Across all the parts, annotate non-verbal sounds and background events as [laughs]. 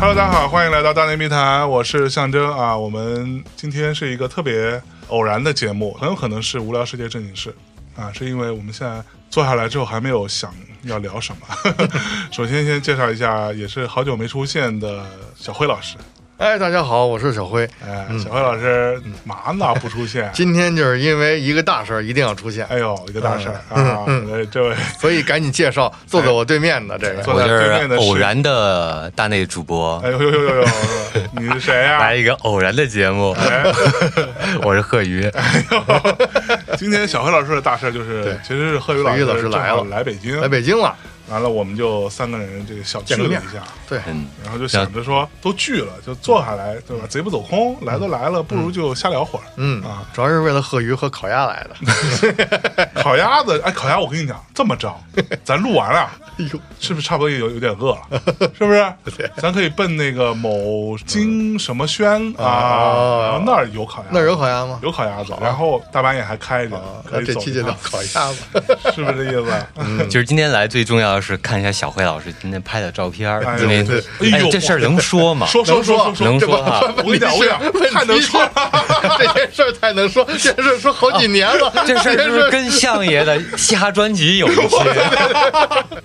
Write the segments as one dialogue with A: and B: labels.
A: Hello，大家好，欢迎来到大内密谈，我是象征啊。我们今天是一个特别偶然的节目，很有可能是无聊世界正经事啊，是因为我们现在坐下来之后还没有想要聊什么。 [laughs] 首先先介绍一下，也是好久没出现的小辉老师。
B: 哎，大家好，我是小辉。
A: 哎，小辉老师嘛呢不出现？
B: 今天就是因为一个大事儿，一定要出现，
A: 哎呦，一个大事儿
B: 嗯
A: 啊！呃这位
B: 所以赶紧介绍坐在我对面的这个。
A: 哎坐
C: 我
A: 在
C: 就
A: 对面
C: 是
A: 的
C: 偶
A: 是
C: 然的大内主播
A: 哎，呦呦呦呦呦，你是谁呀、
C: 来一个偶然的节目，
A: 哎，
C: [laughs] 我是贺宇。
A: 今天小黑老师的大事就是，其实是贺宇老
B: 贺宇
A: 师
B: 老师来了
A: 正好来北京，
B: 来北京了，
A: 完了我们就三个人这个小聚
B: 见个
A: 了
B: 面
A: 一下，
B: 对，
C: 嗯，
A: 然后就想着说都聚了，就坐下来，对吧？贼不走空，来都来了，不如就瞎聊会儿。
B: 嗯
A: 啊，
B: 主要是为了贺鱼和烤鸭来的。
A: 烤鸭子，哎，烤鸭，我跟你讲，这么着，咱录完了。
B: 哎呦，
A: 是不是差不多有有点饿了？是不是？咱可以奔那个某金什么轩啊，
B: 哦
A: 然后那儿有烤鸭，
B: 那儿有烤鸭吗？
A: 有烤鸭子，然后大半夜还开
B: 啊
A: 着，可
B: 那
A: 以
B: 这
A: 走
B: 期
A: 一
B: 就
A: 趟
B: 聊烤鸭吧。
A: 是不是这意思？
C: 其实今天来最重要的是看一下小辉老师今天拍的照片儿
A: 哎，呦
C: 因为
A: 对哎呦
C: 哎这事儿能说吗？
A: 说说说
C: 能
A: [laughs] 说，
C: 说啊
A: 我跟你讲，我跟你讲，太能说哦了。
B: 了， [laughs] 这件事儿
A: [laughs]
B: 太能说，这件事儿说好几年了。
C: 这事儿就
B: 件
C: 是跟相爷的嘻哈专辑
A: [laughs]
C: 有一些。 [laughs]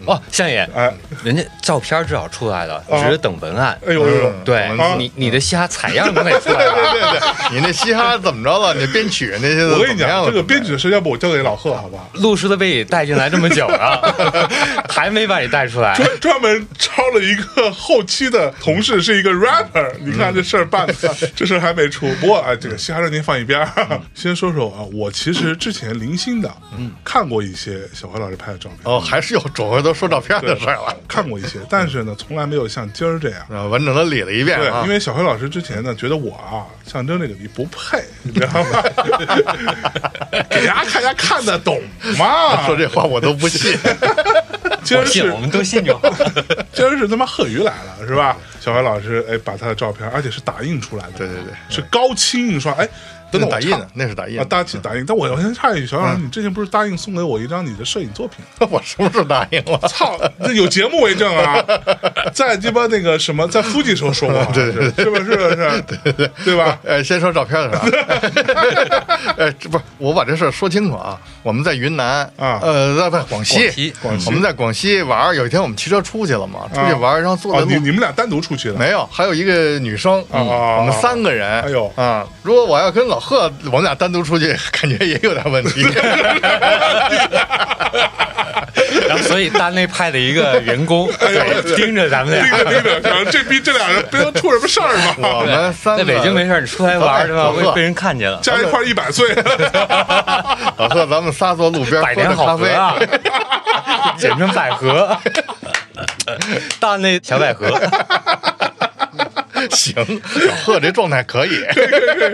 C: 哦，相爷，
A: 哎哦
C: 人家照片至少出来了，只是等文案。
A: 哎呦哎呦，
C: 对
A: 啊
C: 你，你的嘻哈采样都得出来
A: [laughs]
C: 了。
B: 对对对，你那嘻哈怎么着了？你编曲那些都
A: 我跟你
B: 怎么
A: 讲，
B: 样了
A: 这个编曲的事，要不我交给老贺，好不好？
C: 录师的被你带进来这么久了，
A: [laughs]
C: 还没把你带出来。
A: 专专门招了一个后期的同事，是一个 rapper。你看这事儿办的，这事儿还没出。不过啊，这个嘻哈专辑放一边儿，
B: 嗯
A: [laughs] 先说说啊，我其实之前零星的看过一些小何老师拍的照片，
B: 哦，还是有转回头说照片的事儿了。
A: 看过一些，但是呢，从来没有像今儿这样。
B: 啊，完整的理了一遍
A: 对
B: 啊，，
A: 因为小辉老师之前呢，觉得我啊，象征这个你不配，你知道
B: [laughs]
A: 吗？给大家看，大家看得懂吗？
B: 啊说这话我都不信。
A: [laughs] 今儿
C: 我信，
A: 是
C: 我们都信就好。
A: 今儿是他妈贺宇来了，是吧？小辉老师，哎，把他的照片，而且是打印出来的，
B: 对对对，
A: 是高清印刷。哎，等
B: 那
A: 等，
B: 打印
A: 我
B: 的，那是打印
A: 插啊，
B: 的。嗯
A: 打印打印。但我我先插一句，小辉老师，你之前不是答应送给我一张你的摄影作品？
B: 我什么时候答应了？
A: 操，那有节目为证
B: [laughs]
A: 啊，在鸡巴那个什么，在夫妻时候说过，
B: 对 [laughs] 对
A: 是吧？是不是？对对对吧？
B: [laughs] 呃，先说照片的事儿。 [laughs] 呃，这不是我把这事儿说清楚啊。我们在云南
A: 啊
B: 呃，在在广西
C: 广西，
A: 广西
B: 我们在广西玩儿。有一天我们骑车出去了嘛，出去玩儿，然后坐
A: 哦，
B: 在
A: 你
B: 路
A: 你们俩单独出去的？
B: 没有，还有一个女生，
A: 啊啊
B: 我们三个人。
A: 哎呦
B: 啊，如果我要跟老贺，我们俩单独出去，感觉也有点
C: [laughs]
B: 问题。
C: [laughs] 然后，所以大内派的一个员工 [laughs] 哎对盯着咱们
A: 盯
C: 俩。
A: 着盯着，想这逼这俩人不要出什么事儿吧？
B: [laughs] 我们三
C: 在
B: 个
C: 北京没事儿，你出来玩儿是吧？
B: 咱们
C: 会被人看见了，
A: 加一块一百
B: [laughs]
A: 岁，
B: 老贺，咱们仨坐路边
C: 百
B: 喝
C: 年
B: 着
C: 好
B: 咖
C: 合
B: 啡，
C: 啊， [laughs] 简称百 [laughs] 合。大内小百 [laughs] 合，
B: 行，老贺这状态
C: [laughs]
B: 可以。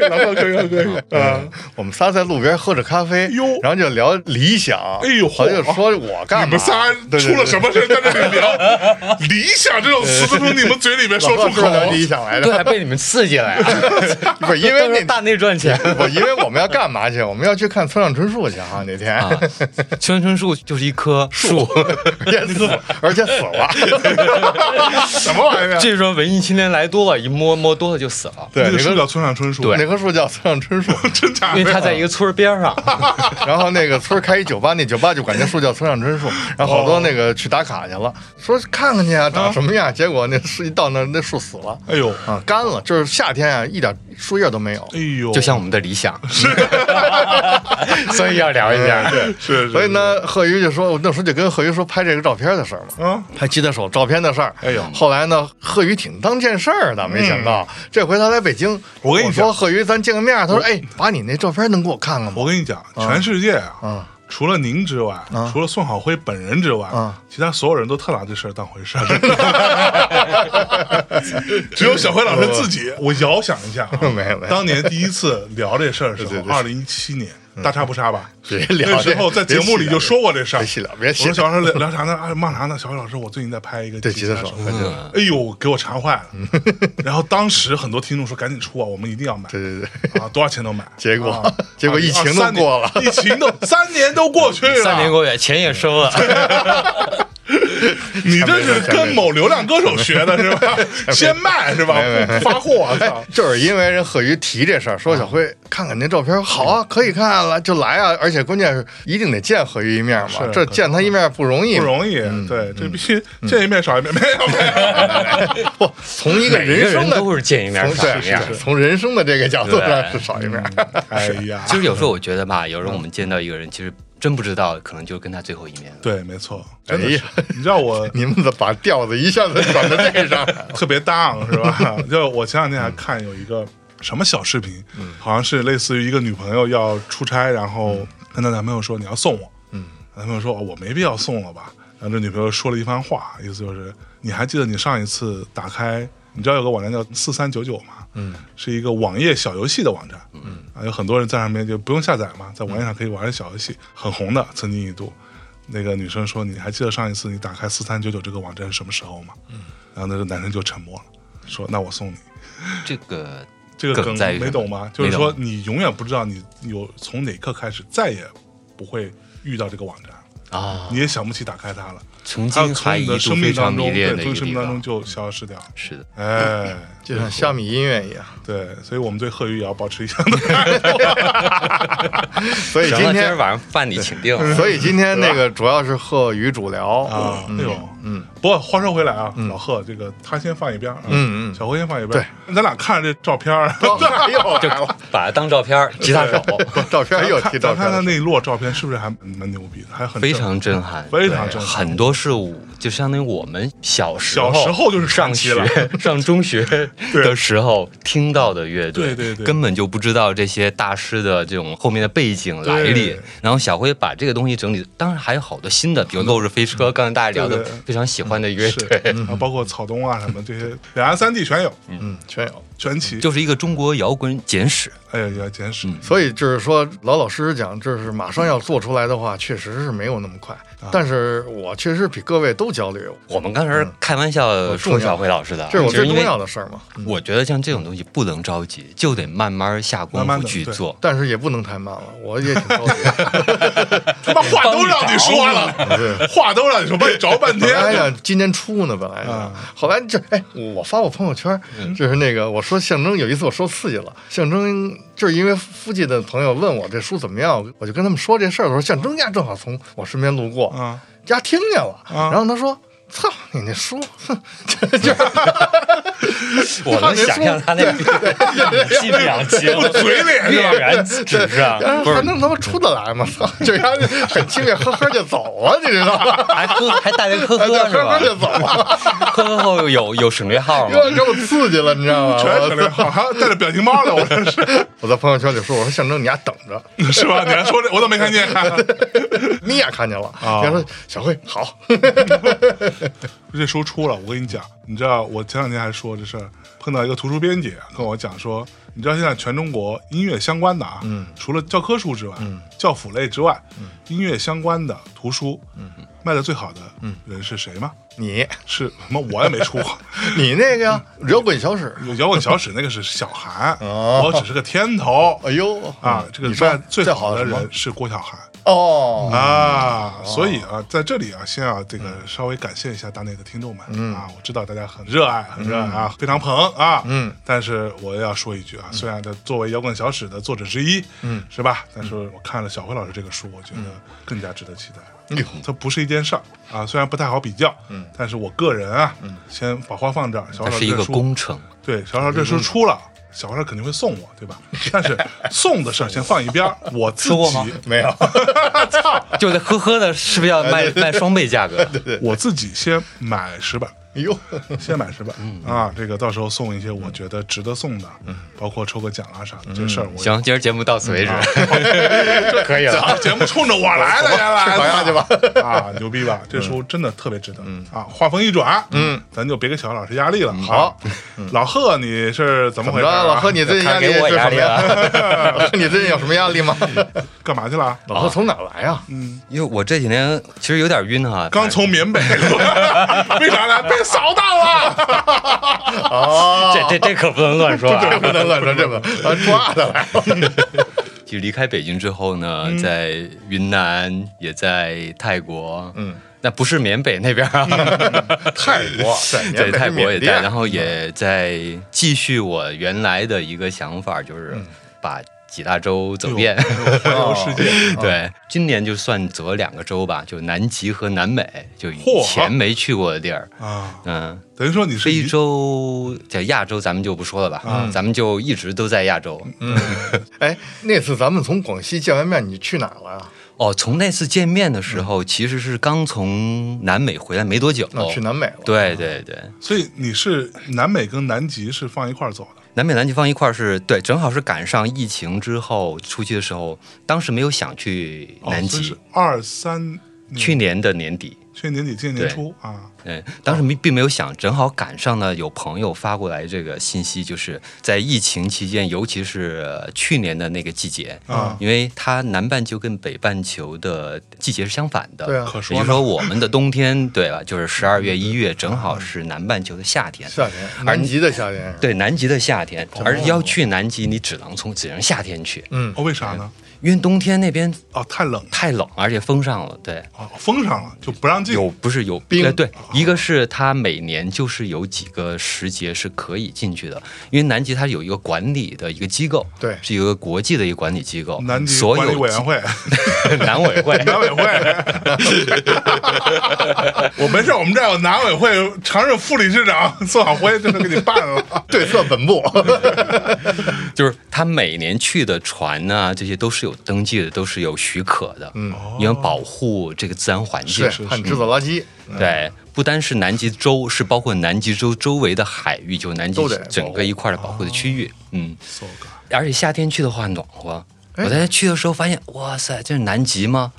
A: 然后可以可以 [laughs] 啊，
B: [laughs] 我们仨在路边喝着咖啡，
A: 哟
B: 然后就聊理想，
A: 哎呦
B: 他就说我干嘛？
A: 你们仨
B: 对
A: 出了什？么事儿在这里 [laughs] 聊？理想这种词都从你们嘴里面
B: 对
A: 说
B: 对老贺
A: 出
B: 说
A: 口，
B: 聊理想来
C: 对，
B: 着，
C: 还被你们刺激了呀。
B: 不是因为
C: 都是
B: 那
C: 大内赚钱。
B: 不因为我们要干嘛去？我们要去看村上春树去哈那天， [laughs]
C: 青春树就是一棵树，
B: 而且死，而且死了。
A: [laughs] 什么玩意儿？
C: 据说文艺青年来多了，一摸摸多了就死了，
B: [laughs] 对，
A: 那个
B: 那
A: 树
B: 棵
A: 叫村上春树，
C: 对
B: 那棵树叫村上春树，
A: [laughs] 真假的？
C: 因为他在一个村儿边 [laughs] 儿上。
B: 然后那个村儿开一酒吧，那酒吧就管那树叫村上春树，然后好多那个去打卡去了，说看看去啊，长什么
A: 哦
B: 样？结果那树一到那儿那树死了。
A: 哎呦，
B: 啊，干了，就是夏天啊，一点树叶都没有
A: 哎。呦，
C: 就像我们的理想， [laughs] 所以要聊一下。
A: 对，是，是
B: 所以，呢，贺鱼就说，我那时候就跟贺鱼说拍这个照片的事儿嘛，
A: 啊，
B: 拍吉他手照片的事儿。
A: 哎呦
B: 后来呢，贺鱼挺当件事儿的，没想到这回他来北京，
A: 我
B: 嗯我
A: 跟你讲
B: 说贺鱼，咱见个面儿，他说，哎，把你那照片能给我看看吗？
A: 我跟你讲，全世界啊
B: 啊，
A: 除了您之外，
B: 嗯
A: 除了宋晓辉本人之外
B: 啊，
A: 其他所有人都特拿这事儿当回事
B: [laughs]
A: 儿，只有小辉老师自己。我遥想一下啊，
B: [laughs] 没有没有
A: 当年第一次聊这事儿的时
B: 对
A: 候，
B: 对
A: 二零一七年，大差不差吧？
B: 别聊
A: 那时
B: 这
A: 候在节
B: 别
A: 目
B: 细
A: 里
B: 聊
A: 就
B: 这
A: 说过这事儿，
B: 别细聊别细
A: 我说小辉老师聊聊啥呢？啊，骂啥呢？小辉老师，我最近在拍一个
B: 对
A: 吉
B: 吉
A: 他
B: 他手
A: 手
B: 嗯
A: 哎呦，给我馋
B: [laughs]
A: 坏了。然后当时很多听众说赶紧出啊，我们一定要买。
B: 对对对。 [laughs]
A: 啊，多少钱都买。
B: 结果
A: 啊
B: [laughs] 结果疫情都过
A: [laughs]
B: 了 [laughs]
A: 啊三年疫情都三年都过去了，
C: 三年过去，钱也收了，
A: 你这是跟某流量歌手学
B: [laughs]
A: 的是吧？先卖是吧
B: 没没？没
A: 发货，操！
B: [laughs] 就是因为人贺瑜提这事儿，说小辉看看您照片，好啊，可以看了，就来啊！而且关键是一定得见贺瑜一面嘛
A: 是，
B: 这见他一面不容易，
A: 不容易，
B: 嗯
A: 对，这必须见一面少一面，没有没有，
B: 不从一个
C: 每个
B: 人生
C: 人
B: 的
C: 都是见一面
B: 从
C: 少
B: 对
C: 一面。
B: 是嗯从人生的这个角度上
C: 对
B: 是少一面，
A: 哎 [laughs] 呀，
D: [laughs] 其实有时候我觉得吧，有时候
A: 嗯
D: 我们见到一个人，其实真不知道，可能就跟他最后一面了。
A: 对，没错，
B: 哎
A: 真的
B: 呀
A: 是，你知道我
B: 你们怎么把调子一下子转到
A: [laughs]
B: 这上？
A: 特别当是吧？ [laughs] 就我前两天还看有一个什么小视频，好像是类似于一个女朋友要出差，然后跟她男朋友说你要送我，嗯，男朋友说哦我没必要送了吧，然后这女朋友说了一番话，意思就是你还记得你上一次打开，你知道有个网站叫四三九九吗？嗯，是一个网页小游戏的网站，嗯，啊有很多人在上面就不用下载嘛，在网页上可以玩小游戏，很红的，曾经一度。那个女生说：“你还记得上一次你打开四三九九这个网站是什么时候吗？”然后那个男生就沉默了，说：“那我送你。
D: 这个”
A: 这个梗
D: 梗在于什么
A: 没懂吗？就是
D: 没
A: 说
D: 懂
A: 你永远不知道你有从哪刻开始再也不会遇到这个网站，
D: 啊，
A: 你也想不起打开它了，
D: 曾
A: 它
D: 经
A: 从
D: 还
A: 你
D: 一
A: 的
D: 度
A: 生
D: 非
A: 命
D: 常
A: 当
D: 迷
A: 中，对，
D: 恋的
A: 从
D: 一个
A: 生
D: 地
A: 命当中
D: 方，
A: 就消失掉。
D: 是的，
A: 哎，
B: 就像虾米音乐一样。
A: 对，所以我们对贺鱼也要保持一样的态度。
B: 所以
C: 行
B: 今
C: 了，今
B: 天
C: 儿，晚上饭你请定了。
B: 所以今天那个主要是贺宇主聊
A: 啊，
B: 嗯
A: 哎呦，
B: 嗯，
A: 不过话说回来啊，
D: 嗯
A: 老贺，这个他先放一边儿啊，
B: 嗯嗯
A: 小辉先放一边儿，咱俩看着这照片儿， [laughs]
B: 哎呦，
C: 就把它当照片儿，吉他手
B: 照片又提照
A: 咱看
B: 片了
A: 看，那一摞照片是不是还蛮牛逼的，还很
D: 非
A: 正
D: 常震撼，
A: 非常震撼
D: 很多是我，就相当于我们小时候
A: 小时候就是传
C: 上
A: 奇
C: 学
A: 了， [laughs]
C: 上中学
A: 对
D: 的时候听到的乐队，
A: 对对对
D: 根本就不知道这些大师的这种后面的背景来历
A: 对。
D: 然后小辉把这个东西整理，当然还有好多新的，比如《落日飞车》，刚才大家聊的
A: 对对嗯
D: 非常喜欢的乐
A: 是
D: 队，，
A: 然后包括草东啊什么这些，两岸三地全有，
B: 嗯，全有。
A: 全齐。
D: 就是一个中国摇滚简史。
A: 哎呀，要简史，
B: 所以就是说，老老实实讲，就是马上要做出来的话，确实是没有那么快。
A: 啊
B: 但是我确实比各位都焦虑，
D: 我们刚才开玩笑
B: 重要
D: 说小辉老师的啊，
B: 这是我
D: 其实
B: 最
D: 因
B: 重
D: 为
B: 要的事儿嘛。嗯
D: 我觉得像这种东西不能着急，就得慢慢下功
A: 慢慢
D: 夫
A: 地
D: 去
A: 对
D: 做。
B: 但是也不能太慢了，我也挺焦
A: [laughs]
B: 虑。
A: 他妈话都让你说了，[laughs]
B: 对，
A: 话都让你说，把你找半
B: 本来
A: 天。
B: 想今年初呢，本来
A: 啊
B: 是，后来就哎，我发我朋友圈，就是那个我说象征有一次我说刺激了，象征就是因为附近的朋友问我这书怎么样，我就跟他们说这事儿的时候，象征家正好从我身边路过，
A: 啊，
B: 家听见了，
A: 啊
B: 然后他说。操你那书， [laughs] 哼，这这
D: [laughs]
C: 我能想象他那个信两清，
A: 嘴脸是吧
C: 跃然纸
B: [laughs]
C: 上，
B: 还能他妈出得来 [laughs] 吗？操，这家很轻蔑，呵呵就走了， [laughs] 你知道吗？
D: 还 [laughs] 喝还带着呵
B: [laughs] 就
D: 呵是
B: 呵呵
D: 吧？
B: 就走了，
D: [laughs] 呵呵后有有省略号吗
B: 给？我给我刺激了，你知道吗？
A: 全省略号，还带着表情包呢，我这是
B: 我在朋友圈里说，我说象征你丫等着，
A: 是吧？你还说这，我都没看见。
B: [laughs] 米娅看见了，
A: 啊
B: 米娅说：“小慧好，
A: [laughs]
B: [laughs]
A: 这书出了，我跟你讲，你知道我前两天还说这事儿，碰到一个图书编辑啊跟我讲说，你知道现在全中国音乐相关的啊，除了教科书之外，教辅类之外，音乐相关的图书，卖的最好的人是谁吗？
B: 你
A: 是什么？我也没出过，
B: 你那个呀摇滚小史，
A: 有摇滚小史那个是小韩，
B: 哦
A: 我只是个天头
B: 哎呦
A: 啊。这个
B: 你说
A: 卖最
B: 最
A: 好
B: 好
A: 的
B: 的什么
A: 人是郭晓涵。
B: 哦，
A: 啊，所以啊，在这里啊，先要这个稍微感谢一下大内的听众们、啊，我知道大家很热爱，很热爱啊，非常捧啊，
B: 嗯，
A: 但是我要说一句啊，虽然他作为摇滚小史的作者之一，嗯，是吧？但是我看了小辉老师这个书，我觉得更加值得期待。
B: 哎呦
A: 它不是一件事儿啊，虽然不太好比较，嗯，但是我个人啊，嗯，先把话放这儿，小辉
D: 它
A: 老
D: 是
A: 师
D: 一
A: 这
D: 个
A: 书
D: 工程。
A: 对，小少这书出了，小少肯定会送我，对吧？但是送的事儿先放一边儿，我自
C: 说过吗
A: 己
B: 没有，
D: 就在呵呵的，是不是要卖卖双倍价格？
A: 我自己先买十本，
B: 哎 [laughs] 呦，
A: 先买十本啊，这个到时候送一些我觉得值得送的，包括抽个奖啊啥的，这事儿我。
D: 行，今儿节目到此为止。
C: 可以
A: [laughs] 啊
C: 了。
A: 节目冲着我来的，原来
B: 吃烤鸭去吧。
A: 啊，牛逼吧？这书真的特别值得啊！话锋一转，嗯，咱就别给小何老师压力了。好，老贺，你是怎么
B: 怎
A: 回
B: 么
A: 事啊？
B: 着？老贺，你最近压
C: 看
B: 力
C: 给
B: 是
C: 我
B: 什
C: 压
B: 么
C: 力
B: 呀？
C: 了，
B: 老贺，你最近有什么压力吗？
A: 干嘛去了？
B: 老贺从哪儿来啊呀？
D: [laughs] 因为我这几天其实有点晕哈，
A: 刚从缅北， [laughs] 为啥来？被扫荡了。
B: 哦，
C: 这这这可不能乱说
B: [laughs] 这
C: 啊！
B: 不能乱说，这不能抓的来了。
D: 其实离开北京之后呢，在云南也在泰国，
B: 嗯，
D: 那不是缅北那边啊，
B: 泰 [laughs] 国，
D: 对泰国也
B: 在，
D: 在，然后也在继续我原来的一个想法，就是
B: 嗯
D: 把几大洲走遍。
B: 哎
A: 环游世界，
D: [laughs] 对，今年就算走了两个州吧，就南极和南美，就以
A: 嚯
D: 前没去过的地儿。
A: 啊，
D: 嗯，
A: 等于说你是
D: 非
A: 一
D: 洲在亚洲咱们就不说了吧，
B: 嗯
D: 咱们就一直都在亚洲。
B: 哎，那次咱们从广西见完面，你去哪儿了呀？
D: 哦，从那次见面的时候，其实是刚从南美回来没多久。
B: 哦那去南美了。，
D: 对对对，
A: 所以你是南美跟南极是放一块儿走的，
D: 南美南极放一块儿是对，正好是赶上疫情之后出去的时候，当时没有想去
A: 哦
D: 南
A: 所以
D: 极，
A: 是嗯二三年
D: 去年的年底，
A: 去年年底今年年初啊，
D: 对，当时没并没有想，正好赶上呢，有朋友发过来这个信息，就是在疫情期间，尤其是呃去年的那个季节
A: 啊
D: 因为它南半球跟北半球的季节是相反的，
B: 对啊
A: 可说嗯
D: 也就是
A: 呢
D: 说我们的冬天，
A: [laughs]
D: 对吧？就是十二月、一月，正好是南半球的夏天。
A: 嗯
B: 夏天，南极的夏天。，
D: 对南极的夏天，
A: 哦
D: 而要去南极，你只能从只能夏天去，
B: 嗯，
A: 哦，为啥呢？
D: 因为冬天那边
A: 哦，太冷了，
D: 太冷，而且封上了。对，
A: 哦，封上了就不让进，
D: 有不是有
B: 冰
D: 呃对，一个是它每年就是有几个时节是可以进去的，因为南极它有一个管理的一个机构，
B: 对
D: 是有一个国际的一个管理机构，
A: 南极
D: 所
A: 管理
D: 有
A: 委员会，
D: 会 [laughs] 南委会。
A: 南委会， [laughs] 我没事，我们这儿有南委会常任副理事长宋晓辉，这都给你办了。 [laughs]
B: 对策本部。
D: 就是他每年去的船呢、这些都是有登记的，都是有许可的，嗯，因为保护这个自然环境，
B: 对，怕你制造垃圾。
D: 对，不单是南极洲，是包括南极洲周围的海域，就南极
B: 都得啊
D: 整个一块儿的保护的区域，嗯，
A: So good
D: 而且夏天去的话暖和。
B: 哎
D: 我在去的时候发现，哇塞，这是南极吗？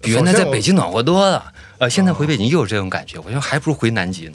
D: 比原来
B: 首先啊
D: 在
B: 我
D: 北京暖和多了。呃，现在回北京又有这种感觉，我觉得还不如回
B: [laughs]
D: 南极呢。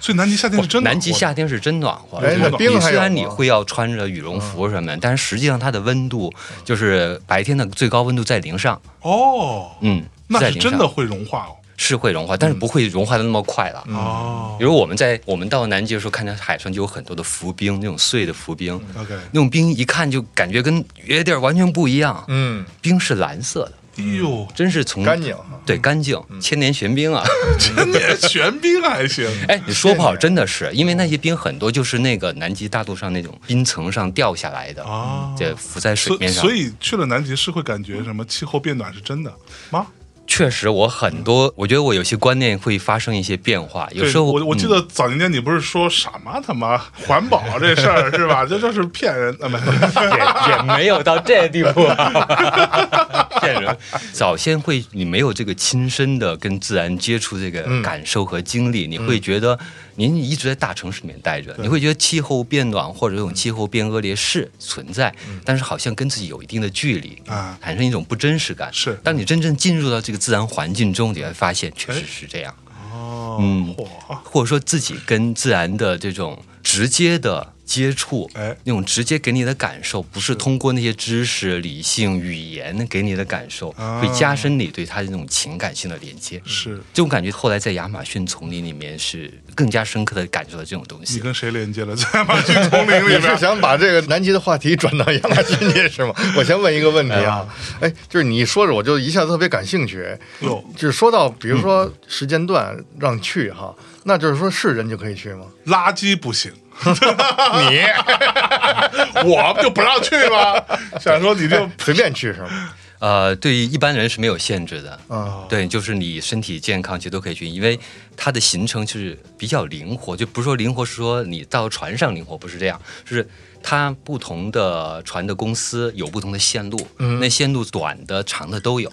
A: 所以南极夏天是真的，
D: 哦南极夏天是真暖和，
B: 哎
D: 就是
B: 那冰
D: 你
B: 还
D: 虽
B: 有
D: 然你
B: 吗嗯
D: 会要穿着羽绒服什么的，但是实际上它的温度就是白天的最高温度在零上，
A: 哦，
D: 嗯，
A: 那
D: 在
A: 是
D: 零
A: 真的
D: 上
A: 会融化哦。
D: 是会融化，但是不会融化的那么快了。
A: 哦
D: 比如我们在我们到南极的时候，看见海上就有很多的浮冰，那种碎的浮冰，
A: ，OK，
D: 那种冰一看就感觉跟别的地儿完全不一样。
B: 嗯，
D: 冰是蓝色的，
A: 哎呦，
D: 真是从
B: 干净。
D: 对干净，
A: 嗯
D: 千年玄冰啊！
A: [laughs] 今年玄冰还行，
D: [laughs] 哎，你说不好，真的是因为那些冰很多就是那个南极大陆上那种冰层上掉下来的，
A: 哦
D: 这浮在水
A: 所
D: 面上。
A: 所以去了南极是会感觉什么气候变暖是真的吗？
D: 确实，我很多，我觉得我有些观念会发生一些变化。有
A: 对
D: 时候
A: 我我记
D: 嗯
A: 得早年间你不是说什么他妈 [laughs] 环保这事儿是吧？这这是骗人啊！没
D: 也也没有到这地步、
A: [laughs]
D: 啊，骗人。早先会你没有这个亲身的跟自然接触这个
A: 嗯
D: 感受和经历，你会觉得您一直在大城市里面待着，你会觉得气候变暖或者这种气候变恶劣是存在，但是好像跟自己有一定的距离
A: 嗯啊
D: 产生一种不真实感。
A: 是
D: 当你真正进入到这个自然环境中，你会发现
A: 哎
D: 确实是这样。
A: 哦，
D: 嗯
A: 嚯，
D: 或者说自己跟自然的这种直接的接触，
A: 哎
D: 那种直接给你的感受，不是通过那些知识、理性、语言给你的感受，
A: 啊
D: 会加深你对它的那种情感性的连接。
A: 是
D: 这种感觉，后来在亚马逊丛林里面是更加深刻的感受到这种东
A: 你
D: 西。
A: 跟谁连接了？在马逊丛林里
B: 你是
A: 边，
D: [laughs]
B: 想把这个南极的话题转到亚马逊去是吗？我先问一个问题啊，哎，就是你一说着我就一下子特别感兴趣，
A: 哟，嗯
B: 就是说到比如说时间段让去哈，那就是说是人就可以去吗？
A: 垃圾不行。你，我就不让去
D: [laughs]
A: 了。想说你就
B: [laughs] 随便去是吗？
D: 呃，对于一般人是没有限制的。
B: 啊，
D: 对，就是你身体健康，其实都可以去，因为它的行程就是比较灵活，就不是说灵活是说你到船上灵活，不是这样，就是它不同的船的公司有不同的线路，那线路短的、长的都有，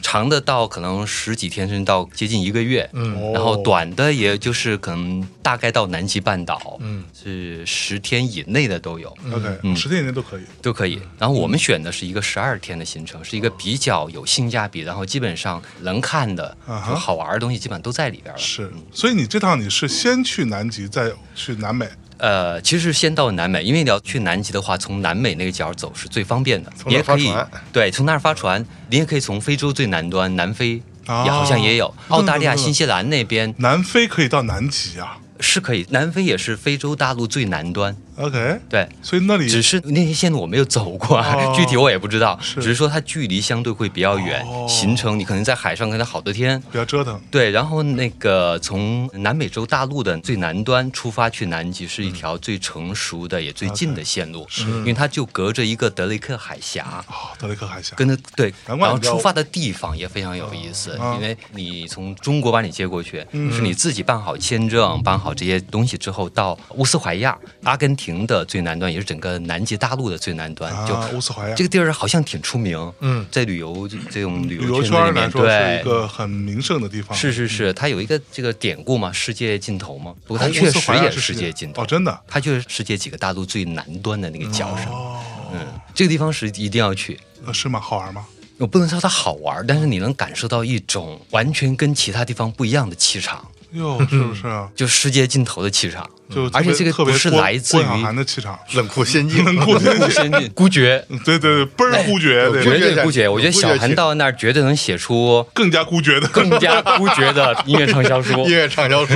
D: 长的到可能十几天，甚至到接近一个月，
B: 嗯
D: 然后
A: 哦
D: 短的也就是可能大概到南极半岛，是十天以内的都有，
A: [laughs] OK，
D: 嗯
A: 十天以内都可以。
D: 都可以。
B: 嗯
D: 然后我们选的是一个十二天的行程，是一个
B: 哦
D: 比较有性价比，然后基本上能看的、
A: 啊哈
D: 和好玩的东西基本上都在里边了。
A: 是，所以你这趟你是先去南极，再去南美。
D: 呃，其实先到南美，因为你要去南极的话，从南美那个角走是最方便的，
B: 从那
D: 你
B: 儿
D: 也
B: 发
D: 可以
B: 船
D: 对，从那儿发船，你也可以从非洲最南端南非。也好像也有
A: 哦
D: 澳大利亚、
A: 对对对
D: 新西兰那边
A: 南非可以到南极啊？
D: 是可以，南非也是非洲大陆最南端，
A: OK，
D: 对，
A: 所以那里
D: 只是那些线路我没有走过啊，
A: 哦
D: [laughs] 具体我也不知道，
A: 是
D: 只是说它距离相对会比较远，
A: 哦
D: 行程你可能在海上可能好多天。
A: 比较折腾。
D: 对，然后那个从南美洲大陆的最南端出发去南极是一条最成熟的、也最近的
A: 嗯
D: 线路，因为它就隔着一个德雷克海峡。
A: 哦，德雷克海峡，
D: 跟着对，
A: 难
D: 然
A: 怪你
D: 后
A: 叫
D: 出发的地方也非常有意思，
A: 啊嗯
D: 因为你从中国把你接过去，是你自己办好签证、办好这些东西之后，到乌斯怀亚，阿根廷的最南端，也是整个南极大陆的最南端，
A: 啊
D: 就
A: 乌斯怀亚
D: 这个地儿好像挺出名，
B: 嗯，
D: 在旅游这这种旅
A: 旅游
D: 游
A: 圈
D: 圈
A: 儿
D: 里
A: 来
D: 面，
A: 说是
D: 对
A: 一。个很名胜的地方。
D: 是是是，它有一个这个典故嘛，世界尽头嘛。不过
A: 哦，
D: 它
A: 乌
D: 确
A: 斯
D: 实
A: 怀亚
D: 也
A: 是
D: 世界尽头，
A: 哦，真的
D: 它就是世界几个大陆最南端的那个角上。
A: 哦，
D: 嗯，这个地方是一定要去。
A: 呃是吗？好玩吗？
D: 我不能说它好玩，但是你能感受到一种完全跟其他地方不一样的气场，
A: 哟，是不是啊？
D: 就世界尽头的气场。
A: 就特
D: 嗯而且
A: 别
D: 这个
A: 特别
D: 不是
A: 郭
D: 来自于
A: 郭晓涵的气场， [laughs]
B: 冷酷仙境，
A: 孤绝，
D: 孤仙境孤绝，
A: 对对对，倍儿孤绝，
B: 有
A: 对
D: 绝
B: 绝
D: 对
B: 感
D: 孤绝。哎我觉得
B: 有孤绝
D: 小韩
B: 气
D: 到那儿绝对能写出
A: 更加孤绝的。
D: 更加孤绝的音乐畅销书
B: [laughs] 音，乐畅销书。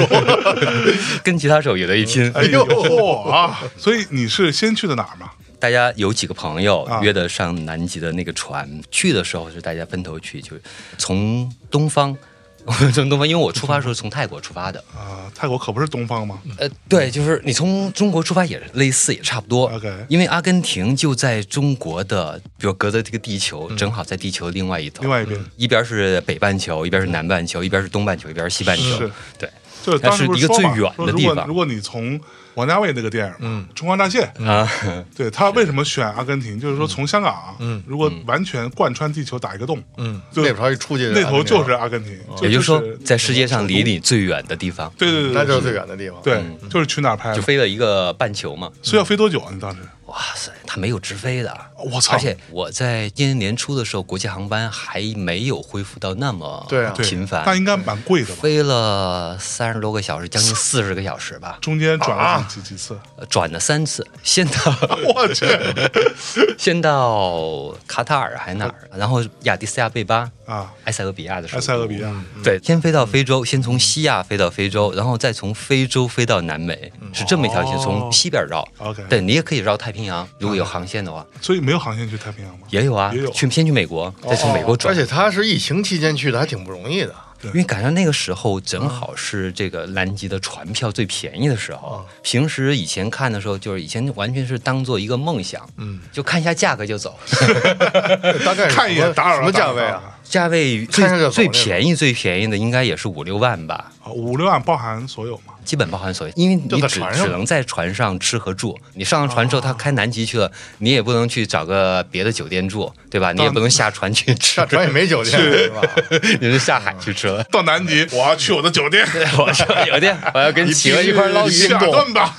D: 跟吉他手有得一拼。
A: [laughs]
B: 嗯 [laughs]
A: 哎呦嚯啊！所以你是先去的哪儿嘛？
D: 大家有几个朋友
A: 啊
D: 约的上南极的那个船，去的时候是大家分头去，就是从东方， [laughs] 从东方，因为我出发的时候是从泰国出发的，
A: 啊，泰国可不是东方吗？
D: 呃，对，就是你从中国出发也类似，也差不多。
A: OK
D: 因为阿根廷就在中国的，比如隔着这个地球，正好在地球另外一头，嗯
A: 另外一边
D: 一边是北半球，一边是南半球，一边是东半球，一边是西半球
A: 是，
D: 对。
A: 就是当时不说
D: 它是一
A: 嘛
D: 个最远的
A: 说如
D: 地
A: 果
D: 方
A: 如果你从王家卫那个电影，嗯，《春光乍泄》， [laughs]
D: 啊，
A: 对他为什么选阿根廷，就是说从香港，嗯，如果完全贯穿地球打一个洞，
B: 嗯，
A: 就
B: 那头一出去，啊
A: 那嗯头就是阿根廷，
D: 也就是说
A: 是，
D: 在世界上离你最远的地方，
A: 对对对，
B: 那就是
A: 对
B: 最远的地方。，
A: 嗯对，就是去哪儿拍
D: 就
A: 的，
D: 飞了一个半球嘛。
A: 所以要飞多久啊？你当时
D: 哇塞，它没有直飞的，
A: 我操
D: 而且我在今年年初的时候，国际航班还没有恢复到那么
B: 对啊
A: 对
D: 频繁，
A: 那应该蛮贵的吧？
D: 飞了三十多个小时，将近四十个小时吧，
A: 中间转了几几次，
D: 呃转了三次，先到
A: 啊 [laughs] 我去
D: 先到卡塔尔还哪儿，然后亚的斯亚贝巴，
A: 啊！
D: 埃塞俄比亚的时候，
A: 埃塞俄比亚，嗯
D: 对，先飞到非洲，先从西亚飞到非洲，然后再从非洲飞到南美，是这么一条线，
A: 哦
D: 从西边绕。
A: OK
D: 对你也可以绕太平洋，如果有航线的话，
A: 所以没有航线去太平洋吗？
D: 也有啊
A: 也有，哦
D: 去先去美国，再从美国转
B: 而。且他是疫情期间去的，还挺不容易的。
D: 因为赶上那个时候正好
A: 嗯
D: 是这个南极的船票最便宜的时
A: 哦
D: 候，平时以前看的时候，就是以前完全是当做一个梦想，嗯，就看一下价格就走，
B: 大概
A: [laughs]
B: 是
A: 看一
B: 什
A: 眼
B: 么
A: 打扰
B: 什
A: 了
B: 么
A: 打
B: 价
A: 扰
B: 位
A: 了
B: 啊？
D: 价位
B: 看上去就
D: 最
B: 走
D: 最
B: 那种
D: 便宜最便宜的应该也是五六万吧，
A: 啊，五六万包含所有嘛？
D: 基本包含所有，因为
B: 就
D: 你
B: 在
D: 只
B: 船上哦
D: 只能在船上吃和住。你上了船之后，他开南极去了，你也不能去找个别的酒店住，对吧？你也不能下船去吃
B: 下，船也没酒店是吧？
D: [laughs] 你是下海去吃
B: [laughs]
D: 了。
A: 到南极，我要去我的酒
D: [laughs]
A: 店，
D: 我说酒店，我要跟企鹅一块儿捞鱼
A: 希。尔顿 [laughs] 吧，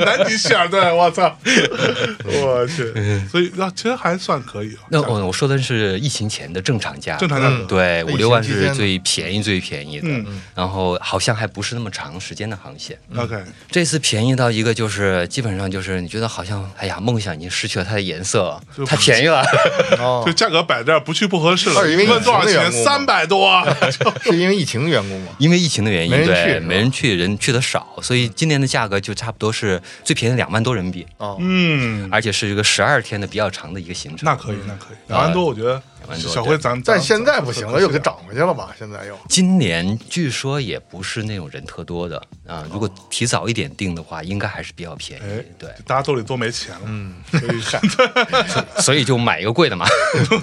A: 南极希尔顿，我操， [laughs] 我去，所以那其实还算可以啊。
D: 那我我说的是疫情前的正常价，
A: 正常价格
D: 对，
B: 那
D: 五六万
B: 疫情期间
D: 是
B: 呢
D: 最便宜最便宜的
A: 嗯，
D: 然后好像还不是那么长时间的航线。
A: OK，
D: 这次便宜到一个就是基本上就是你觉得好像哎呀梦想已经失去了它的颜色了
A: 就，
D: 太便宜了。
B: 哦
A: [laughs] 就，价格摆这儿，不去不合适了。
B: 二因为疫情
A: 问多少
B: 的
A: 钱？
B: 缘故嘛
A: 三百多。
B: 是因为疫情的缘故
A: [laughs]
B: 吗？
D: [laughs] 因为疫情的原因，
B: 没人
D: 对，
B: 去是吧
D: 没人去，人去的少，所以今年的价格就差不多是最便宜的两万多人民币，
B: 哦，
A: 嗯，
D: 而且是一个十二天的比较长的一个行程。
A: 那可以，那可以，两万多，我觉得
D: 两万多
A: 小辉咱们，
B: 但现在不行了，又给
A: 涨。
B: 涨回去了吧？现在又
D: 今年据说也不是那种人特多的啊、如果提早一点订的话，应该还是比较便宜。
A: 哎，
D: 对，
A: 大家兜里都没钱了，嗯，所以
D: 所以就买一个贵的嘛。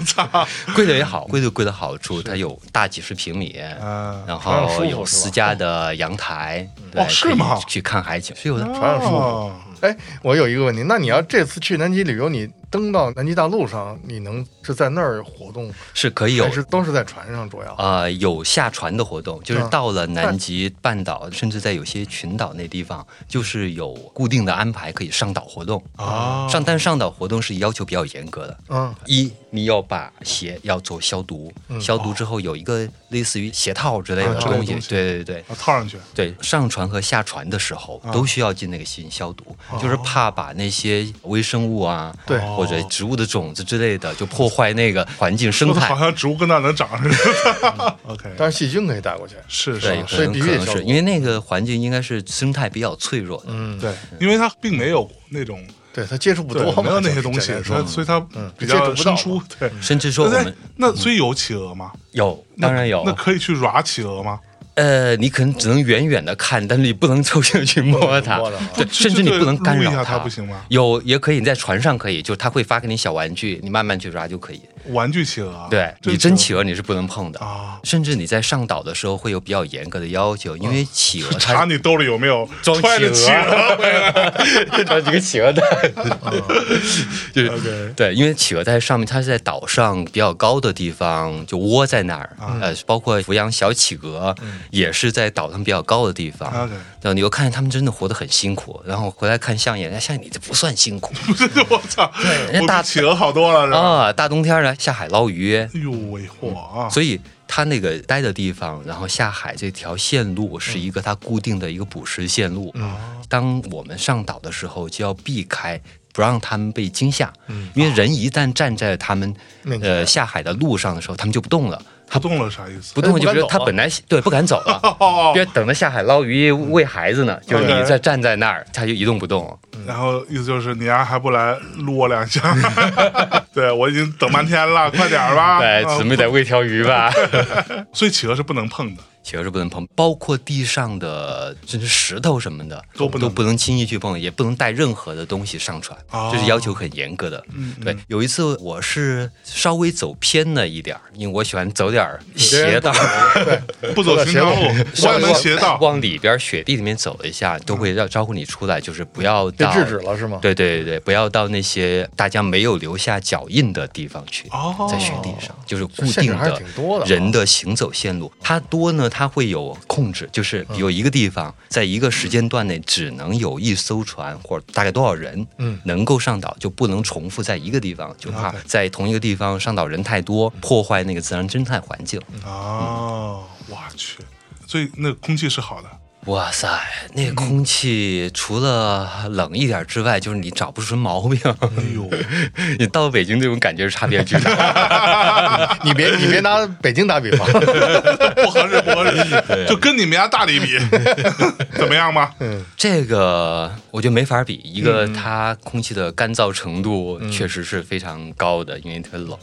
D: [laughs] 贵的也好，贵的有贵的好处，它有大几十平米，
A: 啊，
D: 然
B: 船上舒
D: 后
B: 服
D: 有
B: 是吧
D: 私家的阳台，对
A: 哦是吗
D: 可以去看海景嗯是有的。
B: 船上舒服。
A: 哦，
B: 哎，我有一个问题，那你要这次去南极旅游，你登到南极大陆上，你能是在那儿活动，
D: 是可以有
B: 还是都是在船上主
A: 啊
B: 要？
D: 呃，有下船的活动，就是
B: 嗯
D: 到了南极半岛，甚至在有些群岛那地方，就是有固定的安排可以上岛活动。
A: 啊，
D: 上但上岛活动是要求比较严格的，
B: 嗯，
D: 一你要把鞋要做消毒，消毒之后有一个类似于鞋套之类
A: 啊
D: 的
A: 这类
D: 东西，
A: 东西
D: 对对对
A: 啊，套上去，
D: 对，上船和下船的时
A: 啊
D: 候都需要进那个细菌消毒，
A: 哦
D: 就是怕把那些微生物啊，
B: 对
D: 或
A: 哦
D: 者植物的种子之类的，就破坏那个环境
A: [laughs]
D: 生态
A: 好。像植物跟那能长似的。OK，嗯
B: 但是细菌可以带过去。
A: 是
D: 对，
A: 是
D: 可
B: 所以
D: 能
B: 必
D: 可
B: 须得
D: 能
B: 消
D: 是
B: 毒
D: 因为那个环境应该是生态比较脆弱的。
B: 嗯，
A: 对，因为它并没有那种
B: 对，它接触不
A: 对
B: 多嘛，
A: 没有那
B: 就
A: 些
B: 是
A: 东西
B: 简单，说
A: 它所以它比
B: 接触
A: 较
B: 不到
A: 生
B: 嘛
A: 疏。对，
D: 甚至嗯说我
A: 那
D: 们
A: 那所以有企鹅吗？
D: 有，
A: 哎那
D: 当然有
A: 那，可以去抓企鹅吗？
D: 呃，你可能只能远远的看，但是你不能凑近去摸
A: 嗯
D: 它
B: 摸它，
D: 对，
A: 不
D: 甚至你不能干
A: 撸一下
D: 扰
A: 它不行吗
D: 有也可以，你在船上可以，就是它会发给你小玩具，你慢慢去抓就可以。
A: 玩具企鹅啊？
D: 对你真企鹅你是不能碰的
A: 啊
D: 甚至你在上岛的时候会有比较严格的要求，因
A: 啊
D: 为企鹅
A: 查
D: 它
A: 你兜里有没有
D: 装
A: 揣着
D: 企啊
A: 企
D: [laughs]
A: 鹅回来。
D: 鹅，找几个企鹅
A: [laughs]
D: 蛋，就是
A: OK
D: 对，因为企鹅在上面，它是在岛上比较高的地方就窝在那儿，
A: 啊
D: 呃，包括抚养小企鹅
A: 嗯
D: 也是在岛上比较高的地方。
A: OK [laughs]
D: 然后你又看见他们真的活得很辛苦，然后回来看相爷，哎相爷你这不算辛苦
A: 我操，
D: 人
A: 我
D: 家大
A: 比企鹅好多了是吧？
D: 啊！大冬天的下海捞鱼，
A: 哎呦喂，嚯啊！
D: 所以它那个待的地方，然后下海这条线路是一个它固定的一个捕食线路。当我们上岛的时候，就要避开。不让他们被惊吓，因为人一旦站在他们
B: 面前
D: 呃下海的路上的时候，他们就不动了，
A: 它动了啥意思？
D: 不动就
B: 他
D: 是
B: 就不敢走
D: 他
B: 了
D: 本来对不敢走了，
A: 哦
D: 因，为等着下海捞鱼喂孩子呢，就是你
A: OK
D: 在站在那儿，他就一动不动。
A: 然后意思就是你丫还不来撸我两下，
D: [laughs]
A: 对我已经等半天了，快点儿吧。
D: [laughs] 对，
A: 啊
D: 准备得喂条鱼吧。 [laughs]
A: 所以企鹅是不能碰的。
D: 企鹅是不能碰，包括地上的甚至石头什么的
A: 都不能
D: 都不能轻易去碰，也不能带任何的东西上船，
A: 哦
D: 这是要求很严格的。
A: 嗯
D: 对，有一次我是稍微走偏了一点儿，因为我喜欢走点儿邪道，
A: 不走寻
D: [laughs]
A: 常路，歪门邪道。
D: 往里边雪地里面走了一下，都会要招呼你出来，就是不要
B: 被
A: 嗯
D: 到
B: 制止了是吗？，
D: 对对对对，不要到那些大家没有留下脚印的地方去，
A: 哦
D: 在雪地上就是固
B: 限制
D: 定
B: 还是
D: 的
B: 挺多的啊
D: 人的行走线路。它多呢，它会有控制，就是
B: 嗯
D: 有一个地方，在一个时间段内只能有一艘船或者大概多少人，
B: 嗯
D: 能够上岛，就不能重复在一个地方，就怕
A: OK
D: 在同一个地方上岛人太多，
B: 嗯
D: 破坏那个自然生态环境。
A: 哦，我去，所以那空气是好的。
D: 哇塞，那空气除了冷一点之外，就是你找不出毛病。
A: 哎呦，
D: [laughs] 你到北京这种感觉是差别巨大。
B: 你别你别拿北京打比
A: [laughs]
B: 方，
A: 不合适，不合
D: [laughs]
A: 适，就跟你们家大理比，怎么样吧？
D: 嗯这个我觉得没法比，一个它空气的干燥程度确实是非常高的，因为特别冷。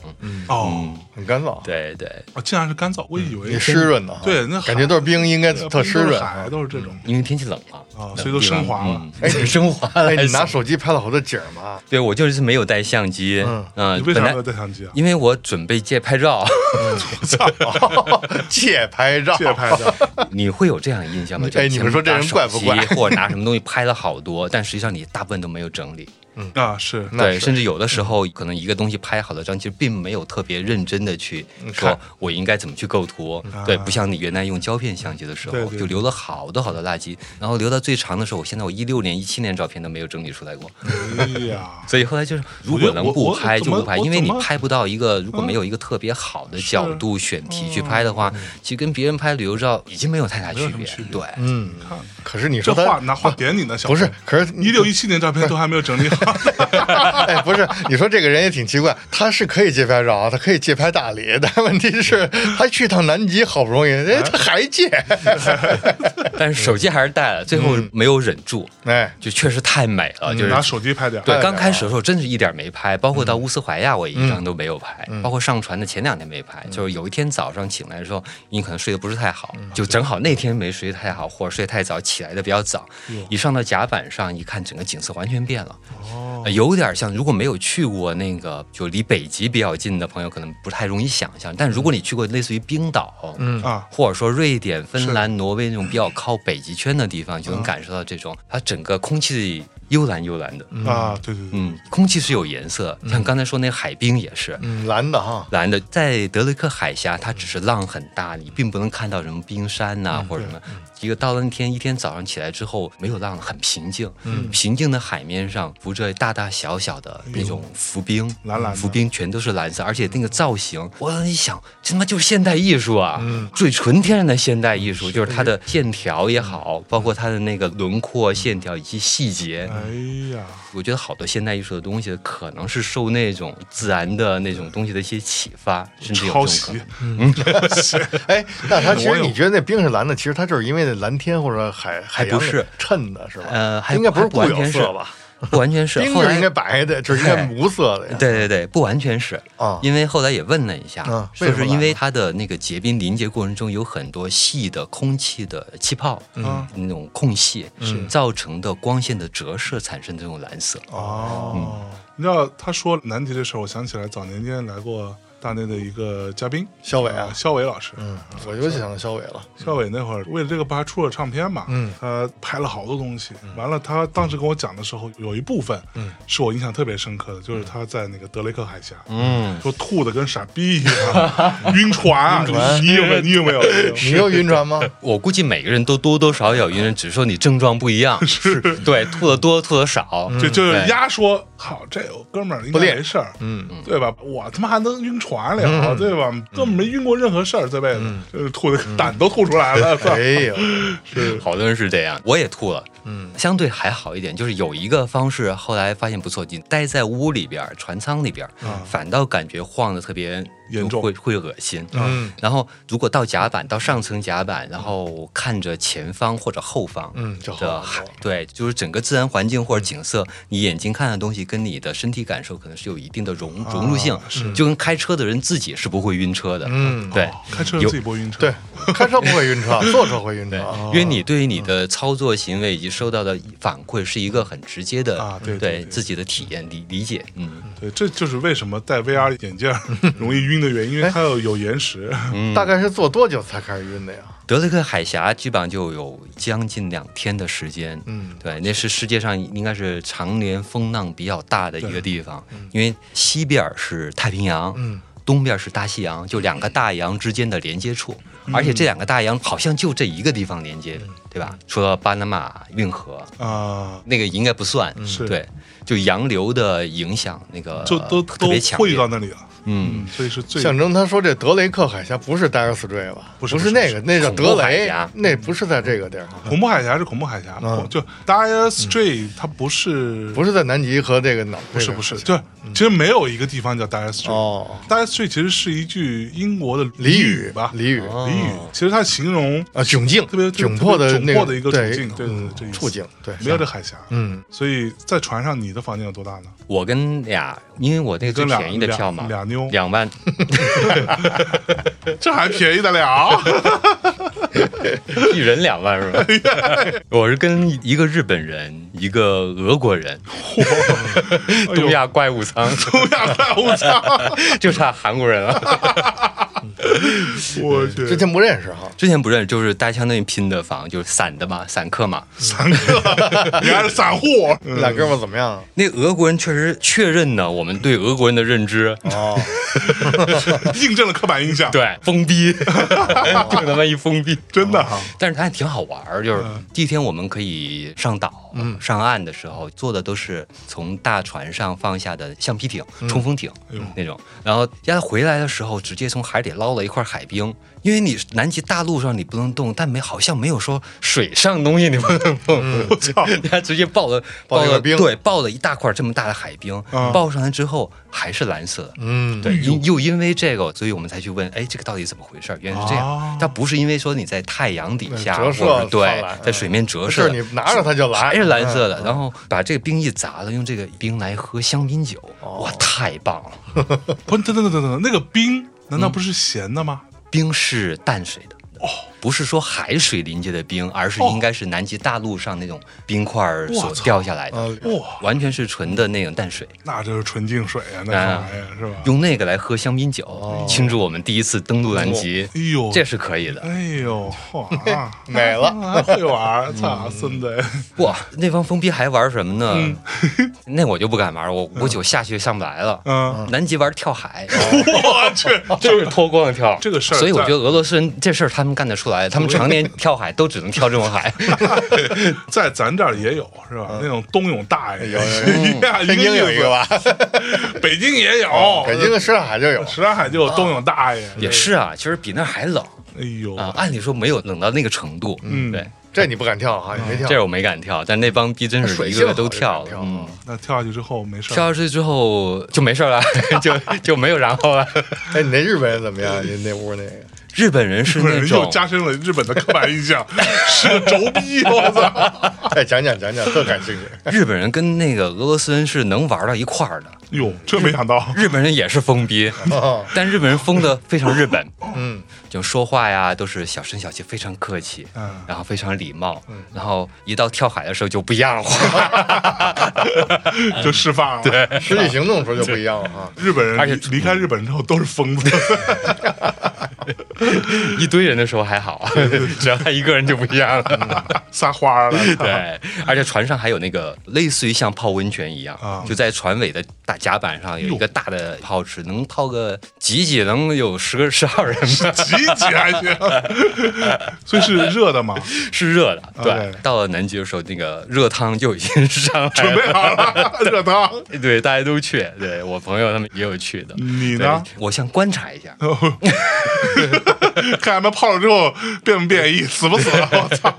A: 哦，
B: 很干燥，
D: 对对，
A: 哦竟然是干燥，我以为
B: 嗯也湿润的哈，
A: 对那海
B: 感觉都是冰，应该
A: 呃
B: 特湿
A: 都是
B: 润。嗯
A: 海都是这种
D: 因为天气冷嘛，
A: 啊
D: 冷，
A: 所以都
D: 地方
A: 升华了。
D: 嗯哎，
A: [laughs]
D: 升华
B: 哎，
D: 了。
B: 你拿手机拍了好多景儿嘛，
D: 对我就是没有带相机，
B: 嗯
A: 你
D: 嗯，
A: 为
D: 本
A: 啥没
D: 来
A: 有带相机 [laughs] 啊？
D: 因为我准备借拍照， [laughs]
B: [laughs] 借拍照，
A: 借拍
D: [laughs]
A: 的，
D: 你会有这样的印象吗？
B: [laughs] 哎你们说这人怪不怪 [laughs]
D: 拿手机或者拿什么东西拍了好多，但实际上你大部分都没有整理。
A: 啊，是嗯
B: 那
D: 对，
B: 是
D: 甚至有的时候可能一个东西拍好了张，其实并没有特别认真的去
A: 嗯
D: 说
B: 看
D: 我应该怎么去构图。对，不像你原来用胶片相机的时候
A: 啊对，对
D: 就留了好多好多垃圾，然后留到最长的时候，我现在我一六年、一七年照片都没有整理出来过。
B: 嗯
A: 哎
B: [laughs]
A: 呀，
D: 所以后来就是，如
A: 觉
D: 果
A: 得
D: 能
A: 我
D: 不
A: 我
D: 拍
A: 怎
D: 就不
A: 么
D: 拍，
A: 我
D: 因为
A: 怎
D: 你
A: 么嗯
D: 拍不到一个，如果没有一个特别好的角度选题去拍的话，其实跟别人拍旅游照已经没有太大
A: 没有什
D: 区
A: 么
D: 别
A: 区。别
D: 对，
B: 嗯，可是你
A: 这
B: 说
A: 话
B: 他
A: 拿话点你呢，小
B: 不是，可是
A: 一六一七年照片都还没有整理好，
B: [laughs] 哎，不是，你说这个人也挺奇怪，他是可以借拍照，他可以借拍大理，但问题是他去趟南极好不容易，哎，他还借，
D: 但是手机还是带了，最后没有忍住，
B: 哎，
D: 就确实太美了，就是
A: 嗯拿手机拍点儿。
D: 对，嗯
B: 哎
D: 刚开始的时候真是一点儿没拍，包括到乌斯怀亚我也一张都没有拍，包括上船的前两天没拍，就是有一天早上醒来的时候，你可能睡得不是太好，就正好那天没睡太好，或者睡太早，起来的比较早，一上到甲板上一看，整个景色完全变了，呃有点像如果没有去过那个就离北极比较近的朋友，可能不太容易想象，但如果你去过类似于冰岛，嗯
A: 啊
D: 或者说瑞嗯典、芬兰、挪威那种比较靠北极圈的地方，就能感受到这种它整个空气幽蓝幽蓝的。
A: 啊，对对对，
D: 嗯，空气是有颜色，
A: 嗯
D: 像刚才说那海冰也是。
B: 嗯，蓝的哈，
D: 蓝的，在德雷克海峡，它只是浪很大，你并不能看到什么冰山
A: 嗯
D: 呐、或者什么。一个到了那天一天早上起来之后，没有浪了，很平静。
A: 嗯
D: 平静的海面上浮着大大小小的那种浮冰，
A: 蓝蓝的嗯
D: 浮冰全都是蓝色，而且那个造型，我一想，这他妈就是现代艺术啊！最纯天然的现代艺
A: 嗯
D: 术，就是它的线条也好，包括它的那个轮廓、线条以及细节，嗯
A: 哎呀，
D: 我觉得好多现代艺术的东西，可能是受那种自然的那种东西的一些启
B: 嗯
D: 发，甚至有
A: 抄
D: 这种可
A: 袭
D: 能。，
B: 哎，那它其
A: 我
B: 实
A: 有
B: 你觉得那冰是蓝的，其实它就是因为那蓝天或者海海洋
D: 不是
B: 给衬的，是吧？
D: 呃，还
B: 应该不是
D: 还不
B: 固
D: 完
B: 有
D: 全是
B: 色吧？？
D: 不完
B: [laughs]
D: 全是。
B: 冰
D: 后
B: 是啊
D: 来
B: 应该白的，就是应该
D: 哎
B: 无色的呀。
D: 对对对，不完全是
B: 啊
D: 因为后来也问了一下，
B: 啊
D: 说是
B: 为什么
D: 因为它的那个结冰凝结过程中有很多细的空气的气泡，
B: 啊
A: 嗯
D: 那种空隙，造成的光线的折射产生这种蓝色。
B: 啊
A: 哦，
B: 嗯
A: 你知道他说难题的时候，我想起来早年间来过大内的一个嘉宾
B: 肖伟啊
A: 啊，肖伟老师，
B: 嗯，我就想到肖伟了。
A: 肖伟那会儿为了这个不还出了唱片嘛，
B: 嗯
A: 他拍了好多东西。完了，他当时跟我讲的时候，有一部分，
B: 嗯，
A: 是我印象特别深刻的，就是他在那个德雷克海峡，
D: 嗯，
A: 说吐的跟傻逼一样，晕船啊，你你有没有？你有没有？
B: 你有晕船吗？
D: 我估计每个人都多多少少有晕，只是说你症状不一
B: [laughs]
D: 样，是对，吐的多，吐的少，
A: 就就是
D: 对
A: 丫说，好，这有哥们儿应该
B: 嗯不练
A: 没事儿，
B: 嗯，
A: 对吧？我他妈还能晕船了，对吧？根本没
B: 嗯
A: 晕过任何事儿，这辈子就是吐的胆都吐出来啊了，
B: [laughs] 哎呦，
D: 好多人是这样，我也吐了。嗯，相对还好一点，就是有一个方式，后来发现不错，你待在屋里边儿、船舱里边儿，
B: 嗯
D: 反倒感觉晃的特别
A: 严重
D: 会会恶心。
B: 嗯，
D: 然后如果到甲板，到上层甲板，然后看着前方或者后方，
B: 嗯就好
D: 的
B: 很
D: 海
B: 多，
D: 对，就是整个自然环境或者景色，你眼睛看的东西跟你的身体感受可能是有一定的融
B: 啊
D: 融入性，就跟开车的人自己是不会晕车的，
B: 嗯
D: 对。
A: 开车自己不会晕车，
B: 对，开车不会晕
A: [laughs]
B: 车，坐车会晕
D: 对
B: 车啊。，
A: 哦
D: 因为你对于你的操作行为以及收到的反馈是一个很直接的
A: 啊对对对
D: 自己的体验理理解，嗯，
A: 对，这就是为什么戴 VR 眼 [laughs] 镜儿容易晕的原因，因为它有有延时。
B: 大概是坐多久才开始晕的呀？
D: 德雷克海峡基本上就有将近两天的时间，
B: 嗯，
D: 对，那是世界上应该是常年风浪比较大的一个地方，
A: 嗯
D: 因为西边儿是太平洋，
B: 嗯，
D: 东边儿是大西洋，就两个大洋之间的连接处，
A: 嗯
D: 而且这两个大洋好像就这一个地方连接，对吧？除了巴拿马运河，
A: 啊，
D: 那个应该不算，
A: 是
D: 对，就洋流的影响那个
A: 就都
D: 特
A: 都
D: 别强
A: 汇
D: 烈
A: 到，那里了，
D: 嗯，
A: 所以是最
B: 象征他说这德雷克海峡不是 Dire Strait 吧？
A: 不
B: 不
A: 是不是
B: 那个，那叫
D: 恐
B: 德
D: 怖海
B: 雷
D: 峡，
B: 那不是在这个地儿，啊
A: 恐怖海峡是恐怖海峡，
B: 嗯
A: 就 Dire Strait 它不是
B: 不是在南极和这个哪？
A: 不
B: 这
A: 是
B: 个
A: 不是，就是其实没有一个地方叫 Dire Strait。
B: 哦，
A: Dire Strait 其实是一句英国的语
B: 俚
A: 哦
B: 语
A: 吧，
B: 俚语
A: 俚语，其实它形容
B: 啊，窘境，
A: 特别
B: 窘迫的
A: 特别窘
B: 那
A: 迫的一个处
B: 对
A: 境，对对
B: 嗯
A: 对，这意思
B: 处境，对，
A: 没有这海峡。
B: 嗯，
A: 所以在船上，你的房间有多大呢？
D: 我跟俩，因为我那个最
A: 跟俩
D: 便宜的票嘛，
A: 俩俩妞
D: 两万， [laughs]
A: 这还便宜得 [laughs] 了？
D: 一人两万
A: [laughs]
D: 是吧？我是跟一个日本人，一个俄国人，
A: 哎
D: 东亚怪物舱，
A: 东亚大物价，
D: [laughs] 就差韩国
A: [laughs]
D: 人了。
A: 我去，
B: 之前不认识哈，
D: 之前不认识，就是大家相当于拼的房，就是散的嘛，散客嘛。
A: [laughs] 散客， [laughs] 你还是散户，
B: 俩哥们儿怎么样？
D: 那俄国人确实确认呢，我们对俄国人的认知，
B: 哦，
A: 印证了刻板印象，
D: 对封闭， [laughs] 就他妈一封闭。
A: 真的哈。
D: 但是它还挺好玩儿，就是第一天我们可以上岛、上岸的时候，坐的都是从大船上放下的橡皮艇、冲锋艇
A: 哎呦
D: 那种。然后丫的回来的时候，直接从海里捞了一块海冰，因为你南极大陆上你不能动，但没好像没有说水上东西你不能碰，
A: 我
D: [laughs]
A: 操！
D: 他直接抱了
B: 抱了一
D: 了
B: 块冰
D: 对，抱了一大块这么大的海冰，
A: 啊
D: 抱上来之后还是蓝色的。
B: 嗯，
D: 对，因又因为这个，所以我们才去问，哎，这个到底怎么回事儿？原来是这
A: 哦
D: 样，它不是因为说你在太阳底下，
B: 折射
D: 或者
B: 上
D: 对
B: 来，
D: 在水面折
B: 是
D: 射，
B: 你嗯拿着它就来
D: 还是蓝色的，然后把这个冰一砸了，用这个冰来喝香槟酒，
B: 哦
D: 哇，太棒了！
A: 不是，等等等等等，那个冰难道不是咸的吗？
B: 哦
D: 冰是淡水的，不是说海水临界的冰，而是应该是南极大陆上那种冰块儿所掉下来的，
B: 嗯
A: 哇，
D: 完全是纯的那种淡水。
A: 那就是纯净水啊，那
D: 啊
A: 玩意儿是吧？
D: 用那个来喝香槟酒，庆祝我们第一次登陆南极，
A: 哦哎呦，
D: 这是可以的。
A: 哎呦， [laughs] 哇，
B: 嗯美了
A: 啊会玩儿，操孙子！ [laughs]
D: 哇，那帮疯逼还玩什么呢？ [laughs] 那我就不敢玩，我估计我下去上不来了。
A: 嗯，
D: 南极玩跳海， [laughs]
A: 我去，
D: 真是脱光了跳
A: [laughs] 这个事儿
D: 所以我
A: 在
D: 觉得俄罗斯人这事儿他们干得出来，他
A: [laughs]
D: 们常年跳海都只能跳这种海。
A: 在咱这儿也有是吧？那种冬泳大爷，一 [laughs] 样
B: 天津有一个吧，
A: 意思，北哦京嗯也有，
B: 北京的什刹海就有。
A: 什刹海就有冬泳大爷，
D: 也是啊，其实比那儿还冷
A: 哎呦，
D: 啊。按理说没有冷到那个程度，
A: 嗯
D: 对，
B: 这你不敢跳啊，你没跳
D: 这。我没敢跳，但那帮逼真是
B: 水
D: 一
B: 性
D: 个
B: 好
D: 个都
B: 就
D: 跳
B: 敢
D: 了，
B: 跳啊
D: 嗯，
A: 那跳下去之后没事儿，
D: 跳下去之后就没事儿了， [laughs] 就就没有然后了。
B: 哎，你那日本人怎么样？你那屋那个
D: 日本人是
A: 不
D: 那
A: 是又
D: 种
A: 加深了日本的刻板印象， [laughs] 是个轴逼，我操！，
B: 哎，讲讲讲讲，特感兴趣。
D: 日本人跟那个俄罗斯人是能玩到一块儿的，
A: 哟，这没想到，
D: 日本人也是疯逼，
B: 哦
D: 但日本人疯的非常日本，
B: 嗯，
D: 就说话呀都是小声小气，非常客气，
A: 嗯
D: 然后非常礼貌，然后一到跳海的时候就不一样了， [laughs]
A: 就释放了。对，
B: 实际行动的时候就不一样了啊。
A: 日本
D: 而且
A: 人离离开日本之后都是疯子，
D: 一堆人的时候还好，只要他一个人就不一样了。
A: 撒花儿了。
D: 对，而且船上还有那个类似于像泡温泉一样，
A: 啊
D: 就在船尾的大甲板上有一个大的泡池，能泡个挤挤能有十个十号人吧，
A: 挤一挤还行，所以是热的嘛，
D: 是热的。对
A: OK
D: 到了南极的时候，那个热汤就已经上来
A: 准
D: 了。
A: 备好了，热汤。
D: [laughs] 对，大家都去。对我朋友他们也有去的。
A: 你呢？哦
D: 对？我想观察一下，
A: 看他们泡了之后变不变异，死不死？我操！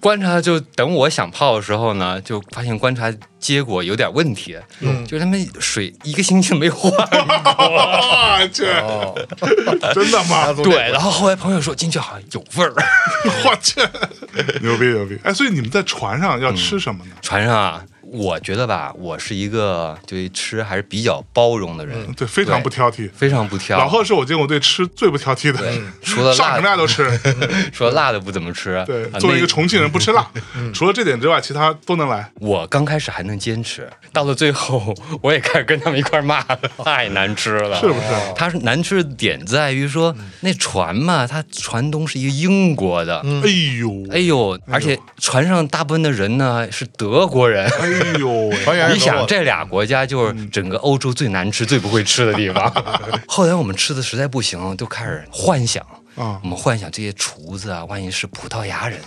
D: 观察就等我想泡的时候呢，就发现观察结果有点问题，嗯，就是他们水一个星期
A: [laughs]
D: 没换
A: 我去，
B: 哦，
A: 真的吗？
D: 对，然后后来朋友说进去好像有味儿， [laughs]
A: 我去，牛逼牛逼！哎，所以你们在船上要吃什么呢？
D: 船上啊，我觉得吧，我是一个对吃还是比较包容的人，
A: 对，非常不挑剔。
D: 非常不挑。
A: 老贺是我见过对吃最不挑剔的
D: 对
A: 人，，
D: 除
A: [laughs]
D: 了
A: 上
D: 辣
A: 什么辣都
D: [laughs]
A: 吃。
D: 除了辣的不怎么吃。
A: 对
D: 啊，
A: 作为一
D: 那
A: 个重庆
D: [laughs]
A: 人，不吃辣，
D: 嗯
A: 除了这点之外，其他都能来。
D: 我刚开始还能坚持，到了最后我也开始跟他们一块儿骂了，太难吃了，
A: 是不是
D: 它是难吃的点在于说，那船嘛，它船东是一个英国的，
A: 哎呦，
D: 哎呦，而且船上大部分的人呢是德国人。
A: 哎呦喂，
B: 船员是德国的
D: 你想这俩国家就是
A: 嗯
D: 整个欧洲最难吃、最不会吃的地
A: [laughs]
D: 方。后来我们吃的实在不行了，就开始幻想
A: 啊
D: 我们幻想这些厨子啊，万一是葡萄牙人、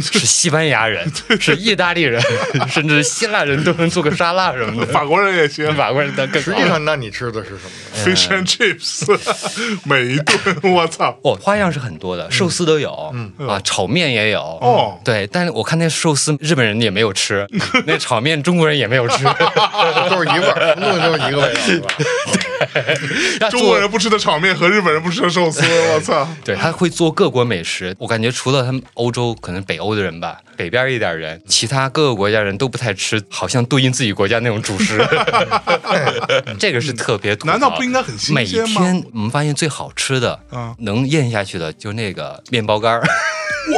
D: 是西班牙人、
A: [laughs]
D: 是意大利人，甚至希腊人都能做个沙拉什么的，
A: 法国人也行，
D: 法国人的更
B: 实际上，那你吃的是什么？
D: 嗯
A: fish and chips，每一顿，我操！
D: 哦，花样是很多的，寿司都有，啊，炒面也有，
A: 嗯哦
D: 对，但是我看那寿司日本人也没
A: [laughs]
D: 有吃，那炒面中国人也没有吃，
B: 都是一味儿，什么东西都是一个味道，是吧？
D: 他
A: 中国
D: 做
A: 人不吃的炒面和日本人不吃的寿
D: [laughs]
A: 司，我操！
D: 对他会做各国美食，我感觉除了他们欧洲可能北欧的人吧，北边一点人，其他各个国家人都不太吃，好像对应自己国家那种主
A: [laughs]
D: 食，这个是特别吐槽
A: 嗯难道不应该很新
D: 每
A: 鲜吗？
D: 天我们发现最好吃的，
A: 嗯哦
D: 能咽下去的就那个面包干儿，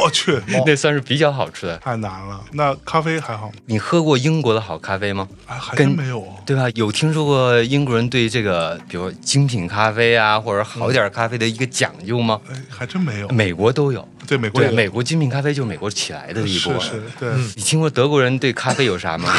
A: 我去，
D: [laughs] 那算是比较好吃的。
A: 太难了。那咖啡还好吗？
D: 你喝过英国的好咖啡吗？
A: 哎，还真
D: 跟
A: 没有哦。
D: 对吧？有听说过英国人对这个，比如精品咖啡啊，或者好一点咖啡的一个讲究吗？
A: 哎，还真没有。
D: 美国都有，
A: 对，美国
D: 对，
A: 也
D: 美国精品咖啡就是美国起来的一波嗯
A: 是。是，对，
D: 你听过德国人对咖啡有啥 [laughs] 吗？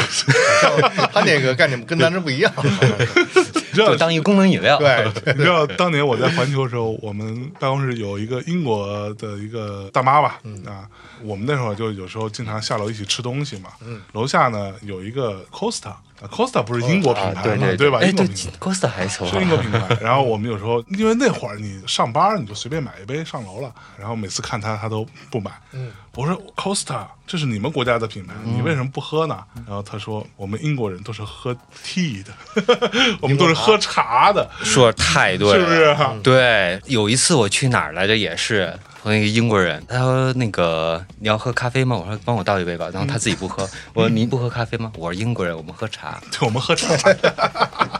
B: [laughs] 他那个概念跟咱这不一样。
A: 你知道
D: 就。当一个功能饮料。
B: 对，
A: [laughs]
B: 对
A: 你知道当年我在环球的时候，我们办公室有一个英国的一个大妈吧，
D: 嗯
A: 啊，我们那会儿就有时候经常下楼一起吃东西嘛。
D: 嗯
A: 楼下呢有一个 Costa，啊，Costa 不是英国品
D: 啊，
A: 牌
D: 对
A: 嘛，
D: 对
A: 吧？
D: 哎，
A: 英国
D: 对
A: 品牌。
D: ，Costa 还啊错
A: 是英国品
D: [laughs]
A: 牌。然后我们有时候因为那会儿你上班你就随便买一杯上楼了，然后每次看他他都不买。
D: 嗯
A: 我说 Costa，这是你们国家的品牌，你为什么不喝呢？
D: 嗯
A: 然后他说我们英国人都是喝 tea 的， [laughs] 我们都是喝茶的，
D: 说得太对
A: 是
D: 了，嗯
A: 不是啊？
D: 对，有一次我去哪儿来着，也是碰见一个英国人，他说那个你要喝咖啡吗？我说帮我倒一杯吧， [laughs]
A: [laughs]
D: 然后他自己不喝，我说您不喝咖啡吗？我是英国人，我们喝茶。
A: 对，我们喝茶。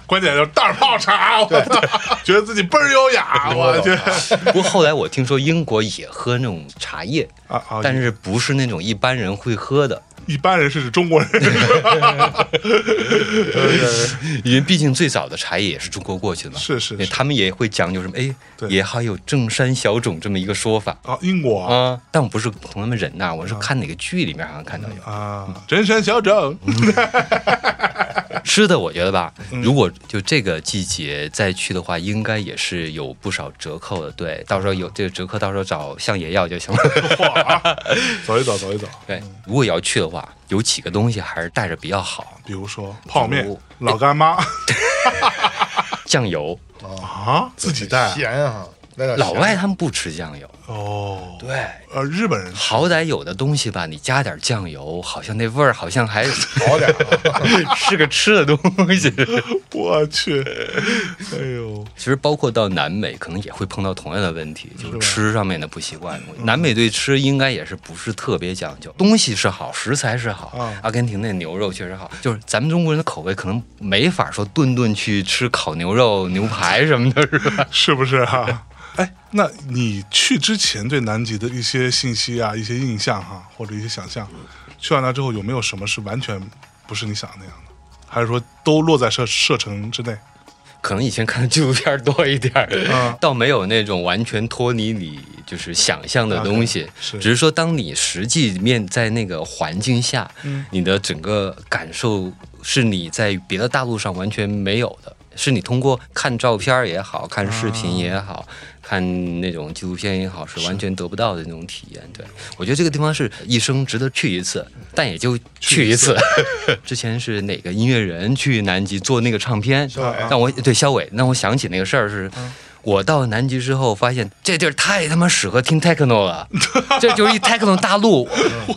A: 关键就是袋泡茶，我操，觉得自己倍儿优雅， [laughs] 我去
D: 不过后来我听说英国也喝那种茶叶，
A: 啊啊！
D: 但是不是那种一般人会喝的，
A: 一般人是指中国
D: [laughs]
A: 人，是吧
D: 因为毕竟最早的茶叶也是中国过去的嘛。
A: 是是是
D: 他们也会讲究什么，哎
A: 对，
D: 也还有正山小种这么一个说法
A: 啊，英国啊
D: 啊。但我不是同他们忍呐，我是看哪个剧里面好像看到有。
A: 啊，真山小
D: [laughs]
A: 整，
D: 吃的我觉得吧，如果就这个季节再去的话，应该也是有不少折扣的。对，到时候有这个折扣，到时候找相爷要就行了。
A: [laughs] 走一走，走一走。
D: 对，如果要去的话，有几个东西还是带着比较好，
A: 比如说泡面
D: 猪、
A: 老干妈
D: 酱油。
A: 啊，自己带
B: 咸啊，来点
D: 老
B: 咸
D: 外他们不吃酱油，
A: 哦。
D: 对，
A: 呃，日本人
D: 好歹有的东西吧，你加点酱油，好像那味儿好像还 [laughs]
B: 好 [laughs] 点啊。
D: 是个吃的东西。
A: 我 [laughs] 去，哎呦，
D: 其实包括到南美，可能也会碰到同样的问题，就是吃上面的不习惯。
A: 嗯
D: 南美对吃应该也是不是特别讲究，东西是好，食材是好
A: 啊。
D: 阿根廷那牛肉确实好，就是咱们中国人的口味可能没法说顿顿去吃烤牛肉、牛排什么的，是吧？
A: 是不是啊？ [laughs] 哎，那你去之前对南极的一些信息啊、一些印象哈、或者一些想象，去到那之后有没有什么是完全不是你想的那样的？还是说都落在射射程之内？
D: 可能以前看的纪录片儿多一点儿，
A: 啊
D: 倒没有那种完全脱离你就是想象
A: 啊
D: 的东西，
A: 是
D: 只是说当你实际面在那个环境下，你的整个感受是你在别的大陆上完全没有的，是你通过看照片儿也好看视频也好、看那种纪录片也啊好，是完全得不到的那种体验。对我觉得这个地方是一生值得去一次，但也就去一次。 [laughs] 之前是哪个音乐人去南极做那个唱片？
B: 小伟
D: 让我对肖伟，嗯让我想起那个事儿是。我到南极之后，发现这地儿太他妈适合听
A: [laughs]
D: techno 了，这就是一 techno 大陆。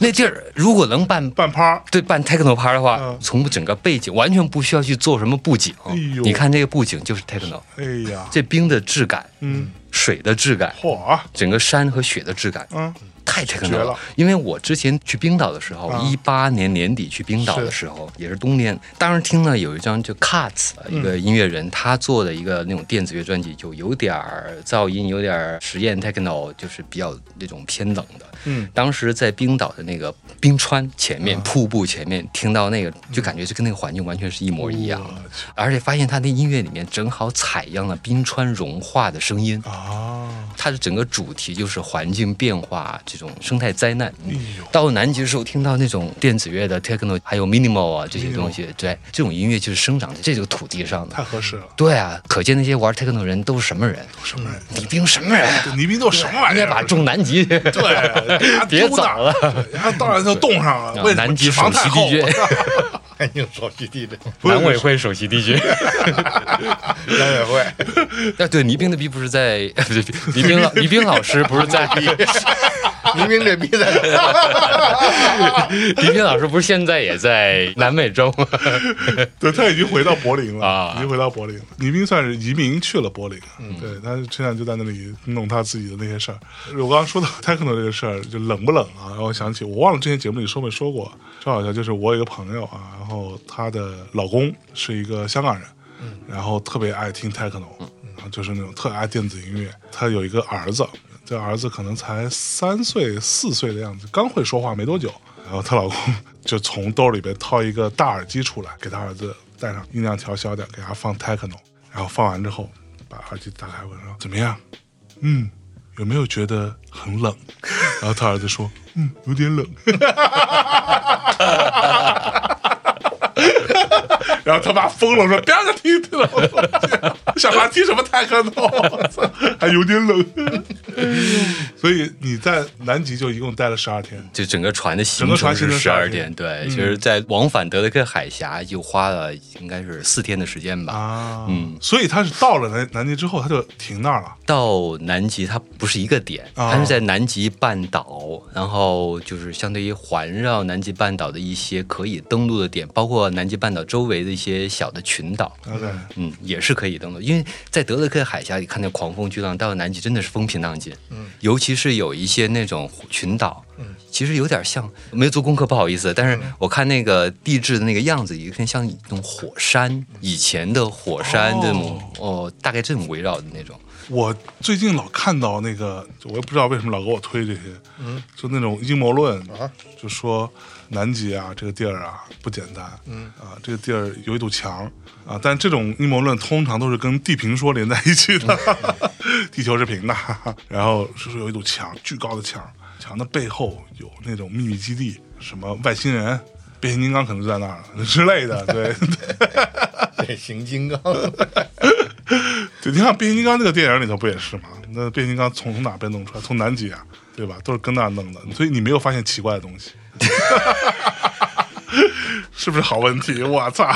D: 那地儿如果能办
A: 半拍儿
D: 对办 techno 趴的话
A: 嗯，
D: 从整个背景完全不需要去做什么布景哦
A: 哎呦。
D: 你看这个布景就是 techno，
A: 哎呀，
D: 这冰的质感、
A: 嗯，
D: 水的质感、
A: 嚯啊，
D: 整个山和雪的质感，
A: 嗯，
D: 太 techno
A: 绝
D: 了
A: 了
D: 因为我之前去冰岛的时候
A: 啊，
D: 一八、年年底去冰岛的时候，也是冬天，当时听了有一张就 Cuts
A: 嗯
D: 一个音乐人、他做的一个那种电子乐专辑，就有点儿噪音，有点儿实验 techno，就是比较那种偏冷的。
A: 嗯，啊
D: 当时在冰岛的那个冰川前面、瀑布前面听到那个，就感觉就跟那个环境完全是一模一样
A: 嗯
D: 的，而且发现他那音乐里面正好采样了冰川融化的声音。
A: 啊，
D: 它的整个主题就是环境变化这种生态灾难。
A: 哎呦，
D: 到南极的时候，听到那种电子乐的 techno，还有 minimal 啊
A: 哎
D: 这些东西，对，这种音乐就是生长在这个土地上的。
A: 太合适了，
D: 对啊，可见那些玩 techno 的人都是什么人？
A: 什么人？
D: 李冰什么人？
A: 这泥冰都什么玩
D: 你
A: 意
D: 也
A: 儿？
D: 把种
A: [laughs]
D: 南极。
A: 对，
D: [laughs] 别走了，嗯啊
A: 然后当然就冻上了。为什么
D: 南极
A: 脂肪
D: 首
A: 太
D: 席
A: 厚啊 [laughs]
D: DJ，
B: 还硬手续地这
A: 不是
C: 南委会首席
A: [laughs]
C: DJ，
B: 管委会，
D: 啊，对，倪冰的逼不是在， [laughs] 不是倪冰老倪冰老师不是在， [laughs]
B: 明明这逼在这儿， [laughs]
D: 倪冰老师不是现在也在南美洲吗？
A: [laughs] 对，他已经回到柏林了，
D: 啊
A: 已经回到柏林了。倪斌算是移民去了柏林，对，他现在就在那里弄他自己的那些事儿。我刚刚说到 [laughs] techno 这个事儿，就冷不冷啊？让我想起，我忘了之前节目里说没说过，啊正好像就是我有一个朋友啊，然后她的老公是一个香港人，然后特别爱听 techno，然后嗯就是那种特爱电子音乐。他有一个儿子，这儿子可能才三岁四岁的样子，刚会说话没多久。然后她老公 [laughs] 就从兜里边掏一个大耳机出来，给她儿子戴上，音量调小点，给他放 techno。然后放完之后，把耳机打开，问说怎么样？嗯，有没有觉得很冷？ [laughs] 然后他儿子说，嗯，有点冷。然后他爸疯了，说：“别让他听听了，想他听什么泰克诺，我操还有点冷。”所以你在南极就一共待了十二天，
D: 就整个船的
A: 整
D: 行
A: 个船
D: 程
A: 行程
D: 是十二
A: 12
D: 天，
A: 天
D: 对，其实，在往返德雷克海峡就花了应该是四天的时间吧。
A: 啊，
D: 嗯，
A: 所以他是到了南南极之后，他就停那儿了，
D: 到南极它不是一个点，
A: 啊
D: 它是在南极半岛，然后就是相对于环绕南极半岛的一些可以登陆的点，包括南极半岛周围的一些小的群岛。
A: OK，
D: 嗯，也是可以登陆，因为在德雷克海峡里看见狂风巨浪，到了南极真的是风平浪静。嗯，尤其是有一些那种群岛，其实有点像，没有做功课不好意思，但是我看那个地质的那个样子，有点像一种火山，以前的火山这种哦，大概这种围绕的那种。
A: 我最近老看到那个，我也不知道为什么老给我推这些，就那种阴谋论，就说南极啊这个地儿啊不简单，啊这个地儿有一堵墙啊，但这种阴谋论通常都是跟地平说连在一起的， [laughs] 地球是平的，然后是说有一堵墙，巨高的墙，墙的背后有那种秘密基地，什么外星人。变形金刚可能就在那儿了 [laughs] 之类的，对，
B: 变形金刚，
A: 对，你看变形金刚这个电影里头不也是吗？那变形金刚从从哪被弄出来？从南极啊，对吧？都是跟那儿弄的，所以你没有发现奇怪的东西， [laughs] 是不是好问题？我操，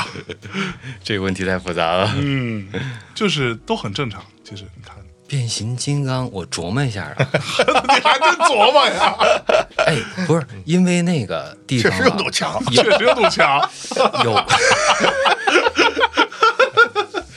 D: 这个问题太复杂了。
A: 嗯，就是都很正常。其实你看，
D: 变形金刚，我琢磨一下啊，
A: 你 [laughs] 还真琢磨呀，
D: 哎，不是因为那个地
B: 确
D: 方、啊、
B: 实有堵墙。
A: [laughs] 确实有堵墙，哦
D: [laughs] 有。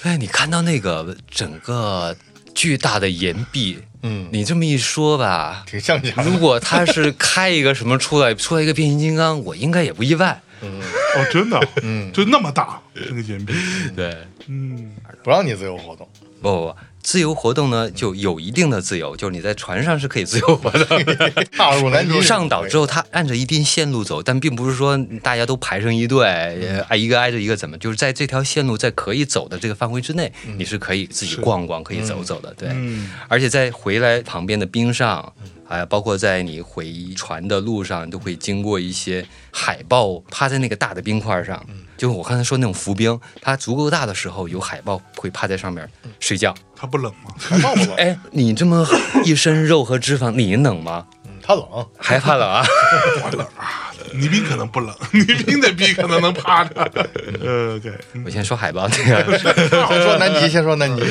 D: 哎，你看到那个整个巨大的岩壁，嗯，你这么一说吧，
B: 挺像讲的
D: 如果他是开一个什么出来，出来一个变形金刚，我应该也不意外。
A: 哦，真的，嗯，就那么大这个岩壁，
D: 对，
A: 嗯，
B: 不让你自由活
D: [laughs]
B: 动，
D: 不不不，自由活动呢就有一定的自由，就是你在船上是可以自由活动的。
B: 踏入南极
D: 上岛之后，他按着一定线路走，但并不是说大家都排成一队，
A: 嗯
D: 呃挨一个挨着一个怎么，就是在这条线路在可以走的这个范围之内，你是可以自己逛逛，可以走走的，对
A: 嗯。
D: 而且在回来旁边的冰上，还有包括在你回船的路上，都会经过一些海豹趴在那个大的冰块上，
A: 嗯
D: 就是我刚才说那种浮冰，它足够大的时候，有海豹会趴在上面
A: 嗯
D: 睡觉。
A: 它不冷吗？
B: 还冒不冷，
D: 哎，你这么 [coughs] 一身肉和脂肪，你冷吗？
B: 嗯它冷，
D: 还怕冷啊？
A: 倪斌可能不冷，倪斌的逼可能能趴着。 [laughs] 呃，OK，
D: 我先说海豹那个，
B: 先说南
A: [laughs]
B: 极，先说南极，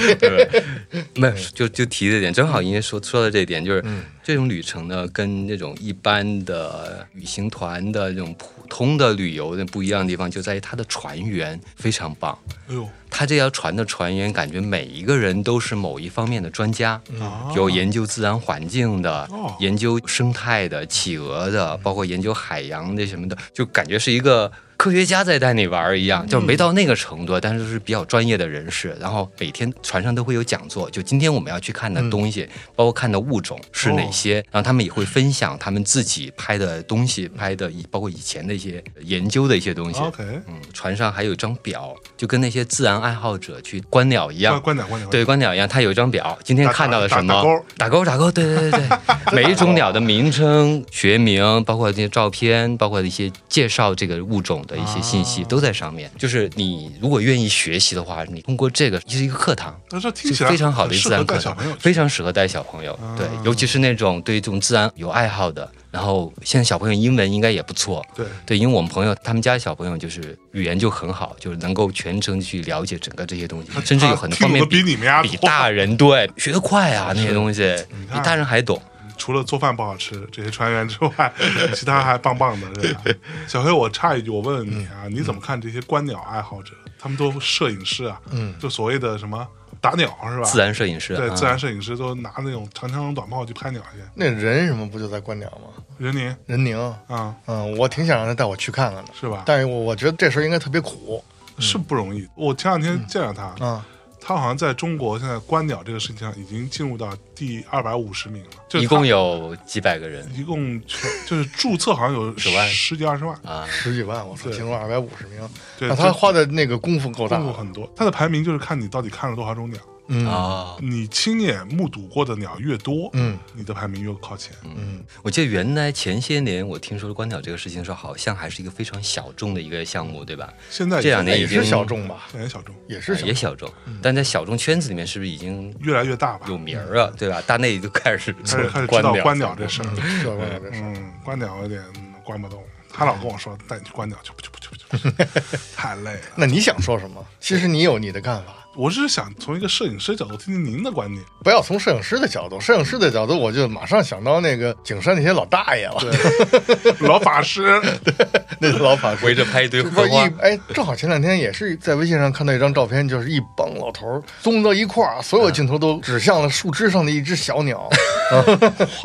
B: [laughs]
D: 没有，就就提这点，正好因为说说到这一点，就是、这种旅程呢，跟那种一般的旅行团的这种普通的旅游的不一样的地方，就在于它的船员非常棒。
A: 哎呦，
D: 他这条船的船员感觉每一个人都是某一方面的专家，
A: 啊
D: 有研究自然环境的
A: 哦，
D: 研究生态的、企鹅的，包括研究海洋的什么的，就感觉是一个科学家在带你玩儿一样，就没到那个程度，但是是比较专业的人士。然后每天船上都会有讲座，就今天我们要去看的东西，包括看的物种是哪些，然后他们也会分享他们自己拍的东西、拍的，包括以前的一些研究的一些东西。
A: ，OK，
D: 嗯，船上还有一张表，就跟那些自然爱好者去观鸟
A: 关
D: 一样。
A: 关点关点，
D: 对，观鸟一样，它有一张表，今天
A: 打
D: 看到了
A: 打
D: 什么？
A: 打勾
D: 打勾，打勾，对对
A: [laughs]
D: 对对，每一种鸟的名称、学名，包括这些照片，包括一些介绍这个物种的一些信息，
A: 啊
D: 都在上面。就是你如果愿意学习的话，你通过这个是一个课堂，
A: 但是听
D: 是
A: 起来
D: 非常好
A: 很
D: 的一
A: 适
D: 自
A: 合
D: 然
A: 带
D: 课
A: 小
D: 堂
A: 朋友，去。啊
D: 非常适合带小朋友。对，尤其是那种对这种自然有爱好的，然后现在小朋友英文应该也不错，
A: 对，
D: 对，因为我们朋友他们家小朋友就是语言就很好，就是能够全程去了解整个这些东西，甚至有很多
A: 听
D: 方
A: 懂
D: 面
A: 的比你们家
D: 比
A: 多
D: 大人对学得快啊那些东西，
A: 看
D: 比大人还懂。
A: 除了做饭不好吃这些船员之外，其他还棒棒的，对吧？小黑，我插一句，我问问你啊，
D: 嗯
A: 你怎么看这些观鸟爱好者？他们都摄影师啊，嗯，就所谓的什么打鸟是吧？
D: 自然摄影师，
A: 对
D: 啊
A: 自然摄影师都拿那种长枪短炮去拍鸟去。
B: 那人什么不就在观鸟吗？
A: 任宁
B: 任宁，
A: 啊，
B: 嗯，我挺想让他带我去看看的，
A: 是吧？
B: 但是我我觉得这事儿应该特别苦
D: 嗯
A: 是不容易。我前两天见了他，
B: 啊，
A: 他好像在中国现在观鸟这个事情上已经进入到第二百五十名了，就是
D: 一
A: 他
D: 共有几百个人
A: 一共全就是注册好像有
D: 十万
A: 十几二十万，
D: 啊，
B: 十几万，我操，
A: 对
B: 进入二百五十名，
A: 对，
B: 那
A: 就
B: 他花的那个功夫够大
A: 功夫
B: 了，
A: 很多。它的排名就是看你到底看了多少种鸟，
B: 嗯
D: 哦，
A: 你亲眼目睹过的鸟越多，
B: 嗯，
A: 你的排名越靠前。
B: 嗯，
D: 我记得原来前些年我听说观鸟这个事情的时候，好像还是一个非常小众的一个项目，对吧？
A: 现在
D: 这两
A: 已经啊
D: 年
B: 也
D: 已经
B: 是小众吧，
A: 感觉小众
B: 也是小
D: 呃也小众，但在小众圈子里面是不是已经
A: 越来越大吧，
D: 有名儿了，对吧？大内就开始
A: 开始开始知
D: 观
A: 道
D: 鸟
A: 观鸟这事儿。[laughs]
B: 众，小众这事儿，
A: 嗯，观鸟有点观不动，他老跟我说带你去观鸟，去不去不去不去，太累了。
B: 那你想说什么？其实你有你的看法，
A: 我是想从一个摄影师角度听听您的观点。
B: 不要从摄影师的角度，摄影师的角度，我就马上想到那个景山那些老大爷了，
A: 对，老法师，
B: [laughs] 那老法
D: 围着拍一堆荷花
B: 一，哎，正好前两天也是在微信上看到一张照片，就是一帮老头儿综到一块儿，所
D: 嗯
B: 有镜头都指向了树枝上的一只小
D: [laughs]
B: 鸟，嗯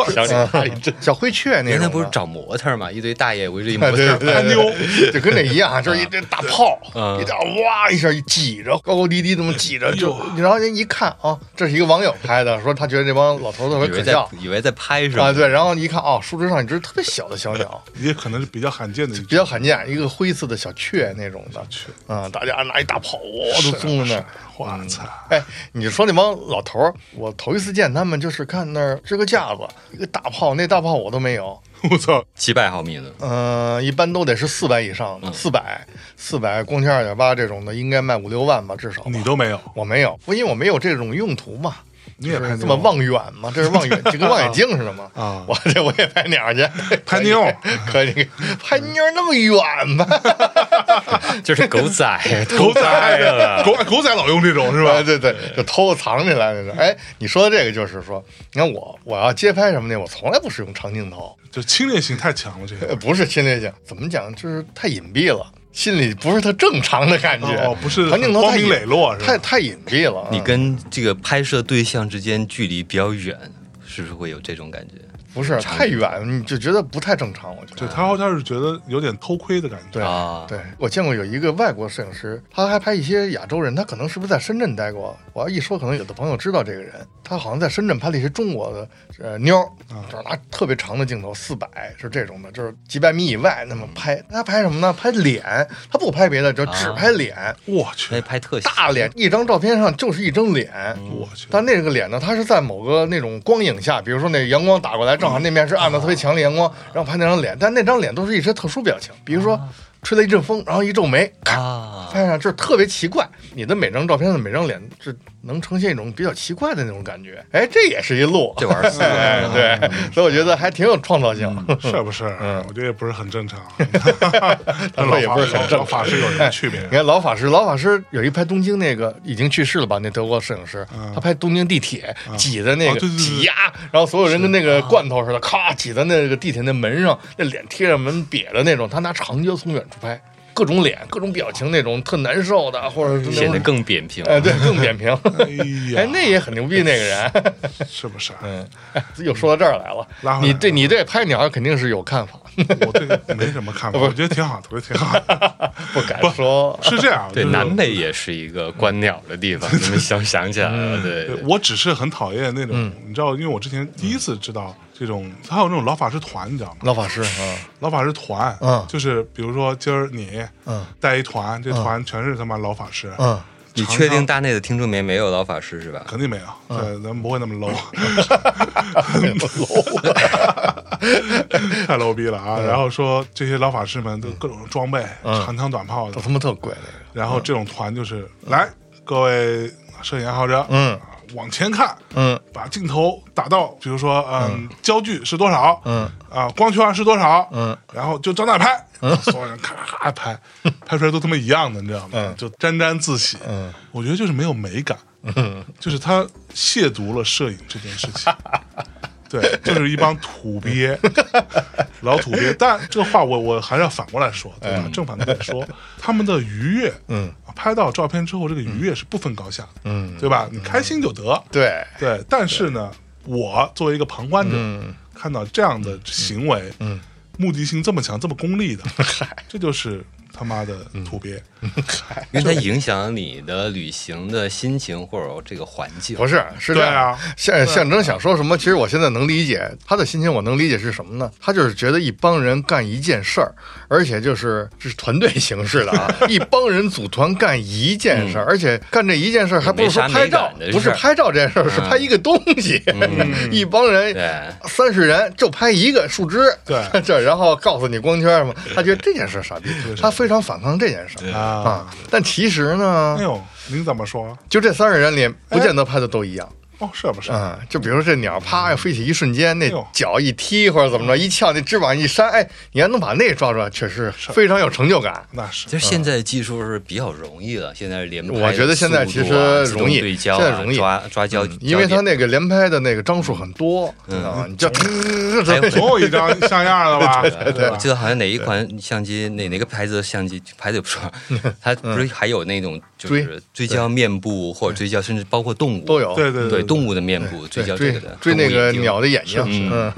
C: 小李大爷真
B: 小灰雀那
D: 原
B: 种
D: 来
B: 的。
D: 不是找模特嘛，一堆大爷围着一模
B: [laughs] 哎，对
D: 特
B: 对
D: 儿
A: 阿
B: 对，
A: 妞
B: [laughs] 就跟那一样，啊就是一这大炮，
D: 嗯
B: 一大哇一下一挤着，高高低低这么挤
D: 哎
B: 着，就然后人一看啊，这是一个网友拍的，说他觉得这帮老头子特别
D: 以为
B: 可
D: 在
B: 笑
D: 以为在拍什
B: 啊，
D: 么，
B: 对，然后一看啊，树枝上一只特别小的小鸟，
A: 也可能是比较罕见的一
B: 比
A: 种。
B: 较罕见，一个灰色的小雀那种的，
A: 雀啊
B: 啊，大家拿一大炮，哇，都送在那儿。
A: 我操！
B: 哎，你说那帮老头儿，我头一次见他们，就是看那儿支个架子，一个大炮，那大炮我都没有，
A: 我操！
D: 几百毫米的，
B: 嗯，一般都得是四百以上
A: 嗯
B: 的，四百、四百光圈二点八这种的，应该卖五六万吧，至少吧。
A: 你都没有，
B: 我没有，因为我没有这种用途嘛，
A: 你也拍
B: 这么望远嘛，这是望
A: [laughs]
B: 远，就跟望远镜似的嘛。
A: 啊
B: 我这我也拍鸟去，
A: 拍妞儿
B: 可以，可以拍妞儿那么远吗？
D: 就是狗仔
A: [laughs] 狗
D: 偷拍
A: 仔，
D: 的，
A: 狗狗仔老用这种是吧
B: 哎对？对对，就偷藏起来那种。哎，你说的这个就是说，你看我我要街拍什么的，我从来不使用长镜头，
A: 就侵略性太强了，这
B: 呃
A: 个
B: 不是侵略性，怎么讲，就是太隐蔽了。心里不是特正常的感觉，
A: 哦不是
B: 长镜头
A: 光
B: 太
A: 明
B: 隐
A: 磊落是吧
B: 太太隐蔽了。
D: 你
B: 嗯
D: 跟这个拍摄对象之间距离比较远，是不是会有这种感觉？
B: 嗯不是
D: 长
B: 太远，你就觉得不太正常。我觉
A: 对
B: 得
A: 他好像是觉得有点偷窥的感觉。
B: 对
D: 啊
B: 对，我见过有一个外国摄影师，他还拍一些亚洲人，他可能是不是在深圳待过？我要一说，可能有的朋友知道这个人，他好像在深圳拍了一些中国的呃妞儿，就是拿特别长的镜头，四百是这种的，就是几百米以外那么拍。他拍什么呢？拍脸，他不拍别的，就只
D: 嗯啊
B: 拍脸，
A: 我
D: 那
B: 哎
A: 去，
D: 拍特写
A: [laughs]
B: 大脸，一张照片上就是一张脸。
A: 嗯我去，
B: 但那个脸呢，它是在某个那种光影下，比如说那阳光打过来，正好那面是暗的，特别强的阳光，然后拍那张脸，但那张脸都是一些特殊表
A: 啊
B: 情，比如说吹了一阵风，然后一皱眉，咔，
D: 啊，
B: 拍上就是特别奇怪。你的每张照片的每张脸，是能呈现一种比较奇怪的那种感觉。哎，这也是一路，
D: 这玩意儿死
B: [laughs]
D: 了
B: 哎，对，
A: 啊
B: 所以我觉得还挺有创造性。
A: 是不是？
B: 嗯
A: 我觉得也不是很
B: [laughs]
A: 正常。 [laughs] 跟
B: 说也不是很正
A: 老
B: 常哎
A: 法师有什么区别啊
B: 你？看老法师，老法师有一拍东京那个已经去世了吧？那德国摄影师，他拍东京地铁挤的那
A: 嗯啊
B: 个
A: 对对对啊
B: 挤压，然后所有人跟那个罐头似的，咔挤在那个地铁那门上，那脸贴着门瘪的那种，他拿长焦从远处拍，各种脸、各种表情那种特难受的，或者是那种
D: 显得更扁平。
B: 哎对更扁平。
A: 哎
B: 哎
A: 呀，，
B: 那也很牛逼，那个人。 [laughs]
A: 是不是？
B: 嗯，哎又说到这儿来了
A: 拉，回来嗯
B: 你对你对拍鸟肯定是有看法， [laughs]
A: 我对这没什么看法，我觉得挺好的，我觉得挺好的。
B: 不敢说。
A: 是这
B: [laughs]
A: 样，
D: 对，
A: 就是
D: 南美也是一个观鸟的地方，你们想想起来了，对
A: 对
D: 对，
A: 我只是很讨厌那种，
B: 嗯
A: 你知道，因为我之前第一次知道这种，还有那种老法师团，你知道吗？
B: 老法师，嗯
A: 老法师团，
B: 嗯
A: 就是比如说今儿你，
B: 嗯，
A: 带一团，这团全是他妈老法师，
B: 嗯，
D: 你
A: 常
D: 确定大内的听众里面没有老法师是吧？
B: [laughs]
A: 肯定没有，
B: 嗯
A: 对，咱们不会那么 low，太 low 逼了
B: 嗯
A: 啊！然后说这些老法师们都各种装备，长枪短炮的
B: 都，嗯他妈特贵那个。
A: 然后这种团就是来各位摄影爱好者，
B: 嗯
A: 啊，往前看，
B: 嗯，
A: 把镜头打到，比如说，嗯，焦距是多少？
B: 嗯，
A: 啊，光圈是多少？
B: 嗯，
A: 然后就照那拍，所有人咔咔咔
B: [laughs]
A: 拍，拍出来都他妈一样的，你知道吗？
B: 嗯
A: 就沾沾自喜。
B: 嗯，
A: 我觉得就是没有美感，嗯，就是他亵渎了摄影这件事
B: [laughs]
A: 情。对，就是一帮土鳖，老土鳖。但这个话我我还是要反过来说，对吧？正反对
B: [laughs]
A: 说，他们的愉悦，
B: 哎
A: 啊
B: 嗯，
A: 拍到照片之后，这个愉悦是不分高下的，嗯，对吧？你开心就得，
B: 对，
A: 对。但是呢，我作为一个旁观者，看到这样的行为，嗯，目的性这么强、这么功利的，这就是他妈的土鳖。
D: 因为它影响你的旅行的心情或者这个环境。
B: 不是，是这
A: 对
B: 样
A: 啊。
D: 嗯
B: 象象征想说什么？其实我现在能理解他的心情，我能理解是什么呢？他就是觉得一帮人干一件事儿，而且就是这是团队形式的
D: [laughs]
B: 啊，一帮人组团干一件事儿，而且干这一件事儿还不是说
D: 嗯没啥
B: 拍
D: 美
B: 照
D: 感的，事儿嗯
B: 不是拍照这件事儿，是拍一个东西。 [laughs] 一帮人
D: 对，
B: 三十人就拍一个树枝，
A: 对
B: [laughs] 这然后告诉你光圈什么，他觉得这件事儿傻逼，他非常反抗这件事儿
A: 啊，
B: 啊。但其实呢
D: 嗯
A: 哎，呦，您怎么说？哎
B: 就这三十人里，不见得拍的都一样。
A: 哦，是啊不是啊？
B: 嗯，就比如说这鸟啪飞起一瞬间，那
A: 哎呦
B: 脚一踢或者怎么着一翘，那翅膀一扇，哎，你要能把那抓住，确实非常有成就感。
A: 那是
D: 其实现在技术是比较容易了，现在连拍的
B: 我觉得现在其
D: 速度啊
B: 实
D: 自动
B: 容易
D: 对焦啊
B: 现在容易嗯
D: 抓抓焦，
B: 因为
D: 焦
B: 它
D: 点
B: 那个连拍的那个张数很多，
D: 嗯
B: 啊，你就
D: 还有
A: 总有一张像样的吧？
B: [laughs]
A: 对
D: 我记得好像哪一款相机，哪哪个牌子的相机，牌子也
B: [laughs]
D: 不说，它不
B: 嗯
D: 是还有那种就是追焦面部或者追焦，甚至包括动物嗯
B: 都有。
A: 对对
D: 对动物的面部追焦这
B: 追
D: 个的
B: 追那个
D: 动物眼睛
B: 鸟的眼睛，嗯，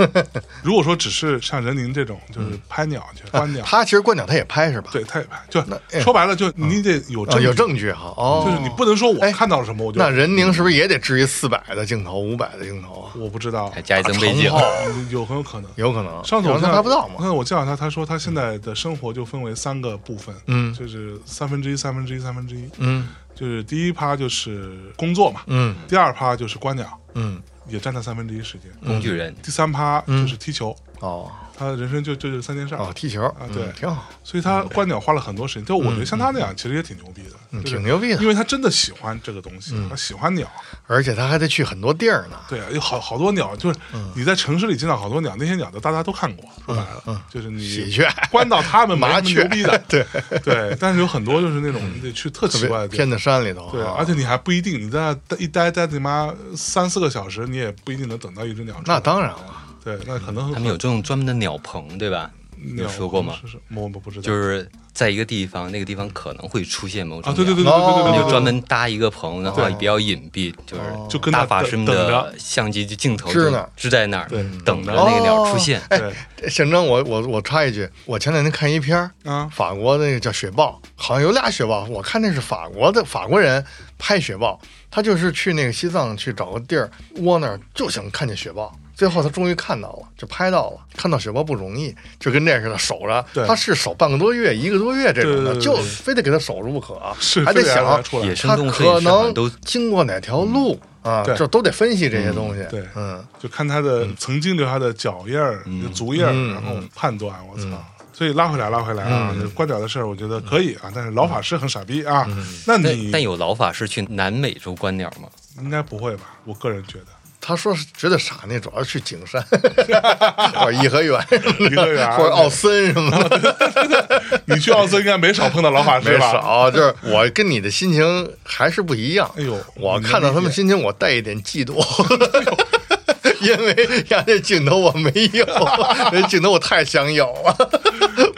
A: 如果说只是像任宁这种，就是拍鸟去观鸟，
B: 他其实观鸟他也拍是吧？
A: 对，他也拍。就
B: 哎
A: 说白了，就你得嗯有
B: 啊，
A: 证，
B: 有证，据哈。哦，
A: 就是你不能说我
B: 哎
A: 看到了什么，我就
B: 那任宁是不是也得至于四百的镜头、五百的镜头啊？
A: 我不知道
D: 还，加一层背
B: 长
D: 景，
B: 炮
A: 有很有可能。 [laughs]
B: 有可能，
A: 上次
B: 要
A: 我
B: 不然
A: 见
B: 他拍不到嘛。
A: 那我见到他，他说他现在的生活就分为三个部分，
B: 嗯
A: 就是三分之一、三分之一、三分之一，
B: 嗯
A: 就是第一趴就是工作嘛，
B: 嗯
A: 第二趴就是观鸟，
B: 嗯，
A: 也占他三分之一时间，
D: 工具人
A: 第三趴就是踢球，
B: 哦
A: 他的人生就就这三件事儿
B: 嗯哦，，踢球
A: 啊对
B: 嗯挺好，
A: 所以他观鸟花了很多时间。就我觉得像他那样，其实也挺牛逼的，
B: 嗯，
A: 就是
B: 挺牛逼的嗯
A: 因。为他真的喜欢这个东西，他喜欢鸟，
B: 而且他还得去很多地儿呢。
A: 对啊，有好好多鸟，就是你在城市里见到好多鸟，那些鸟都大家都看过，说白了，就是
B: 喜
A: 你
B: 鹊、
A: 关到它们没什么
B: 麻雀，
A: 牛逼的
B: 对，
A: 对，但是有很多就是那种你得去特奇怪的地
B: 偏
A: 方。
B: 在山里头啊。
A: 对，而且你还不一定，你在那待一待待你妈三四个小时，你也不一定能等到一只鸟出来。
B: 那当然了，
A: 对，那可能
D: 他们有这种专门的鸟棚，对吧？你
A: 鸟
D: 有说过吗？
A: 是是，我我不知道。
D: 就是在一个地方，那个地方可能会出现某种
A: 啊，对对对对对
D: 鸟
A: 对
D: 你
A: 对
D: 就
A: 对，哦
D: 专门搭一个棚，然后比较隐蔽，就是
A: 就跟那
D: 大法师们
A: 等
D: 的
A: 着
D: 相机就镜头
B: 支
D: 就
B: 那儿哦哎
D: 支在那儿
A: 对，
D: 等着那个鸟出现。
A: 对
B: 这象征我我我插一句，我前两天看一片儿，
A: 啊，
B: 法国那个叫雪豹，好像有俩雪豹，我看那是法国的法国人拍雪豹，他就是去那个西藏去找个地儿窝那儿，就想看见雪豹。最后他终于看到了，就拍到了。看到雪豹不容易，就跟这似的守着
A: 对。
B: 他是守半个多月、一个多月这种
A: 对
B: 的，
A: 对对
B: 就
A: 对
B: 非得给他守住不可，
A: 是
B: 还得
A: 非得让
B: 想
A: 它出来
D: 野
B: 他
D: 生动物摄
B: 可
D: 影师好
B: 能
D: 像都嗯
B: 经过哪条路啊，
A: 对
B: 这都得分析这些东西。
A: 嗯对
B: 嗯，
A: 就看它的曾经留下的脚印儿、足印儿，
B: 嗯
A: 然后判断。我操！所以拉回来，拉回来啊！这观鸟的事儿，我觉得可以啊，
B: 嗯
A: 但是老法师很傻逼啊。那
D: 但
A: 你
D: 但有老法师去南美洲观鸟吗？
A: 应该不会吧？我个人觉得，
B: 他说是觉得傻，那主要是去景山 [laughs] 或者颐和园什么的
A: 颐和园
B: [laughs] 或者奥森什么的。
A: 你去奥斯应该没少碰到老法师
B: [laughs] 没
A: 吧？
B: 少，就是我跟你的心情还是不一样。
A: 哎呦
B: 我看到他们心情，我带一点
A: [laughs]
B: 嫉妒，因为呀，那镜头我没
A: [laughs]
B: 有，那镜头我太想有了，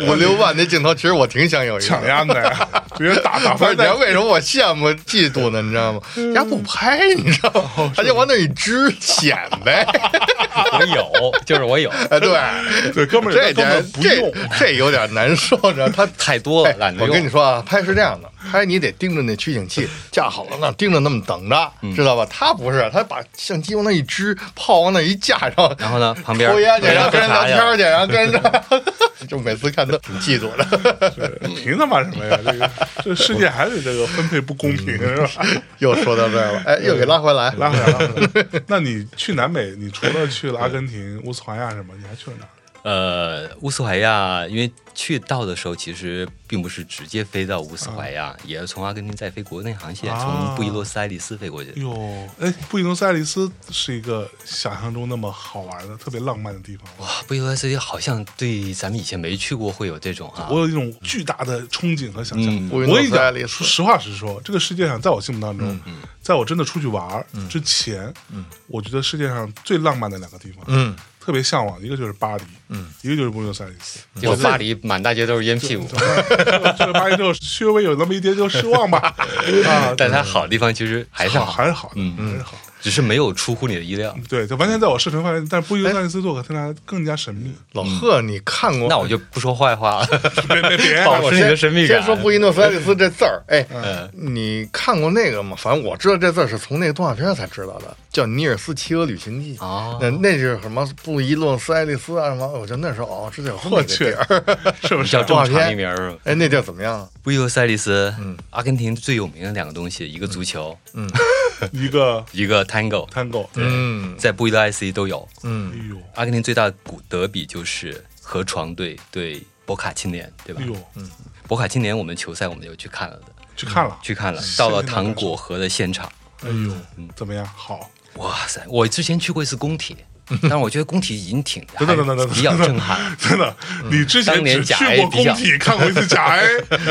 B: 五六万那镜头，其实我挺想有一
A: 抢
B: 个。
A: 丫的
B: [laughs]
A: 呀！直接打打
B: 不是，
A: 翻
B: 你知
A: 在
B: 道为什么我羡慕嫉妒呢？你知道吗？人家不拍，你知道吗？他就往那儿一支，显摆。
A: 啊
D: 我有，就是我有，
B: 哎，对，
A: 对，哥们儿
B: 这
A: 根本
B: 点
A: 不
B: 这
A: 用。
B: 这有点难受，你知道他
D: 太多了，
B: 哎
D: 懒，得
B: 我跟你
D: 用。
B: 说啊，拍是这样的，拍你得盯着那取景器架好了，那盯着那么等着，知道吧？他不是，他把相机往那一支，炮往那一架，然后
D: 然后呢，旁边
B: 抽烟去，
D: 人
B: 然后
D: 喝
B: 跟人聊
D: 茶
B: 天儿
D: 去
B: 去，然后跟人这，就每次看都挺嫉妒的。 [laughs]
A: 凭他妈什么呀？这
B: 嗯
A: 个这世界还是这个分配不公平是吧？
B: 又说到这儿了，哎，又给拉回来。
A: 拉回来，拉回来。那你去南美，你除了去了阿根廷、乌斯怀亚什么，你还去了哪？
D: 呃，乌斯怀亚，因为去到的时候其实并不是直接飞到乌斯怀亚，也是从阿根廷再飞国内航线，
A: 啊
D: 从布宜诺斯艾利斯飞过去。
A: 哟，哎，布宜诺斯艾利斯是一个想象中那么好玩的、特别浪漫的地方吗。
D: 啊哇，布宜诺斯艾利斯好像对咱们以前没去过会有这种啊，
A: 我有一种巨大的憧憬和想象。
D: 嗯
B: 布宜
A: 我
B: 诺
A: 跟你
B: 斯艾利
A: 讲，
B: 斯
A: 说实话实说，这个世界上，在我心目当
D: 嗯
A: 中，在我真的出去玩儿之前，我觉得世界上最浪漫的两个地方，
B: 嗯，
A: 特别向往，一个就是巴黎，嗯，一个就是布宜诺斯艾利斯。 [laughs]
D: 结果巴黎满大街都是烟屁 [laughs] 股。
A: 去了巴黎之后，稍微有那么一点点失望
D: [laughs]
A: 吧，啊，
D: 但它好的地方其实还是
A: 好
D: 好，嗯
A: 还是好的，还是好。
D: 只是没有出乎你的意料。
A: 对，就完全在我射程范围，但布宜诺斯艾利斯做可更加更加神
D: [laughs]
A: 秘。
B: 老贺，你看过？
D: 那我就嗯不说坏话了。 [laughs]
A: 别别别，
D: 保持你的神秘感
B: 哎先
D: 嗯
B: 说布宜诺斯艾利斯这字儿，哎，你看过那个吗？反正我知道这字儿是从那个动画片儿才知道的，叫《尼尔斯骑鹅旅行记》
D: 哦
B: 那那是什么布宜诺斯艾利斯啊什么？我觉得那时候哦，知道有这么一个地儿，
A: [laughs] 是不
D: 叫
A: 是？
D: 这么长一名儿是吧？嗯
B: 哎，那地儿怎么样啊？
D: 布宜诺斯艾利斯，阿根廷最有名的两个东西，一个足球，
A: 一个
D: 一个 tango，
A: tango，
B: 嗯
D: 在布宜诺斯艾利斯都有。
A: 哎
B: 嗯，
A: 呦，
D: 阿根廷最大的股德比就是河床队对博卡青年，对吧
A: 哎？呦，
D: 博卡青年我们球赛我们就去看了的，
A: 去看了，
D: 去看了
A: 是，
D: 到了
A: 是那
D: 糖
A: 感受
D: 果河的现场，
A: 哎呦，怎么样？好， [laughs]
D: 哇塞，我之前去过一次工体。但是我觉得工体已经挺
A: 等等等等等，
D: 比较
A: [laughs]
D: 震撼。
A: 真的，你之前
D: 当年
A: 只
D: 甲
A: 去
D: A
A: 过
D: 比
A: 工
D: 较
A: [laughs] 体看过一次甲 A，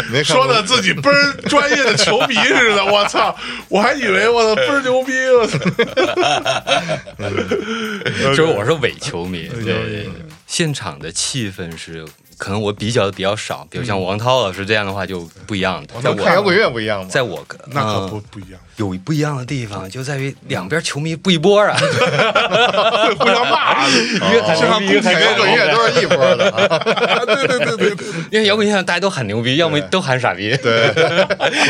B: 没看
A: 说
B: 过
A: 的自己倍儿专业的球迷似的，我
B: [laughs]
A: 操！我还以为我操倍儿牛逼，我操！
B: 嗯
A: [laughs]
D: 就是我是伪球迷，对
A: 对
D: 对对，现场的气氛是。可能我比较比较少，比如像王涛老师这样的话就不一样
A: 哦
D: 的。在
B: 跟看摇
D: 我，
B: 滚乐不一样吗？
D: 在我
A: 那可
D: 嗯
A: 不不一样，
D: 有不一样的地方，就在于两边球迷不一波啊。
A: 会
B: 嗯
A: [laughs] 互相
B: 哦
A: 骂，
D: 越喊
A: 像
D: 牛逼越
A: 工体那种
B: 看摇滚
D: 喊
B: 乐都是一波的
D: [laughs]
B: 啊，
A: 对对对对对，
D: 因为摇滚现场大家都喊牛逼，要么都喊傻逼。
B: [laughs]
D: [laughs]
B: 对，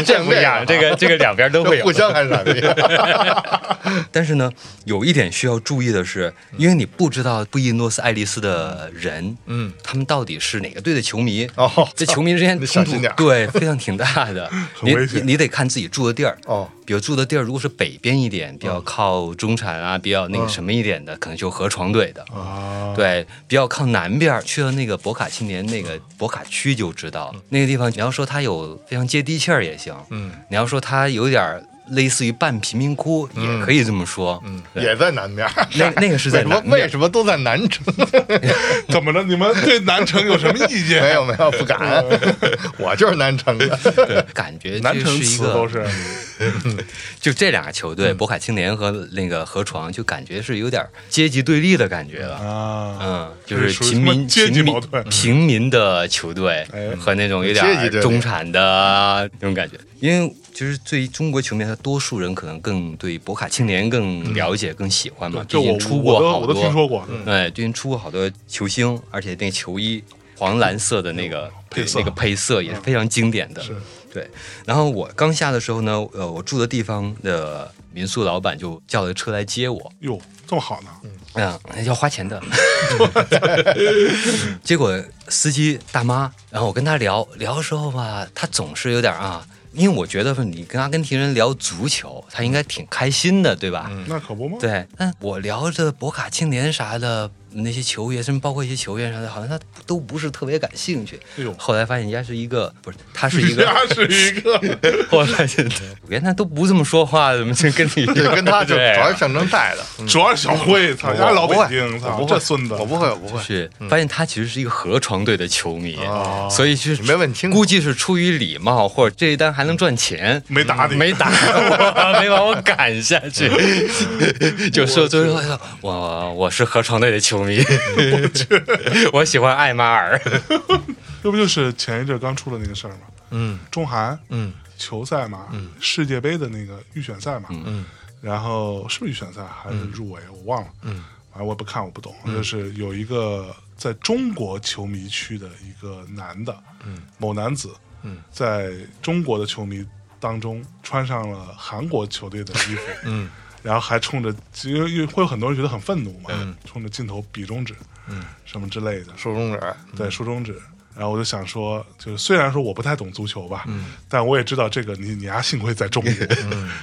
D: 这不
B: [laughs]
D: 一样，这个这个两边都会
B: 啊互
D: 有。
B: 相还
D: [laughs]
B: 傻逼。
D: 但是呢，有一点需要注意的是，因为你不知道布宜诺斯艾利斯的人，
B: 嗯，
D: 他们到底是哪个队的球迷。
B: 哦
D: 这球迷之
B: [laughs]
D: 间
B: 你
D: 冲
B: 小
D: 突
B: 心点儿
D: 对非常挺大
B: [laughs]
D: 的，
A: 很
D: 你
A: 危
D: 你
A: 险
D: 你得看自己住的地儿。
B: 哦，
D: 比如住的地儿如果是北边一点，比较
A: 嗯
D: 靠中产啊，比较那个什么一点的，可能就合床队的。
A: 啊，
D: 对，比较靠南边儿，去了那个博卡青年
A: 嗯
D: 那个博卡区就知道，那个地方你要说它有非常接地气儿也行，
B: 嗯，
D: 你要说它有点儿类似于半贫民窟，也可以这么说，嗯，
B: 也在南边儿。
D: 那那个是在
B: 为什么
D: 南
B: 为
D: 边。
B: 什么都在南城？ [laughs]
A: 怎么了？你们对南城有什么意
B: 没
A: 见？
B: 有没有，不
D: [laughs]
B: 敢，我就是南城的。
D: 感觉
A: 南
D: 这
A: 城
D: 是一
A: 词
D: 个，
A: 都是嗯
D: 就这两个球队，博卡青年和那个河床，就感觉是有点儿阶级对立的感觉了。
A: 啊，
D: 嗯，就
A: 这
D: 是
A: 是属于
D: 平
A: 什么
D: 民
A: 阶级
D: 平民
A: 矛盾
D: 平民的球队嗯
A: 哎
D: 和那种有
B: 阶级
D: 点
B: 对立
D: 中产的那种感觉，因为就是对于中国球迷，他多数人可能更对博卡青年更了解、更喜欢嘛，
A: 这
D: 毕
A: 我
D: 竟出
A: 我
D: 过
A: 都
D: 好
A: 我都听说
D: 多，
A: 过，
D: 哎，最近出过好多球星，而且那个球衣黄蓝色的那个
A: 配色嗯
D: 那个配色也是非常经典的，
A: 是
D: 对，然后我刚下的时候呢，呃，我住的地方的民宿老板就叫了车来接我，
A: 哟，这么好呢，
D: 嗯，要花钱的。 [laughs] 结果司机大妈，然后我跟她聊聊的时候吧，她总是有点啊，因为我觉得说你跟阿根廷人聊足球，她应该挺开心的，对吧？
B: 嗯
A: 那可不吗？
D: 对，但我聊着博卡青年啥的那些球员，甚至包括一些球员啥的，好像他都不是特别感兴趣。
A: 哎呦
D: 后来发现人家是一个，不是，他是
A: [laughs]
D: 一
A: 人
B: [laughs]
D: 个，嗯
A: 家是一个，
D: 后来发现我 [laughs] 原来都不这么说话，怎么就跟你
B: 对，跟 [laughs] 他就主
D: 对啊
B: 要是象征带的。嗯
A: 主要是小辉，操，人家老北京，
B: 我
A: 操，
B: 不会
A: 这孙子，
B: 我不会，我不会。
D: 是发现他其实是一个河床队的球迷，
B: 哦
D: 所以就是
B: 你没问清楚
D: 估计是出于礼貌，或者这一单还能赚钱，
A: 没打你
D: 没打我， [laughs] 没把我赶下去，就说最后说，我我是河床队的球迷， [laughs] 我喜欢艾马尔，
A: 这不就是前一阵刚出的那个事儿吗？
B: 嗯
A: 中韩
B: 嗯
A: 球赛嘛，世界杯的那个预选赛嘛，
B: 嗯
A: 然后是不是预选赛还是入围，我忘了，嗯，反正我也不看，我不懂，
B: 嗯
A: 就是有一个在中国球迷区的一个男的，嗯，某男子，
B: 嗯，
A: 在中国的球迷当中穿上了韩国球队的
B: [laughs]
A: 衣服，
B: 嗯，
A: 然后还冲着，因为因为会有很多人觉得很愤怒嘛，冲着镜头比中指，
B: 嗯，
A: 什么之类的，
B: 竖中指儿，
A: 对，竖中指。然后我就想说，就是虽然说我不太懂足球吧，
D: 嗯
A: 但我也知道这个你你丫幸亏在中国、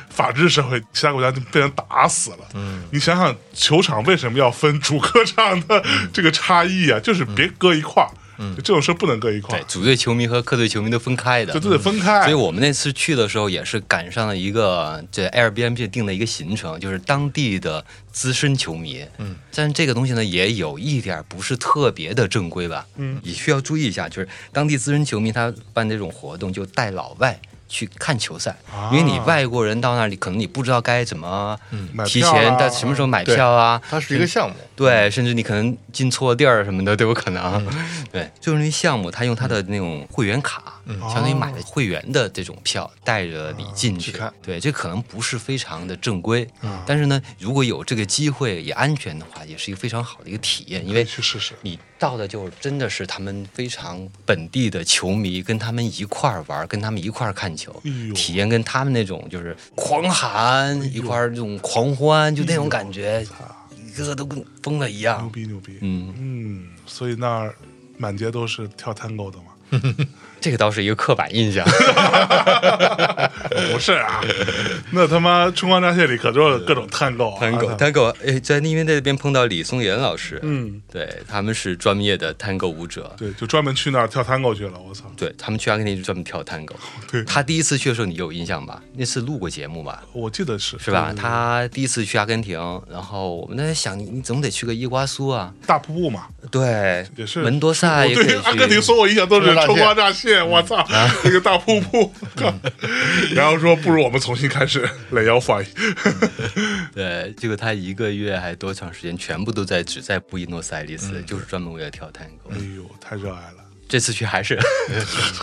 A: 法治社会，其他国家就被人打死了。
D: 嗯
A: 你想想，球场为什么要分主客场的
D: 嗯
A: 这个差异啊？就是别搁一块儿，就这种事不能搁一块
D: 对
A: 儿，，
D: 主队球迷和客队球迷都分开的
A: 就。都得分开。
D: 所以我们那次去的时候，也是赶上了一个这 Airbnb 定的一个行程，就是当地的资深球迷。嗯，但是这个东西呢，也有一点不是特别的正规吧。嗯，也需要注意一下，就是当地资深球迷他办这种活动，就带老外。去看球赛，因为你
A: 啊
D: 外国人到那里，可能你不知道该怎么
A: 买
D: 提
A: 票
D: 前
A: 啊
D: 到什么时候买
B: 对
D: 票啊，
B: 它是一个项目。
D: 对，甚至你可能进错地儿什么的都有可能。
A: 嗯
D: [laughs] 对，就是那项目，他用他的那种会员卡，
A: 嗯
D: 相当于买了会员的这种票，带着你进
A: 哦
D: 去。
B: 去看
D: 对，这可能不是非常的正规，
A: 嗯
D: 但是呢，如果有这个机会也安全的话，也是一个非常好的一个体验，因为
A: 去试试。
D: 你到的就真的是他们非常本地的球迷，跟他们一块儿玩，跟他们一块儿看球
A: 哎呦，哎
D: 体验跟他们那种就是狂喊一块儿这种狂欢，就
A: 嗯
D: 那种感觉，一个个都跟疯了一
A: 牛
D: 样。
A: 逼牛逼，
D: 嗯， [laughs]
A: 嗯，所以那儿满街都是跳探戈的嘛，
D: 这个倒是一个刻板
A: [laughs]
D: 印象。
A: 不是啊，那他妈《春光乍泄》里可就是各种探狗、啊，
D: [laughs] 探狗，探狗，哎，在因为在这边碰到李松岩老师，
A: 嗯，
D: 对，他们是专业的探狗舞者，
A: 对，就专门去那儿跳探狗去了，我操，
D: 对他们去阿根廷就专门跳探狗。
A: [laughs] 对，
D: 他第一次去的时候，你有印象吧？那次录过节目吧？
A: 我记得是
D: 是吧？他第一次去阿根廷，然后我们在想，你你总得去个伊瓜苏啊，
A: 大瀑布嘛，
D: 对，
A: 也是
D: 门多萨也可以
A: 对
D: 去。嗯啊
A: 阿根廷所有印象都是
B: 春
A: 春光
B: 光
A: 乍泄，我操，那个大瀑布，然后说不如我们重新开始，来要反
D: [laughs] 对，结果他一个月还多长时间，全部都在只在布宜诺斯艾利
A: 嗯
D: 斯，就是专门为了跳探戈。
A: 哎呦，太热爱了，
D: 这次去还是，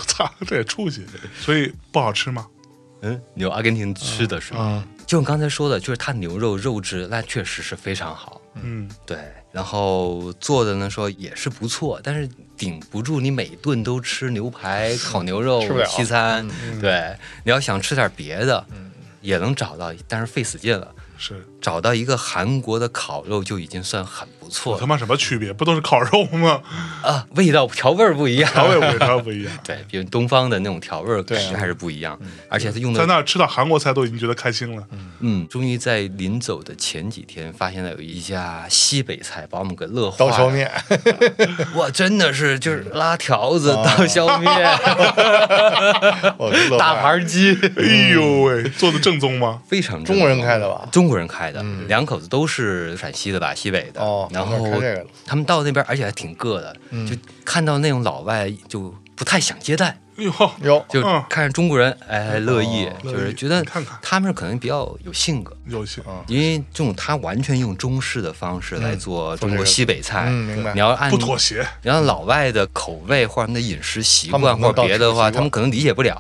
A: 操，这也出息，所以不好吃吗？
D: 嗯，有阿根廷吃的是
B: 啊
D: 吗？就我刚才说的，就是它牛肉肉质那确实是非常好，
A: 嗯，
D: 对，然后做的呢说也是不错，但是顶不住你每顿都吃牛排、烤牛肉
B: 吃不了嗯
D: 西餐，对，你要想吃点别的，也能找到，但是费死劲了。
A: 是
D: 找到一个韩国的烤肉就已经算很不错
A: 我
D: 了
B: 嗯
A: 他。妈什么区别？不都是烤肉
D: [laughs]
A: 吗？
D: 啊，味道调味儿不一样。
B: 嗯
A: 调味味道不一样。
D: 对，比如东方的那种调味儿
B: 啊
D: 感觉还是不一
B: 嗯
D: 样，而且他用
A: 在
D: 的，
A: 那儿吃到韩国菜都已经觉得开心了，
D: 嗯，终于在临走的前几天，发现了有一家西北菜，把我们给乐坏
B: 刀
D: 了。
B: 削，面，啊
D: 哇，真的是就是拉条子、刀削面、
B: [laughs] 我乐坏了
D: 大
B: [laughs]
D: 盘鸡，
A: 哎呦喂，做的正宗吗？
D: 非常
B: 中国人开的吧？
D: 中国人开的，两口子都是陕西的吧，西北的。
B: 哦
D: 然
B: 他们
D: 后
B: 开这个的嗯
D: 他们到那边，而且还挺硌的，就看到那种老外就不太想接待。
A: 哎呦，
B: 哟，
D: 就
A: 嗯
D: 看着中国人，
B: 哦
D: 哎，乐意，
A: 乐意
D: 就是觉得
A: 你看看
D: 他们可能比较有性格，
A: 有些啊，
D: 因为这种他完全用中式的方式来做中国西北菜，
B: 嗯明白
D: 你要按
A: 不妥，协，
D: 你要老外的口味或者他们的饮食习
B: 他们
D: 惯
B: 可能
D: 或者别的
B: 到
D: 话，
B: 吃不习惯
D: 他们可能理解不了，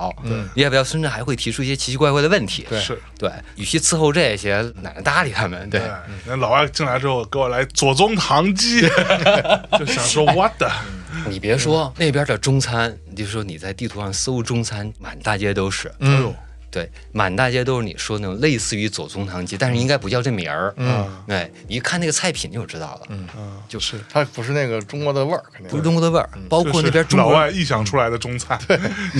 D: 理解不了，甚至还会提出一些奇奇怪怪的问题。
B: 对
A: 是。
D: 对，与其伺候这些，懒得搭理他们。对，
A: 哎那老外进来之后给我来左宗棠鸡， [laughs] 就想说 what
B: [laughs]
A: the，
D: 你别说那边的中餐，你就说你在地图上搜中餐，满大街都是。
A: 哎呦，
D: 对，满大街都是你说那种类似于左宗棠鸡，但是应该不叫这名儿。
A: 嗯，
D: 哎，你一看那个菜品就知道了，嗯，
A: 啊，
D: 就是
B: 它不是那个中国的味儿，肯定
D: 不是中国的味儿，
B: 嗯
D: 包
A: 就
D: 括那
A: 是
D: 边中
A: 老
D: 国人，
A: 外臆想出来的中餐，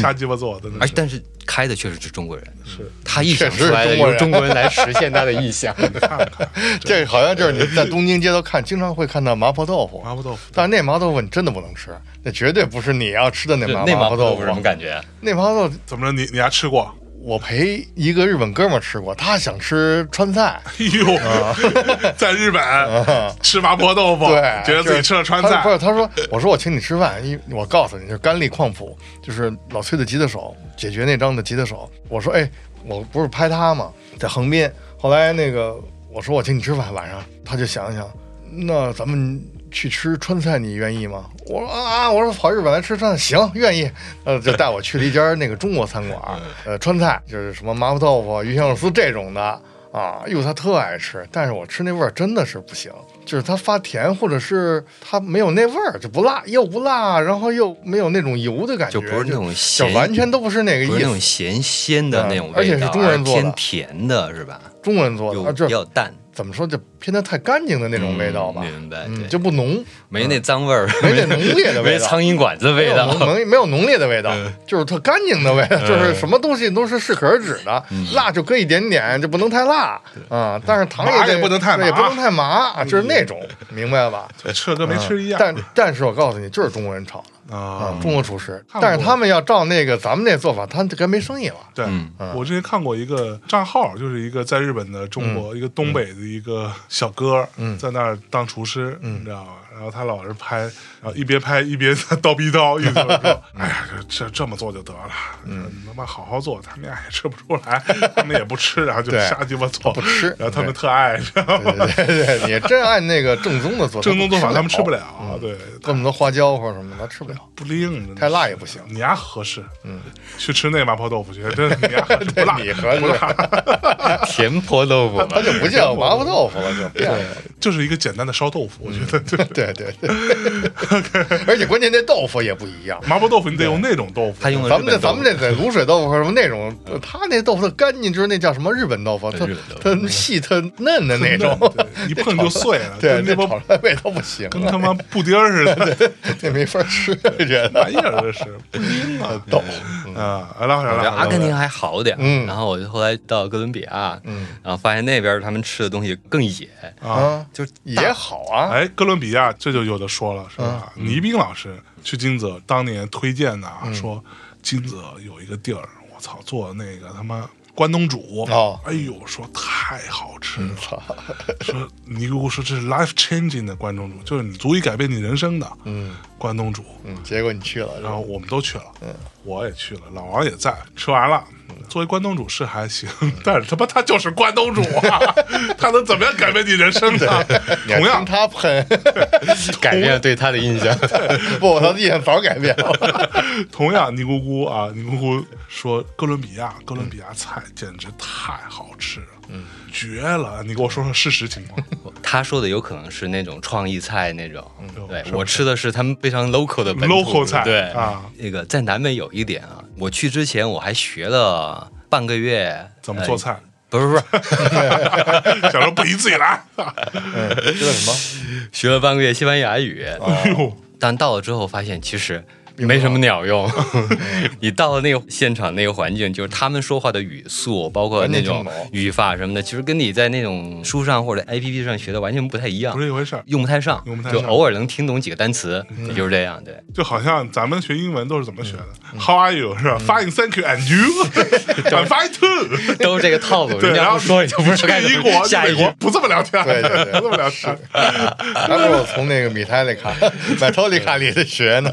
A: 瞎鸡巴做的，真的
D: 而
B: 哎
A: 是
D: 且但是开的确实是中国人，是他臆想
B: 确实
D: 出
B: 是
D: 来的
B: 中国
D: 由
B: 人
D: 中国人来实现他的意 [laughs] 向。
B: [laughs] 这个好像就是你在东京街头看，经常会看到麻婆豆腐，
A: 麻婆豆腐，
B: 但是那麻婆豆腐你真的不能吃，那绝对不是你要吃的那麻
D: 那麻
B: 婆
D: 婆
B: 豆
D: 豆
B: 腐
D: 腐。什么感觉？
B: 那麻婆豆腐，
A: 怎么着？你你还吃过？
B: 我陪一个日本哥们儿吃过，他想吃川菜，
A: 哎呦，在日本吃麻婆豆腐，
B: 啊
A: 觉
B: 对，
A: 得自己吃了川
B: 就是他不
A: 菜，
B: 是，他说，我说我请你吃饭，因为我告诉你，就是甘利矿普，就是老崔的吉他手，解决那张的吉他手。我说，哎，我不是拍他吗？在横滨。后来那个我说我请你吃饭，晚上他就想一想，那咱们去吃川菜，你愿意吗？我说啊，我说跑日本来吃川菜，行，愿意。呃，就带我去了一家那个中国餐
A: [laughs]
B: 馆，呃，川菜就是什么麻婆豆腐、鱼香肉丝这种的。啊，哟，他特爱吃，但是我吃那味儿真的是不行，就是它发甜，或者是它没有那味儿，就不辣，又不辣，然后又没有那种油的感觉，
D: 就不是那种
B: 就
D: 咸，
B: 完全都不是那个
D: 不是那
B: 意
D: 种
B: 思。
D: 咸鲜的那种味
B: 嗯
D: 道，
B: 而且是中国人做的
D: 而偏甜的是吧？
B: 中国人做的，
D: 又
B: 啊
D: 比
B: 这
D: 较淡
B: 怎么说，就偏得太干净的那种味道吧，
D: 嗯明白？
B: 嗯，
D: 对，
B: 就不浓，
D: 没那脏味儿，
B: 嗯没那浓烈的味
D: 没
B: 道。
D: 苍蝇馆子味
B: 没有
D: 道。嗯
B: 浓没没有浓烈的味道，就是特干净的味道，就是什么东西都是适可而止的，
D: 嗯
B: 辣就搁一点点，就不能太辣啊。但是糖
A: 麻
B: 得
A: 也不能太
B: 对也
A: 麻
B: 不能太麻
D: 嗯
B: 啊，就是那种，明白吧？
A: 吃了跟没吃一样
B: 嗯但但是我告诉你，就是中国人炒的啊
A: 啊，。
B: 中国厨师
A: 看过，
B: 但是他们要照那个咱们那做法，他们就该没生意了。 [laughs]
A: 对
D: 嗯，
A: 我之前看过一个账号，就是一个在日本的中
B: 嗯
A: 国一个东北的一个小哥，在那儿当厨师，
B: 嗯
A: 你知道吧？然后他老是拍，然后一边拍一边叨逼叨，一直
B: [laughs]
A: 说：“哎呀，这这这么做就得了，
B: 嗯
A: 你他妈好好做，他们俩也吃不出来，他们也不吃，然后就
B: 对
A: 瞎鸡巴做，
B: 不吃
A: 然后他们特爱，你知道吗？
B: 对对对，你真按那个正宗的做，
A: 正宗做法他们吃不
B: 了，
A: 了，啊对，
B: 这么多花椒或者什么的吃不了。
A: 不灵，
B: 嗯太辣也不行
A: 你丫合适，嗯，去吃那麻婆豆腐去，真的你丫
B: [laughs]
A: 合适不辣，
B: 你合适
A: 不辣。”
D: 甜婆豆腐
B: 它就不叫麻婆豆腐了，就变了。
A: 就是一个简单的烧豆腐，我觉
B: 嗯
A: 得对。
B: 对对对，而且关键那豆腐也不一样。
A: 麻婆豆腐你得用那种豆腐，
D: 他用的
B: 咱
D: 日
B: 们这
D: 本
B: 咱
D: 豆
B: 们
D: 腐，嗯
B: 这得卤水豆腐什么那种，他那豆腐特干净，就是那叫什么日本豆腐，
D: 对
B: 特
D: 日本豆腐
B: 特细特嫩的那种， [laughs]
A: [laughs] 对一碰就碎了，
B: 对，
A: 跟
B: 那
A: 那
B: 炒
A: 帮
B: 出来味道不行
A: 跟
B: 了， [laughs]
A: 他妈布丁儿似的。
B: 那没法吃。就觉得
A: 玩意儿这是不灵啊
B: 逗，
A: 啊！哎拉回来，
D: 我
A: 拉回
D: 觉得
A: 来
D: 阿根廷还好点儿，
B: 嗯
D: 然后我就后来到哥伦比亚，
B: 嗯
D: 然后发现那边儿他们吃的东西更野，
A: 啊！
B: 啊，
D: 就是
B: 也好啊，
A: 哎，哥伦比亚这就有的说了，是吧？
B: 嗯
A: 倪斌老师去金泽当年推荐的啊，说金泽有一个地儿，我操，做那个他妈关东煮
B: 哦嗯
A: 哎呦，说太好吃了，
B: 操，
A: 说尼姑说这是 life changing 的关东煮，就是你足以改变你人生的
B: 嗯
A: 关东煮。
B: 嗯，结果你去了，
A: 然
B: 然
A: 后
B: 后
A: 我们都去了，我也去了，老王也在，吃完了。作为关东煮是还行， [laughs] 但是他妈他就是关东煮啊， [laughs] 他能怎么样改变你人生呢？同样
B: 听，他喷，
C: 改变了对他的印象。
B: [laughs] 不，他的印象早改变了，
A: 同样，尼姑姑啊，尼姑姑说哥伦比亚，哥伦比亚菜简直太好吃了，嗯，绝了！你给我说说事实情况，
D: 他说的有可能是那种创意菜那种，对
A: 嗯是吧
D: 我吃的是他们非常 local 的本土
A: Local 菜
D: 对
A: 啊，
D: 那个在南美有一点啊，我去之前我还学了半个月
A: 怎么做，
D: 呃
A: 菜？ [laughs]
D: 不是不是， [laughs]
A: 想说不宜自己来，
B: 知道什
D: 学了半个月西班牙语，哦
A: 哎呦，
D: 但到了之后发现其实。没什么鸟用， [laughs] 你到了那个现场那个环境，就是他么说话的语速，包括
B: 完全
D: 那种
B: 听不懂
D: 语法什么的，其实跟你在那种书上或者 APP 上学的完全不太一样
A: 不，是一回事儿，
D: 用不太上
A: 用不，太
D: 就
A: 上嗯
D: 偶尔能听懂几个单词，也就是这样。对，
A: 就好像咱们学英文都是怎么学的？How are you？是吧？Fine, thank you, and you? I'm fine too.
D: 都是这个套路，
A: 对，
D: 人
A: 然
D: 家
A: 后
D: 不说你就不知道该
A: 去
D: 怎
A: 英
D: 么
A: 国、去
D: 下
A: 美
D: 一
A: 国
D: 句
A: 不这么聊天，
B: 对对对
A: [laughs] 不这么聊天。
B: 么？还不如从那个米泰那卡、买托里卡里的学呢，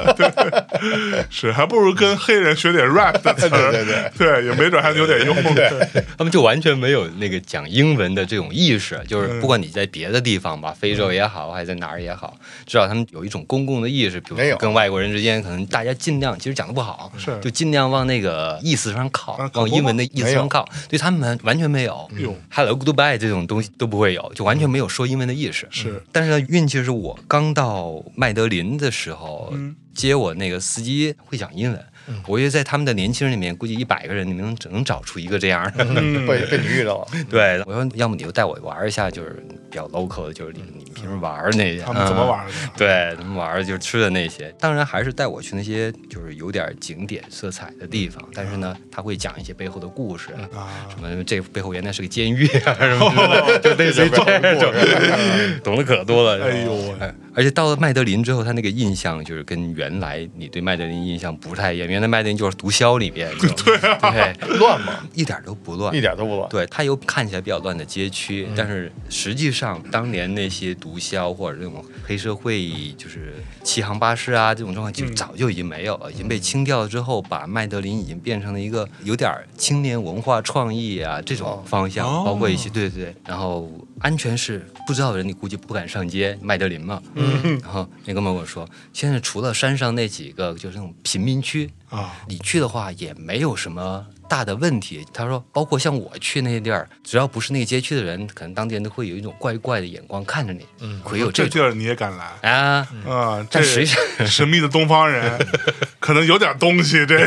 A: 是，还不如跟黑人学点 rap 的词儿，
B: 对对对
A: 也没准还有点用。对，
D: [laughs] 他们就完全没有那个讲英文的这种意识，就是不管你在别的地方吧，非洲也好，还是在哪儿也好，至少他们有一种公共的意识，比如
B: 没有
D: 说跟外国人之间，可能大家尽量，其实讲的不好，
A: 是
D: 就尽量往那个意思上靠
A: 啊，可
D: 往
A: 不
D: 英文
A: 嘛
D: 的意思
B: 没有
D: 上靠，对他们完全没有
A: 哎呦。
D: Hello goodbye 这种东西都不会有，就完全没有说英文的意识。
A: 是，
D: 但是呢，运气是我刚到麦德林的时候，接我那个司机会讲英文。我觉得在他们的年轻人里面，估计一百个人里面能只能找出一个这样的。
B: 被被你遇到了，
D: 对，嗯我说要么你就带我玩一下，就是比较 local 的，就是你你平时玩儿那
A: [laughs]
D: 些，
A: 嗯他们怎么
D: 嗯
A: 玩儿的？
D: 对，他们玩儿就是吃的那些，当然还是带我去那些就是有点景点色彩的地
A: 嗯
D: 方，但是呢，他会讲一些背后的故事，
A: 啊，
D: 什么这背后原来是个监狱啊什么
A: 哦
D: 之类的，就类似于这种， [laughs] 懂得可多了。
A: 哎呦喂
D: 哎！而且到了麦德林之后，他那个印象就是跟原来你对麦德林印象不太一样，原来麦德林就是毒枭里面，
A: [laughs]
D: 对、
A: 啊
D: 对，
B: 乱吗？
D: 一点都不乱
B: 一，点都不乱，
D: 对，它有看起来比较乱的街区，
A: 嗯
D: 但是实际上当年那些毒枭或者那种黑社会，就是七行八市啊这种状况，就
A: 嗯
D: 早就已经没有了，已经被清掉了之后，把麦德林已经变成了一个有点儿青年文化创意啊这种方向，
A: 哦
D: 包括一些对对对，然后安全是不知道的人，你估计不敢上街，麦德林嘛。嗯。然后那哥们儿跟我说，现在除了山上那几个就是那种贫民区，
A: 啊，
D: 你去的话也没有什么大的问题。他说，包括像我去那些地儿，只要不是那个街区的人，可能当地人都会有一种怪怪的眼光看着你，嗯，会有这
A: 哎这
D: 种
A: 地儿你也敢来？
D: 啊。
A: 啊，这
D: 但实际上
A: [laughs] 神秘的东方 [laughs] 人，可能有点东西。这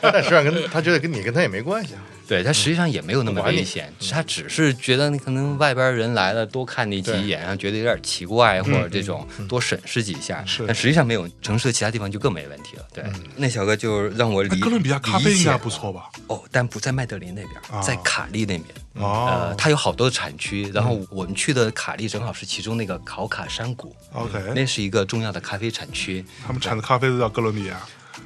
B: 但实际上跟他觉得跟你跟他也没关系啊，
D: 对他实际上也没有那么危险，
A: 嗯
D: 他只是觉得你可能外边人来了多看你几眼，然后啊觉得有点奇怪或者这种多审视几下，
A: 嗯是嗯
D: 但实际上没有城市的其他地方就更没问题了。对，那小哥就让我
A: [laughs]
D: 理
A: 哥伦比亚咖啡应该不
D: 错。
A: 错吧？
D: 哦，但不在麦德林那边，
A: 啊
D: 在卡利那边。
A: 哦嗯
D: 呃，它有好多产区，然后我们去的卡利正好是其中那个考卡山谷，
A: 呃，OK，
D: 那是一个重要的咖啡产区。
A: 他们产的咖啡都叫哥伦比亚，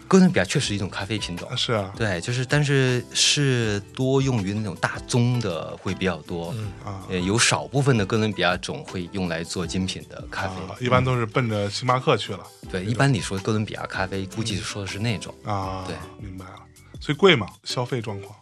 D: 哥伦比亚确实一种咖啡品种，
A: 是啊，
D: 对，就是但是是多用于那种大宗的会比较多，
A: 啊
D: 呃，有少部分的哥伦比亚种会用来做精品的咖啡。
A: 啊，一般都是奔着星巴克去了
D: 对，一般你说哥伦比亚咖啡，估
A: 嗯
D: 计说的是那种
A: 啊
D: 对，
A: 明白了。所以贵嘛，消费状况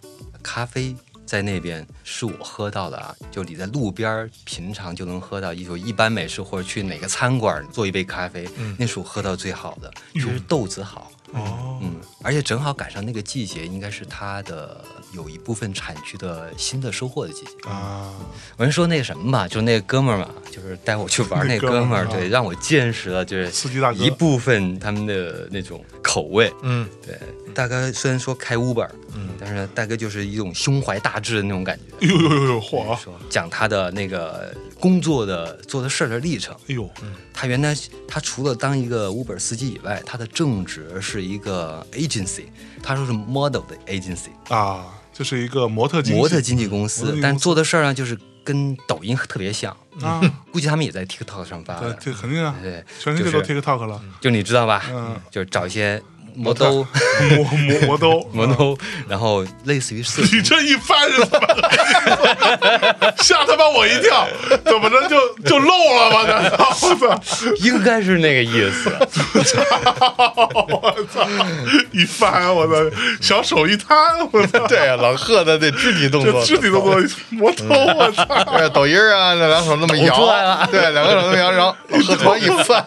D: 咖啡在那边是我喝到的啊，就你在路边儿平常就能喝到一种一般美式，或者去哪个餐馆儿做一杯咖啡，那是我喝到最好的，就是豆子好。
A: 嗯哦，
D: 嗯，而且正好赶上那个季节，应该是它的有一部分产区的新的收获的季节。
A: 啊，
D: 我先说那什么吧，就是那哥们儿嘛，就是带我去
A: [laughs]
D: 玩
A: 那
D: 那
A: 哥
D: 哥
A: 们
D: 们
A: 儿啊
D: 儿，对，让我见识了，就是
A: 司机大哥
D: 一部分他们的那种口味。
B: 嗯，
D: 对，大哥虽然说开 Uber，嗯，但
A: 哎
D: 是大哥就是一种胸怀大志的那种感觉。
A: 呦呦呦呦，嚯啊！
D: 说讲他的那个工作的做的事儿的历程。
A: 哎呦，
D: 他原来他除了当一个 Uber 司机以外，他的正职是一个 agency，他说是 model 的 agency，
A: 啊，就是一个模特经纪嗯
D: 模特经纪公
A: 模特经纪
D: 司
A: 公，司
D: 但做的事儿呢就是跟抖音特别像，
A: 啊，
D: 估计他们也在 TikTok 上发 [laughs]
A: 对
D: 的，，
A: 这肯定啊，
D: 对，
A: 全世界都
D: 就是
A: TikTok 了，
D: 就你知道吧？
A: 嗯，
D: 就是找一些
A: [laughs]
D: 魔兜、
A: 魔魔魔都
D: 魔兜，然后类似于色
A: [laughs] 你
D: 情，
A: 这一翻是怎么了吓他妈我一跳，怎么着就就漏了吗？难道 [laughs] 我操，
C: 应该是那个意思。
A: 我操，一翻我操，小手一摊，我
B: [laughs]
A: 操，
B: 对啊，老贺的那肢体动
A: 这
B: 作，
A: 肢体动 [laughs] 作魔头，我
B: [laughs]
A: 操，
B: 对，抖音儿啊，那两手那么摇
C: 抖出来了，
B: 对，两个手那么摇，然后老贺头一翻，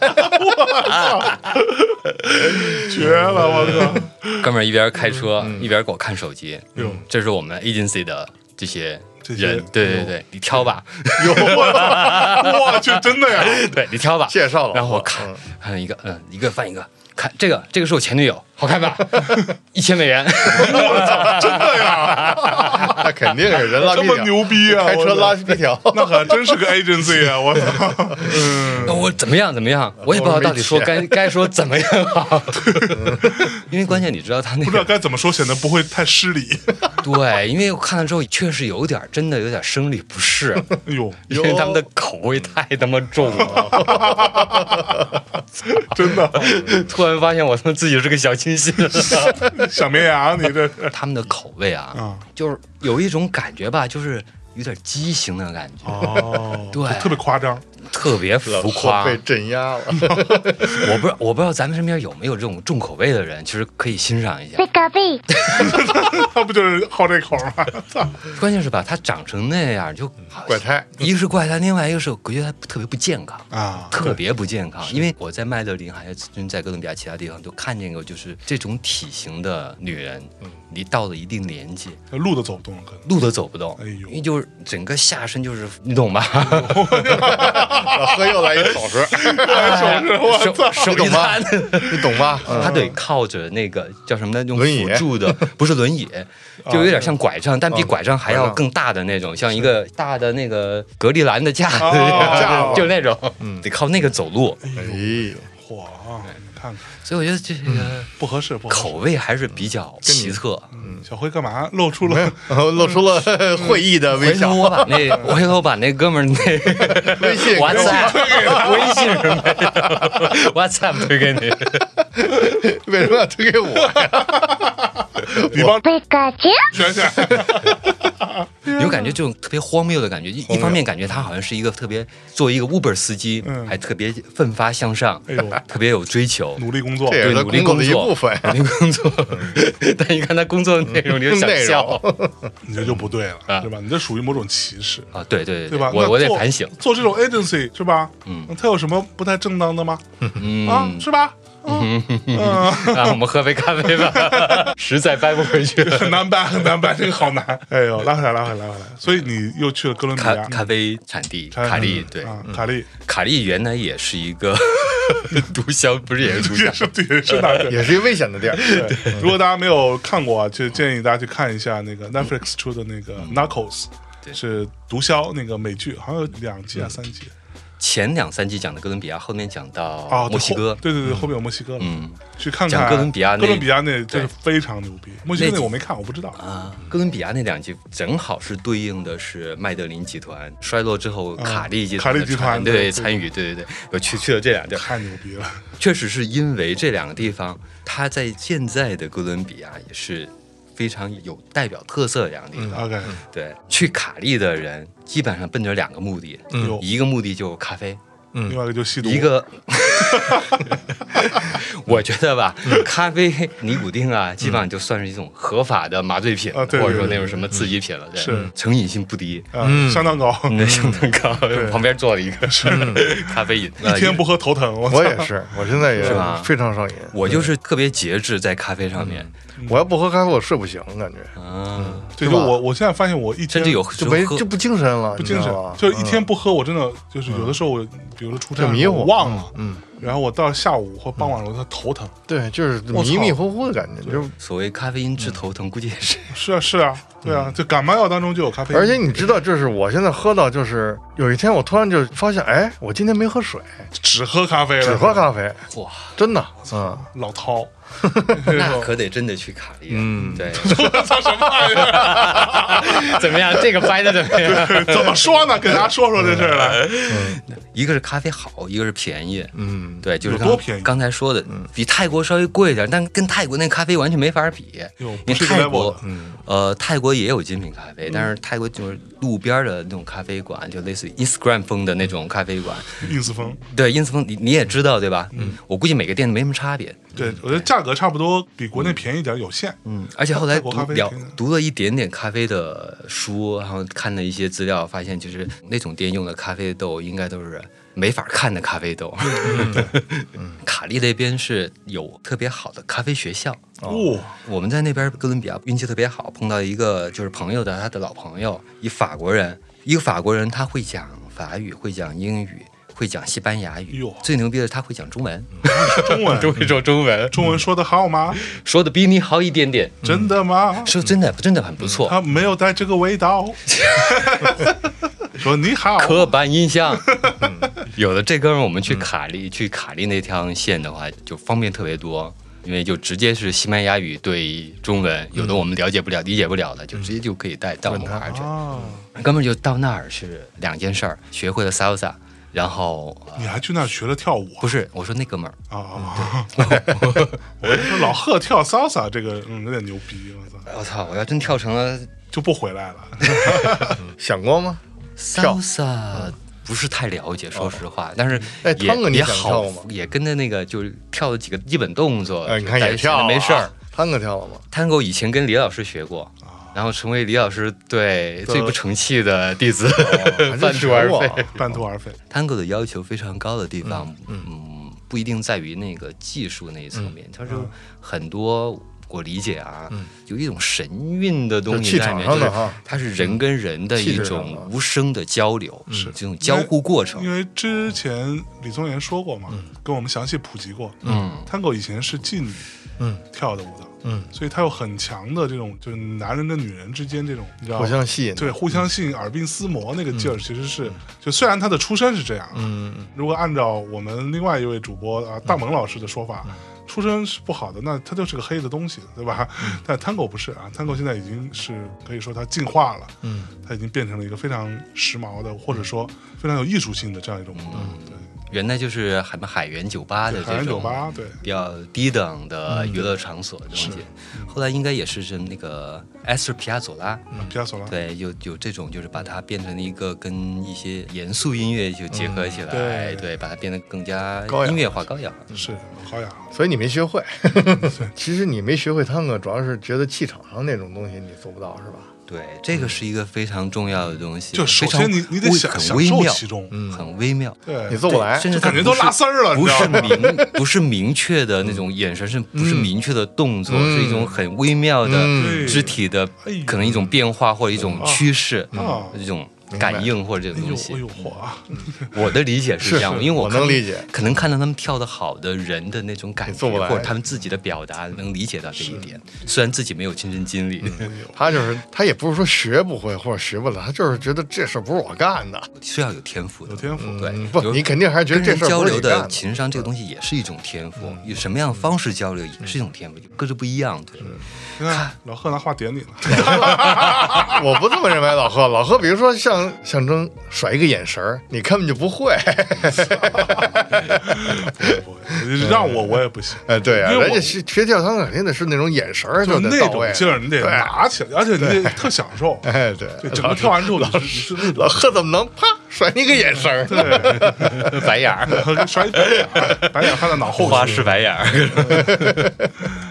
A: 绝了，我操，
D: [laughs] 哥们儿一边开车一边给我看手机
A: 嗯哟，
D: 这是我们 agency 的这些
A: 这些
D: 人，对对对，你
A: [laughs]
D: 挑吧，
A: 有我操，我去，真的呀，
D: 对你挑吧，
B: [laughs] 介绍了
D: 然后我看看一个，嗯，一个翻一个，看这个，这个是我前女友，好
A: [laughs]
D: 看吧？一千美元，
B: [laughs] 那肯定是人拉
A: 这
B: 皮
A: 么
B: 条，
A: 牛逼啊，
B: 开车
A: 我操
B: 拉皮
D: [laughs]
B: 条，
A: 那可真是个 agency 啊！我操，嗯，
D: 那我怎么样怎么样？我也不知道到底说该该说怎么样好，
A: [laughs]
D: 因为关键你知道他那
A: 不知道
D: 个
A: 该怎么说，显得不会太失礼。
D: [laughs] 对，因为我看了之后确实有点儿真的有点儿生理不适， [laughs]
A: 哎呦，
D: 因为他们的口味太他妈重 [laughs] 了，
A: 真的，
D: 突然发现我他妈自己是个小清新了。
A: 小绵羊，你这是
D: [laughs] 他们的口味啊，
B: 嗯
A: 啊，
D: 就是有一种感觉吧，就是有点畸形的感觉，
A: 哦，
D: [laughs] 对
A: 就特别夸张， [laughs]
D: 特别浮夸。
B: 被镇压了。 [laughs]
D: 我不知道我不知道咱们身边有没有这种重口味的人，其实可以欣赏一 [laughs] 下。
E: Pick a beat.
A: 他不就是好这口吗？ [laughs] 操，
D: 关键是吧，他长成那样就好
B: 怪胎，
D: 一个是怪胎，另外一个是我觉得他特别不健康。
A: 啊，
D: 特别不健康，因为我在麦德林还是在哥伦比亚其他地方都看见过，就是这种体型的女人，
B: 嗯
D: 你到了一定年纪，
A: 路都走不动了，可能
D: 路都走不动，
A: 哎呦
D: 因为就是整个下身就是你懂
B: [laughs]
D: 吧？
B: 老贺又来一手势，哎
D: 手手
B: 你懂
D: 一
B: 吗
D: 摊，
B: [laughs] 你懂吧？
D: 他得靠着那个叫什么呢？用
B: 嗯轮椅啊
D: 辅助的，不是轮椅，就有点像拐杖，但比拐杖还
B: 拐
D: 要
B: 杖
D: 更大的那种，像一个大的那个格丽兰的架子
A: 哦
B: 架子，嗯
D: 就那种，得靠那个走路。
B: 哎，
A: 嚯啊，你看看
D: 所以我觉得这
B: 嗯
D: 个
A: 不合适，不合适。嗯
D: 口味还是比较奇特。
A: 小辉干嘛露出
B: 没
A: 了
B: 有？露出了会意的微
D: 嗯回头
B: 笑。
D: 我把那回头我把那哥们儿那
B: 微 [laughs] 信
D: WhatsApp 微信什么的 [laughs] WhatsApp 推给你，
B: 为什么要推给我呀？
A: 你帮
E: Pikachu.
A: 选选，
B: [laughs]
D: 有感觉这种特别荒谬的感觉。一一方面感觉他好像是一个特别作为一个 Uber 司机
A: 嗯，
D: 还特别奋发向上
A: 哎呦，
D: 特别有追
A: [laughs]
D: 求，
A: 努力工作
B: 这，也是他
D: 努力
B: 工作
D: 工
B: 的一
D: 作
B: 部分呀。
D: [laughs] 努力工作。 [laughs] 但一看他工作内容，你就想
B: 内
D: 笑
B: 容
A: 你这就不对了，
D: 啊
A: 对吧？你这属于某种歧视。
D: 啊！对对
A: 对吧？那
D: 我我得
A: 做 [laughs]
D: 反省。
A: 做这种 agency 是吧？
D: 嗯，
A: 他有什么不太正当的吗？啊
D: 嗯，，
A: 是吧？嗯，
D: 那啊我们喝杯咖啡吧， [laughs] 实在掰不
A: [laughs]
D: 回去了。
A: 很难办，很难办，这个好
D: [laughs]
A: 难。哎呦，拉回来，拉回来，拉回来。所以你又去了哥伦比
D: 咖
A: 亚
D: 咖啡产地
A: 啊产
D: 卡利，对，嗯
A: 啊，卡利
D: 卡利原来也是一
A: [laughs]
D: 个毒枭，不是也是毒
A: 也
D: 枭？
A: 是也是哪个？
B: 也是一危险的地儿。
A: 对，如果大家没有看过啊，就建议大家去看一下那个 Netflix 出的那个 Knuckles，
D: 嗯对嗯
A: 是毒枭那个美剧，好像有两季啊，三季。
D: 前两三集讲的哥伦比亚，啊后面讲到
A: 哦，
D: 墨西哥
A: 后，对对对，后面有墨西哥了。
D: 嗯
A: 去看看
D: 讲哥伦比亚那
A: 哥伦比亚那真
D: 对
A: 是非常牛逼。墨西哥
D: 那
A: 那
D: 集
A: 我没看，我不知道。
D: 啊，哥伦比亚那两集正好是对应的是麦德林集团衰落之后，
A: 啊
D: 卡利集
A: 卡
D: 团
A: 利
D: 的
A: 集
D: 船
A: 团对
D: 对参与，对对对，有去去了这两地儿，
A: 太牛逼了！
D: 确实是因为这两个地方，它在现在的哥伦比亚也是非常有代表特色的两个地方。
A: OK，
D: 对，去卡利的人基本上奔着两个目的，
A: 有
D: 一个目的就是咖啡，
A: 另外一个就吸毒，
D: 嗯一个， [laughs] 我觉得吧，咖啡、尼古丁啊，基本上就算是一种合法的麻醉品，
A: 啊
D: 或
A: 对对
D: 者说
A: 对嗯
D: 那种什么刺激品了，对，
A: 是
D: 成瘾性不低。
A: 啊，相当高，
D: 那相当高，旁边坐了一个是 [laughs] 咖啡瘾，
A: [laughs]
D: 呃
A: 一天不喝头疼。我操
B: 我也是，我现在也
D: 是吧
B: 非常上瘾。
D: 我就是特别节制在咖啡上面
B: 我要不喝咖啡，我睡不醒，感觉
A: 嗯
D: 啊，
A: 对，
B: 是
A: 就
B: 吧
A: 我我现在发现我一天
D: 甚至有啊
B: 就
D: 时候
B: 没
D: 喝
B: 就不精神了，
A: 不精
B: 你知
A: 神
D: 嗯
B: 道吧，
A: 就是一天不喝，我真的就是有的时候我，比如说出差
B: 就迷糊
A: 我忘了，
B: 嗯，
A: 然后我到下午或
D: 嗯
A: 傍晚了，我就头疼。
B: 对，就是
A: 我操
B: 迷迷糊糊的感觉，就是
D: 所谓咖啡因治头
A: 嗯
D: 疼，估计也是
A: 是啊，是啊，对啊，就感冒药当中就有咖啡因，
B: 嗯而且你知道，就是我现在喝到，就是有一天我突然就发现，哎，我今天没喝水，
A: 只喝咖啡了，啊
B: 只喝咖啡，
D: 哇，
B: 真的，嗯，
A: 老饕。
D: [laughs] 那可得真得去卡一嗯，对， [laughs]
A: 操什么玩意儿？
C: 怎么样？这个掰的怎么样？
A: [laughs] 怎么说呢？给大家说说这事儿
B: [laughs]
A: 来。
D: 一个是咖啡好，一个是便宜，嗯，对，就是
A: 有
D: 刚
A: 多便宜嗯
D: 刚才说的，比泰国稍微贵点，但跟泰国那咖啡完全没法比。
A: 哟不
D: 因为
A: 是一个
D: 泰
A: level
D: 国
A: 的，嗯
D: 呃，泰国也有精品咖啡，但是泰国就是路边的那种咖啡馆，就类似于 Instagram 风的那种咖啡馆。
A: ins 风，
D: 对，ins 风你你也知道对吧？嗯，我估计每个店没什么差别。
A: 对我觉得价格差不多，比国内便宜点，有限。
D: 嗯，而且后来
A: 泰国咖
D: 读
A: 啡
D: 了
A: 挺
D: 读了一点点咖啡的书，然后看了一些资料，发现就是那种店用的咖啡豆应该都是没法看的咖啡豆。
A: 嗯
D: [laughs] 卡利那边是有特别好的咖啡学校，
A: 哦，
D: 我们在那边哥伦比亚运气特别好，碰到一个就是朋友的他的老朋友，一法国人，一个法国人他会讲法语，会讲英语，会讲西班牙语
A: 哟，
D: 最牛逼的是他会讲
C: [laughs]
D: 中文，
A: 中
C: 都
A: 文，
C: 会说中文，
A: 中文说的好吗？
B: 嗯
D: 说的比你好一点点，
A: 真的吗？
D: 说真的真的很不错。
A: 他没有带这个味
B: [laughs]
A: 道。说你
B: 哦
A: 好，
D: 刻板
B: [laughs]
D: 印象。嗯有了这哥们儿，我们
B: 嗯
D: 去卡利、去卡利那条线的话，就方便特别多，因为就直接是西班牙语对中文，有的我们了解不了、理解不
B: 嗯
D: 了的，就直接就可以带带我们玩儿去。
B: 哦
A: 啊，
D: 嗯哥们儿就到那儿是两件事儿，学会了 salsa，然后、呃
A: 你还去那儿学了跳舞
D: 不是我说那哥们儿，
A: 啊啊？
B: 嗯
A: [laughs] 我就说老贺跳 salsa 这个，嗯，有点牛逼，我操，
D: 哎我、操，我要真跳成了
A: 就不回来了。
B: 嗯想过吗？
D: salsa。不是太了解，说实话，但是
B: 哦哎
D: 也
B: 汤哥你
D: 也
B: 想
D: 好
B: 跳吗，
D: 也跟着那个就是跳了几个基本动作，
A: 呃
B: 哎，你看
D: 但
B: 也
D: 是闲着
B: 跳，啊
D: 没事儿，，
B: 探哥跳了
A: 哦
B: 吗？
D: Tango 以前跟李老师学过，然后成为李老师对最不成器的弟子， [laughs]
B: 还
D: 半
B: 真
D: 途而
B: 学过啊
D: 废。
A: 半途而
B: [laughs]
A: 废，
D: Tango 的要求非常高的地方，嗯，不一定在于那个技术那一层面，它是很多。我理解啊，有一种神韵的东
B: 就
D: 西
B: 气
D: 在
B: 场
D: 里面，
B: 上
D: 就
B: 的
D: 是
B: 哈
D: 它是人跟人的
B: 气
D: 一
B: 质上
D: 种
B: 的
D: 无声的交流，
A: 是
D: 这种交互过程
A: 因。为之前李宗元说过嘛，跟我们详细普及过，
D: 嗯，
A: ，tango 以前是妓女，
B: 嗯，
A: 跳的舞蹈，
B: 嗯，
A: 所以它有很强的这种就是男人跟女人之间这种，你知道
B: 互
A: 吗？
B: 相吸引，
A: 对，互相吸引、耳鬓厮磨那个劲儿，其实是就虽然他的出身是这样，啊
B: 嗯，
A: 如果按照我们另外一位主播啊大萌老师的说法，出身是不好的，那他就是个黑的东西，对吧？但 Tango 不是啊，Tango 现在已经是可以说它进化了，
B: 嗯，
A: 它已经变成了一个非常时髦的，或者说非常有艺术性的这样一种舞蹈，对，
D: 原来就是海海源酒吧的
A: 海
D: 这
A: 南酒
D: 种
A: 吧，对，
D: 比较低等的
A: 嗯
D: 娱乐场所的东西。后来应该也是是那个埃斯皮亚佐拉，
A: 皮亚索拉，
D: 对，有有这种就是把它变成一个跟一些严肃音乐就结合起来，
A: 嗯对
D: 对把它变得更加
B: 高雅
D: 音乐化、高雅。
A: 是好雅，
B: 所以你没
A: [laughs]
B: 学会。其实你没学会探戈，主要是觉得气场上那种东西你做不到，是吧？
D: 对，这个是一个非常重要的东西，
A: 嗯就首
D: 非常
A: 先你你得
D: 微
A: 享
D: 很
A: 享
D: 微
A: 受
D: 妙，
A: 其中，
D: 很微妙。
A: 对，
B: 你做不来，
D: 甚至
A: 就感觉
D: 它不
A: 都拉
D: 是
A: 丝儿了，你
D: 不
A: 知道
D: 是
A: 吗？嗯
D: 明不是明确的那种眼神，是不是明确的动作，
B: 嗯
D: 是一种很微妙
B: 嗯
D: 的肢体的
A: 哎呦，
D: 可能一种变化或者一种趋势嗯
A: 啊，
D: 一种感应或者这
A: 哎
D: 种
A: 呦
D: 东
A: 哎
D: 西
A: 呦。嚯啊！
D: 我的理解是这样，
B: 是
D: 因为我
B: 我能
D: 看
B: 理解
D: 可能看到他们跳的好的人的那种感
B: 你做
D: 觉，
B: 不来
D: 或者他们自己的表达，能理解到这一点。虽然自己没有亲身经历，
A: 嗯哎
B: 他就是他也不是说学不会或者学不来，他就是觉得这事儿不是我干的。
D: 是要有天赋的，
A: 有天赋
D: 对
B: 嗯，不
D: 比，如
B: 你肯定还是觉得
D: 跟
B: 这
D: 人
B: 事儿
D: 交
B: 不是你
D: 流
B: 干嗯
D: 的
B: 的。
D: 情商这个东西也是一种天赋，以什么样的方
B: 嗯
D: 式交流也是一种天赋，就各自不一样。对，
A: 你看老贺拿话点你了， [laughs]
B: 我不这么认为，老贺，老贺，比如说像象征甩一个眼神儿，你根本就不会。 [laughs]
A: 不会让我我也不行。
B: 哎，对啊，
A: 因为
B: 人
A: 我
B: 家学学跳探戈肯定得是那种眼神儿
A: 就
B: 得
A: 那
B: 到
A: 种
B: 位，
A: 劲儿，你得
B: 对啊
A: 拿起来，而且你得特享受。
B: [laughs] 哎，对，
A: 对，整个跳完之后，老师那
B: 老
A: 种
B: 贺怎么能啪甩你一个眼神儿？ [laughs]
C: 白眼儿，
A: 对，甩一白眼儿，白眼儿看到脑后
D: 花
A: 去
D: 式白
B: [laughs]
D: 眼儿， [laughs]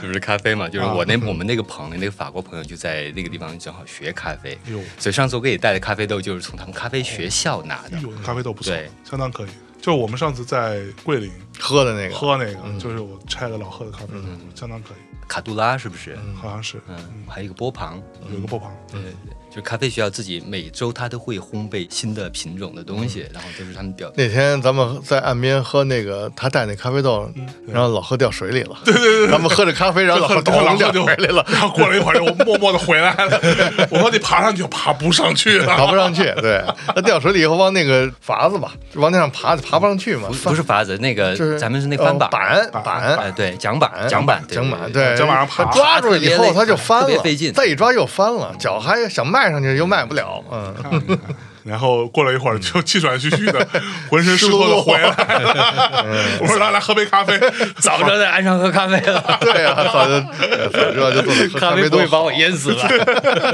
D: 就是咖啡嘛，就是
B: 啊
D: 我那我们那个朋友，那个法国朋友就在那个地方正好学咖啡
A: 呦，
D: 所以上次我给你带的咖啡豆就是从他们咖啡学校拿的
A: 哎。呦，咖啡豆不错
D: 对，
A: 相当可以。就是我们上次在桂林
B: 喝的那个，
A: 喝那个，就是我拆的老喝的咖
B: 嗯
A: 啡，相当可以，
D: 卡杜拉是不是？
A: 好像是
D: 嗯，还有一个波旁，
B: 嗯
A: 有一个波旁，
D: 对对对，就是咖啡学校自己每周它都会烘焙新的品种的东
B: 嗯
D: 西，然后都是他们表
B: 那天咱们在岸边喝那个他带那咖啡豆，
D: 嗯
B: 然后老喝掉水里了。对对对，咱们喝着咖啡，然
D: [laughs]
B: 后老喝
A: 喝多
B: 掉
A: 了
B: 掉
A: 就
B: 水里了，
A: 然后过了一会儿又默默的回来了，我说你爬上去，爬不上去
B: 爬
A: 了，
B: 不上去。对，他掉水里以后往那个筏子吧，就往那上爬，爬不上去嘛。
D: 不
B: 翻
D: 不是法子，那个
B: 就是
D: 咱们是那翻
B: 板
D: 板，
B: 板
D: 哎对，桨板桨板对
B: 桨
D: 对
B: 板，
D: 对
B: 对，
A: 桨板上爬
B: 他抓住以
D: [laughs]
B: 后他就翻了，
D: 特别费劲
B: 再一抓又翻了，脚还想迈上去又迈不了，嗯，
D: [laughs]
A: 然后过了一会儿就气喘吁吁的，浑身湿透的
B: [laughs]
A: 回来
B: 嗯
A: 了，我说来来喝杯咖啡，
D: 早知道在岸上喝咖啡 [laughs] 了，
B: 对啊，早就早知道就做了
D: 咖
B: 啡
D: 啡不
B: 豆
D: 会把我淹死吧？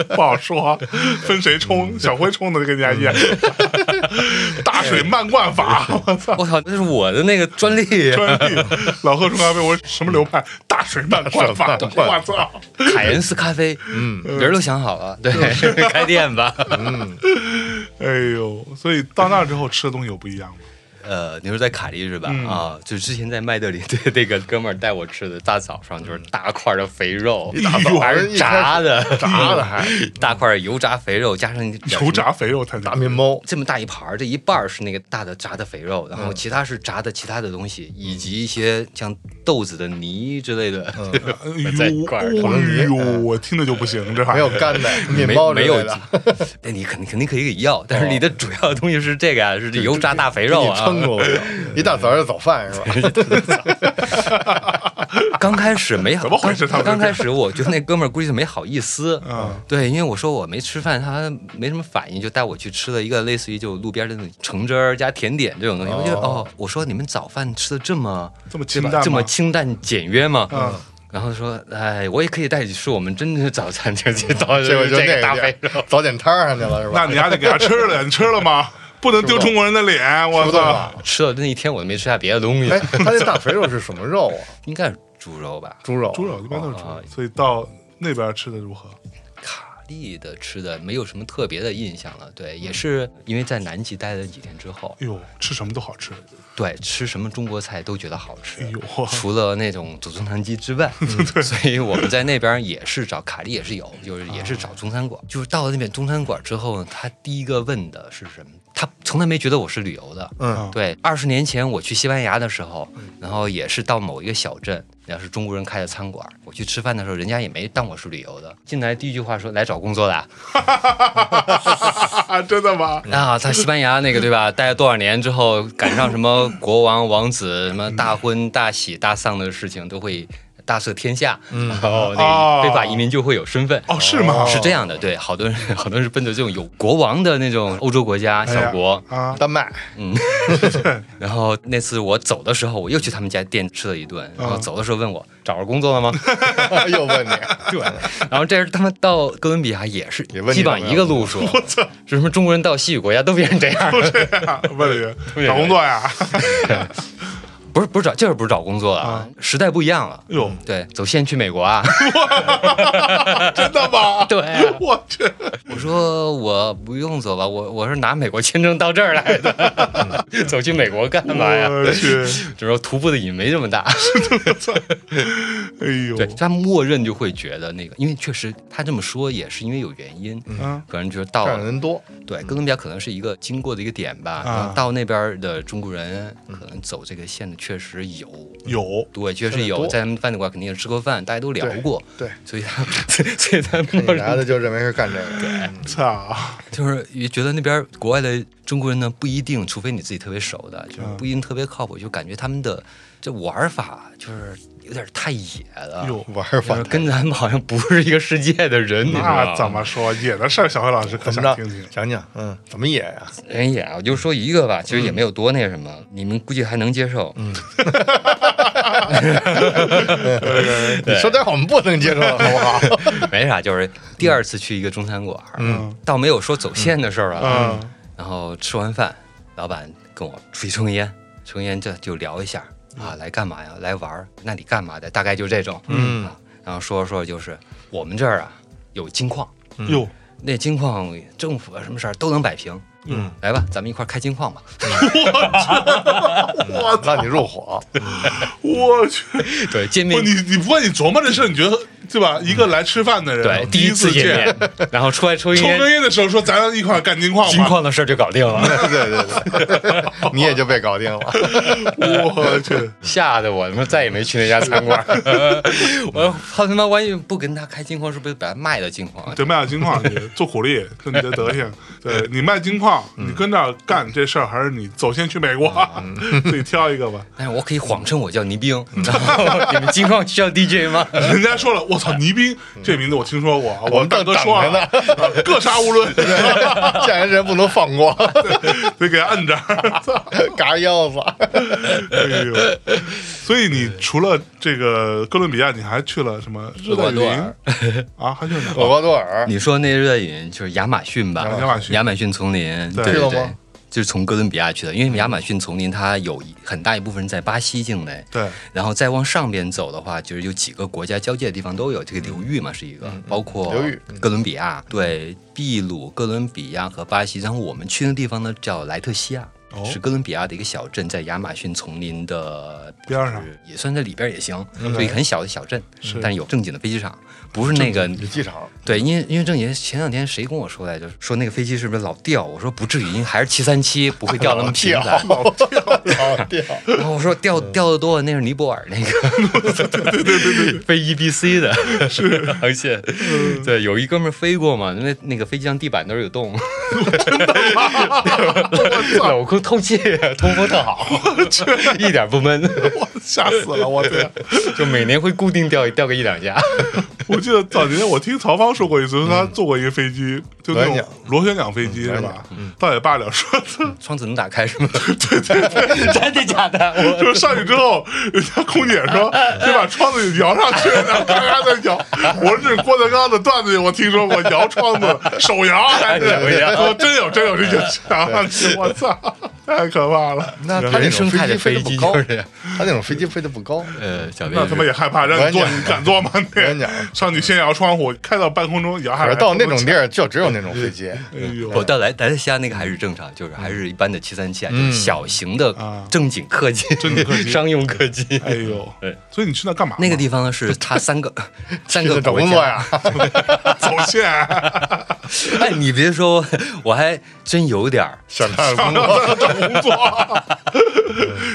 A: 不好说，分谁冲，小辉冲的跟人家一样，大水漫灌法，我操！
D: [laughs] 我操，那是我的那个专利，啊
A: 专利，老贺冲咖啡，我什么流派？大水漫灌法，我操！
D: 凯恩斯咖啡，嗯，人儿都想好了，对， [laughs] 嗯开店吧。
A: 哎呦，所以到那之后吃的东西有不一样吗？
D: [laughs] 呃，你说在卡利是吧？啊，就之前在麦德林，对那个哥们儿带我吃的，大早上就是大块儿的肥肉，
B: 一大早
D: 还
B: 上
D: 是炸的，
B: 炸的还
D: 大块儿的油炸肥肉，加上一点
A: 油炸肥肉太
B: 大面包，
D: 这么大一盘儿，这一半儿是那个大的炸的肥肉，然
B: 嗯
D: 后其他是炸的其他的东西，以及一些像豆子的泥之类的，
B: 嗯
A: 哎
D: 在一块儿
A: 呦，哎呦，我听着就不行，这还
B: 没有干的面
D: [laughs] 哎没
B: 包之
D: 没
B: 类
D: 有
B: 的，哦
D: 几。 [laughs] 哎，你肯定肯定可以给要，但是你的主要的东西是这个啊，是这油炸大肥肉
B: [laughs] 你
D: 啊。
B: 撑过了，一大早就早饭是吧？
D: [laughs] 刚开始没好，
A: [laughs] 怎么回事他
D: 刚
A: 们
D: 刚开始我觉得那哥们儿估计是没好意思，
A: [laughs] 嗯，
D: 对，因为我说我没吃饭，他没什么反应，就带我去吃了一个类似于就路边的那种橙汁儿加甜点这种东西。我觉得
B: 哦
D: 哦，我说你们早饭吃的这么
A: 这么清淡吗
D: 这么清淡简约吗？
A: 嗯
D: 然后说，哎，我也可以带你吃我们真正的早餐，就 [laughs] 就
A: 嗯
D: 早
B: 结果就那
D: 这个大
B: 样
D: 肥肉。
B: 早点摊儿上去了是吧？
A: 那你还得给他吃了，你吃了吗？不能丢中国人的脸，我
B: 不对
A: 操！
B: 吧？
D: [laughs] 吃了那一天，我都没吃下别的东西
B: 哎，，他那大肥肉是什么肉啊？
D: 应该是猪肉吧？
B: 猪肉，
A: 猪肉一般都是猪
D: 啊
A: 肉，所以到那边吃的如何？
D: 卡利的吃的没有什么特别的印象了，对，也是因为在南极待了几天之后，
A: 哎呦，吃什么都好吃，
D: 对，吃什么中国菜都觉得好吃。
A: 哎呦哇
D: 除了那种祖宗汤鸡
A: [laughs]
D: 之外，嗯所以我们在那边也是找卡利，也是有，就是也是找中餐
A: 啊
D: 馆。就是到了那边中餐馆之后，他第一个问的是什么？他从来没觉得我是旅游的。
B: 嗯，
D: 对，二十年前我去西班牙的时候，然后也是到某一个小镇，然后是中国人开的餐馆，我去吃饭的时候，人家也没当我是旅游的，进来第一句话说来找工作的啊，
A: 真的吗？
D: 啊，他西班牙那个对吧？待了多少年之后，赶上什么国王、王子，什么大婚、大喜、大丧的事情，都会大赦天下。嗯，然后那
A: 哦
D: 个非法移民就会有身份。
A: 哦，是吗？
D: 是这样的，对，好多人，好多人是奔着这种有国王的那种欧洲国家
A: 哎呀
D: 小国，
A: 啊，
B: [laughs] 丹
D: [laughs]
B: 麦，
D: 然后那次我走的时候，我又去他们家店吃了一顿，然后
A: 嗯
D: 走的时候问我找着工作
A: [laughs]
D: 了吗？
B: 又问
D: [laughs]
B: 你，
D: 对，然后这是他们到哥伦比亚也是
B: 也问你
D: 基本
B: 找
D: 上
B: 不
D: 一个路数，是什么中国人到西语国家都变成这样，
A: 问了一个找工作呀？
D: 不是不是找，就是不是找工作了，
A: 啊
D: 时代不一样了。
A: 哎呦，
D: 对，走线去美国啊！
A: [laughs] 真的吗？
D: 对啊
A: 我去，
D: 我说我不用走吧，我我是拿美国签证到这儿来的， [laughs] 走去美国干嘛呀？
A: 我去，
D: 就说徒步的瘾没这么大，
A: 哎呦，
D: 对，他默认就会觉得那个，因为确实他这么说也是因为有原因，
A: 嗯
D: 可能就是到
B: 这样人多，
D: 对哥伦比亚可能是一个经过的一个点吧，
A: 啊
D: 然后到那边的中国人可能走这个线的确实有，
A: 有
D: 对，确实
B: 现在
D: 有，
B: 多
D: 在他们饭店馆肯定是吃过饭，大家都聊
B: 对
D: 过，
B: 对，
D: 所以他 [laughs] 所以他默
B: 你
D: 认
B: 来了就认为是干这个，对，
A: 操，
D: 就是也觉得那边国外的中国人呢，不一定，除非你自己特别熟的，
A: 嗯
D: 就是不一定特别靠谱，就感觉他们的这玩法就是有点太野了，
A: 哟
B: [laughs] 玩儿
D: [laughs] 就是
B: 法。
D: 跟咱们好像不是一个世界的人，你知
A: 那
D: 道
A: 怎
D: 吗？
A: 么说野的事儿？小黑老师可
B: 怎么
A: 想
B: 着
A: 听听？。
B: 讲讲，嗯，怎么野呀？
D: 人野，哎我就说一个吧，
A: 嗯
D: 其实也没有多那什么，你们估计还能接受。
B: [laughs] 你说点我们不能接受的好不好？
D: [laughs] 没啥，就是第二次去一个中餐馆，嗯，倒没有说走线的事儿啊。
A: 嗯
D: 然后吃完饭，老板跟我出去抽根烟，抽根烟这就聊一下啊，来干嘛呀？来玩儿？那你干嘛的？大概就这种，嗯、啊。然后说着说着就是我们这儿啊有金矿，
A: 哟，
D: 那金矿政府啊什么事儿都能摆平。嗯，来吧，咱们一块儿开金
C: [laughs]
D: 矿吧。
A: 我
B: [laughs] 让你入伙，
A: 我去，
D: 对，见
A: 不
D: 面
A: 你你不问你琢磨这事儿，你觉得对吧？一个来吃饭的人，
D: 对
A: 第
D: 第一
A: 次
D: 见，面， [laughs] 然后出来抽根
A: 抽根
D: 烟，
A: 烟的时候说咱一块儿干金矿
D: 金
A: 吧。
D: 矿的事儿就搞定了。
B: 对对对， [laughs] 你也就被搞定
D: [laughs]
B: 了。
A: 我去，
C: [laughs] 吓得我他妈再也没去那家餐馆。
D: [laughs] 我他他妈万一不跟他开金矿，是不是把他卖到金矿啊？
A: 对，卖金矿，你做苦力是你的德行。对你卖金矿，你跟这儿干这事儿，还是你走先去美国， [laughs] 自己挑一个吧。
D: 但是我可以谎称我叫倪兵，
A: 嗯
D: 然后你们金矿需要 DJ
A: [laughs]
D: 吗？
A: 人家说了，我操，倪斌这名字我听说过，我们
B: 们
A: 大
B: 正
A: 哥说
B: 等着
A: 了，啊各杀无论， [laughs]
B: 见人人不能放过，
A: 得给他摁这儿。操
B: [laughs] 嘎腰子。
A: [laughs] 哎呦，所以你除了这个哥伦比亚，你还去了什么热带雨
D: 厄瓜多
A: 林
D: 尔
A: 啊？还去
B: [laughs]
A: 了哪
B: 厄
A: 儿？
B: 瓜多尔，
D: 你说那热带雨林就是亚马逊吧？
A: 亚马逊
D: 亚马逊丛林，
A: 对
D: 对
B: 去了
D: 对
B: 吗
D: 对，就是从哥伦比亚去的，因为亚马逊丛林它有一很大一部分是在巴西境内，
A: 对，
D: 然后再往上边走的话，就是有几个国家交界的地方都有这个流域嘛，是一
A: 嗯
D: 个，包括
B: 流域
D: 哥伦比亚、对秘鲁、哥伦比亚和巴西。然后我们去的地方呢叫莱特西亚，
A: 哦
D: 是哥伦比亚的一个小镇，在亚马逊丛林的
A: 边
D: [laughs]
A: 儿上
D: 就是也算在里边儿也行，就一个很小的小镇，
A: 是
D: 嗯但是有正经的飞机场，不是那个
B: 有机场，
D: 对，因为因为郑姐前两天谁跟我说来着，说那个飞机是不是老掉？我说不至于，因为还是七三七不会掉那么频
B: 掉
D: 繁。
B: 老掉老掉，
D: 然后我说掉掉的多，那是尼泊尔那个， [laughs] 对对对嗯对，飞 EBC 的 [laughs] 航线，对，有一哥们儿飞过嘛，那那个飞机上地板都是有 [laughs] 洞， [laughs] 真的，镂空透气，通风特好， [laughs] 一点不闷，
A: 吓死了！我天，
D: [laughs] 就每年会固定掉掉个一两架。
A: [laughs] 我记得早年我听曹芳说过一次，
B: 嗯
A: 说他坐过一个飞机，就那
B: 螺旋
A: 种
B: 桨
A: 螺旋桨飞机
B: 嗯
A: 是吧？倒也罢了，说
D: [laughs] 窗子能打开是吗？ [laughs] 对对对，真的假的？ [laughs]
A: [laughs]
D: 我
A: 就是上去之后，人家空姐
B: [laughs]
A: 说先把窗子摇上去，然后咔咔再摇。我说这是郭德纲的段子，我听说过摇窗子，手摇还是
D: 手摇
A: 说真有真有这就摇上去，我操，太可怕了！
B: 那他那
D: 人
B: 种
D: 生态
B: 飞机飞得
D: 的飞机
B: 不高
D: 就，是这样。
B: [laughs] 他那种飞机飞得不
D: [laughs]
B: 高。
D: 呃，小
A: 那
D: 编
A: 他妈也害怕，让你坐，
B: 我跟你
A: 你
B: 讲
A: 敢坐吗？
B: 我跟你
A: 你
B: 讲
A: 上去先摇窗户，开到半空中摇下
B: 可
A: 来。
B: 是到那种地儿就只有那种飞机，
A: 哎呦，
D: 我到来来西亚那个还是正常，就是还是一般的七三七啊，就是小型
A: 啊
D: 的正经客机，
A: 正经客机
D: 商用客机。
A: 哎呦
D: 对，
A: 所以你去那干嘛嘛？
D: 那个地方呢是它三 [laughs] 个三个
B: 去找
D: 国
B: 工作
D: 家。
B: 呀，
A: [laughs] 走线，
D: [laughs] 哎，你别说，我还真有点 [laughs] 儿。
B: 想干工作。
A: 找工作。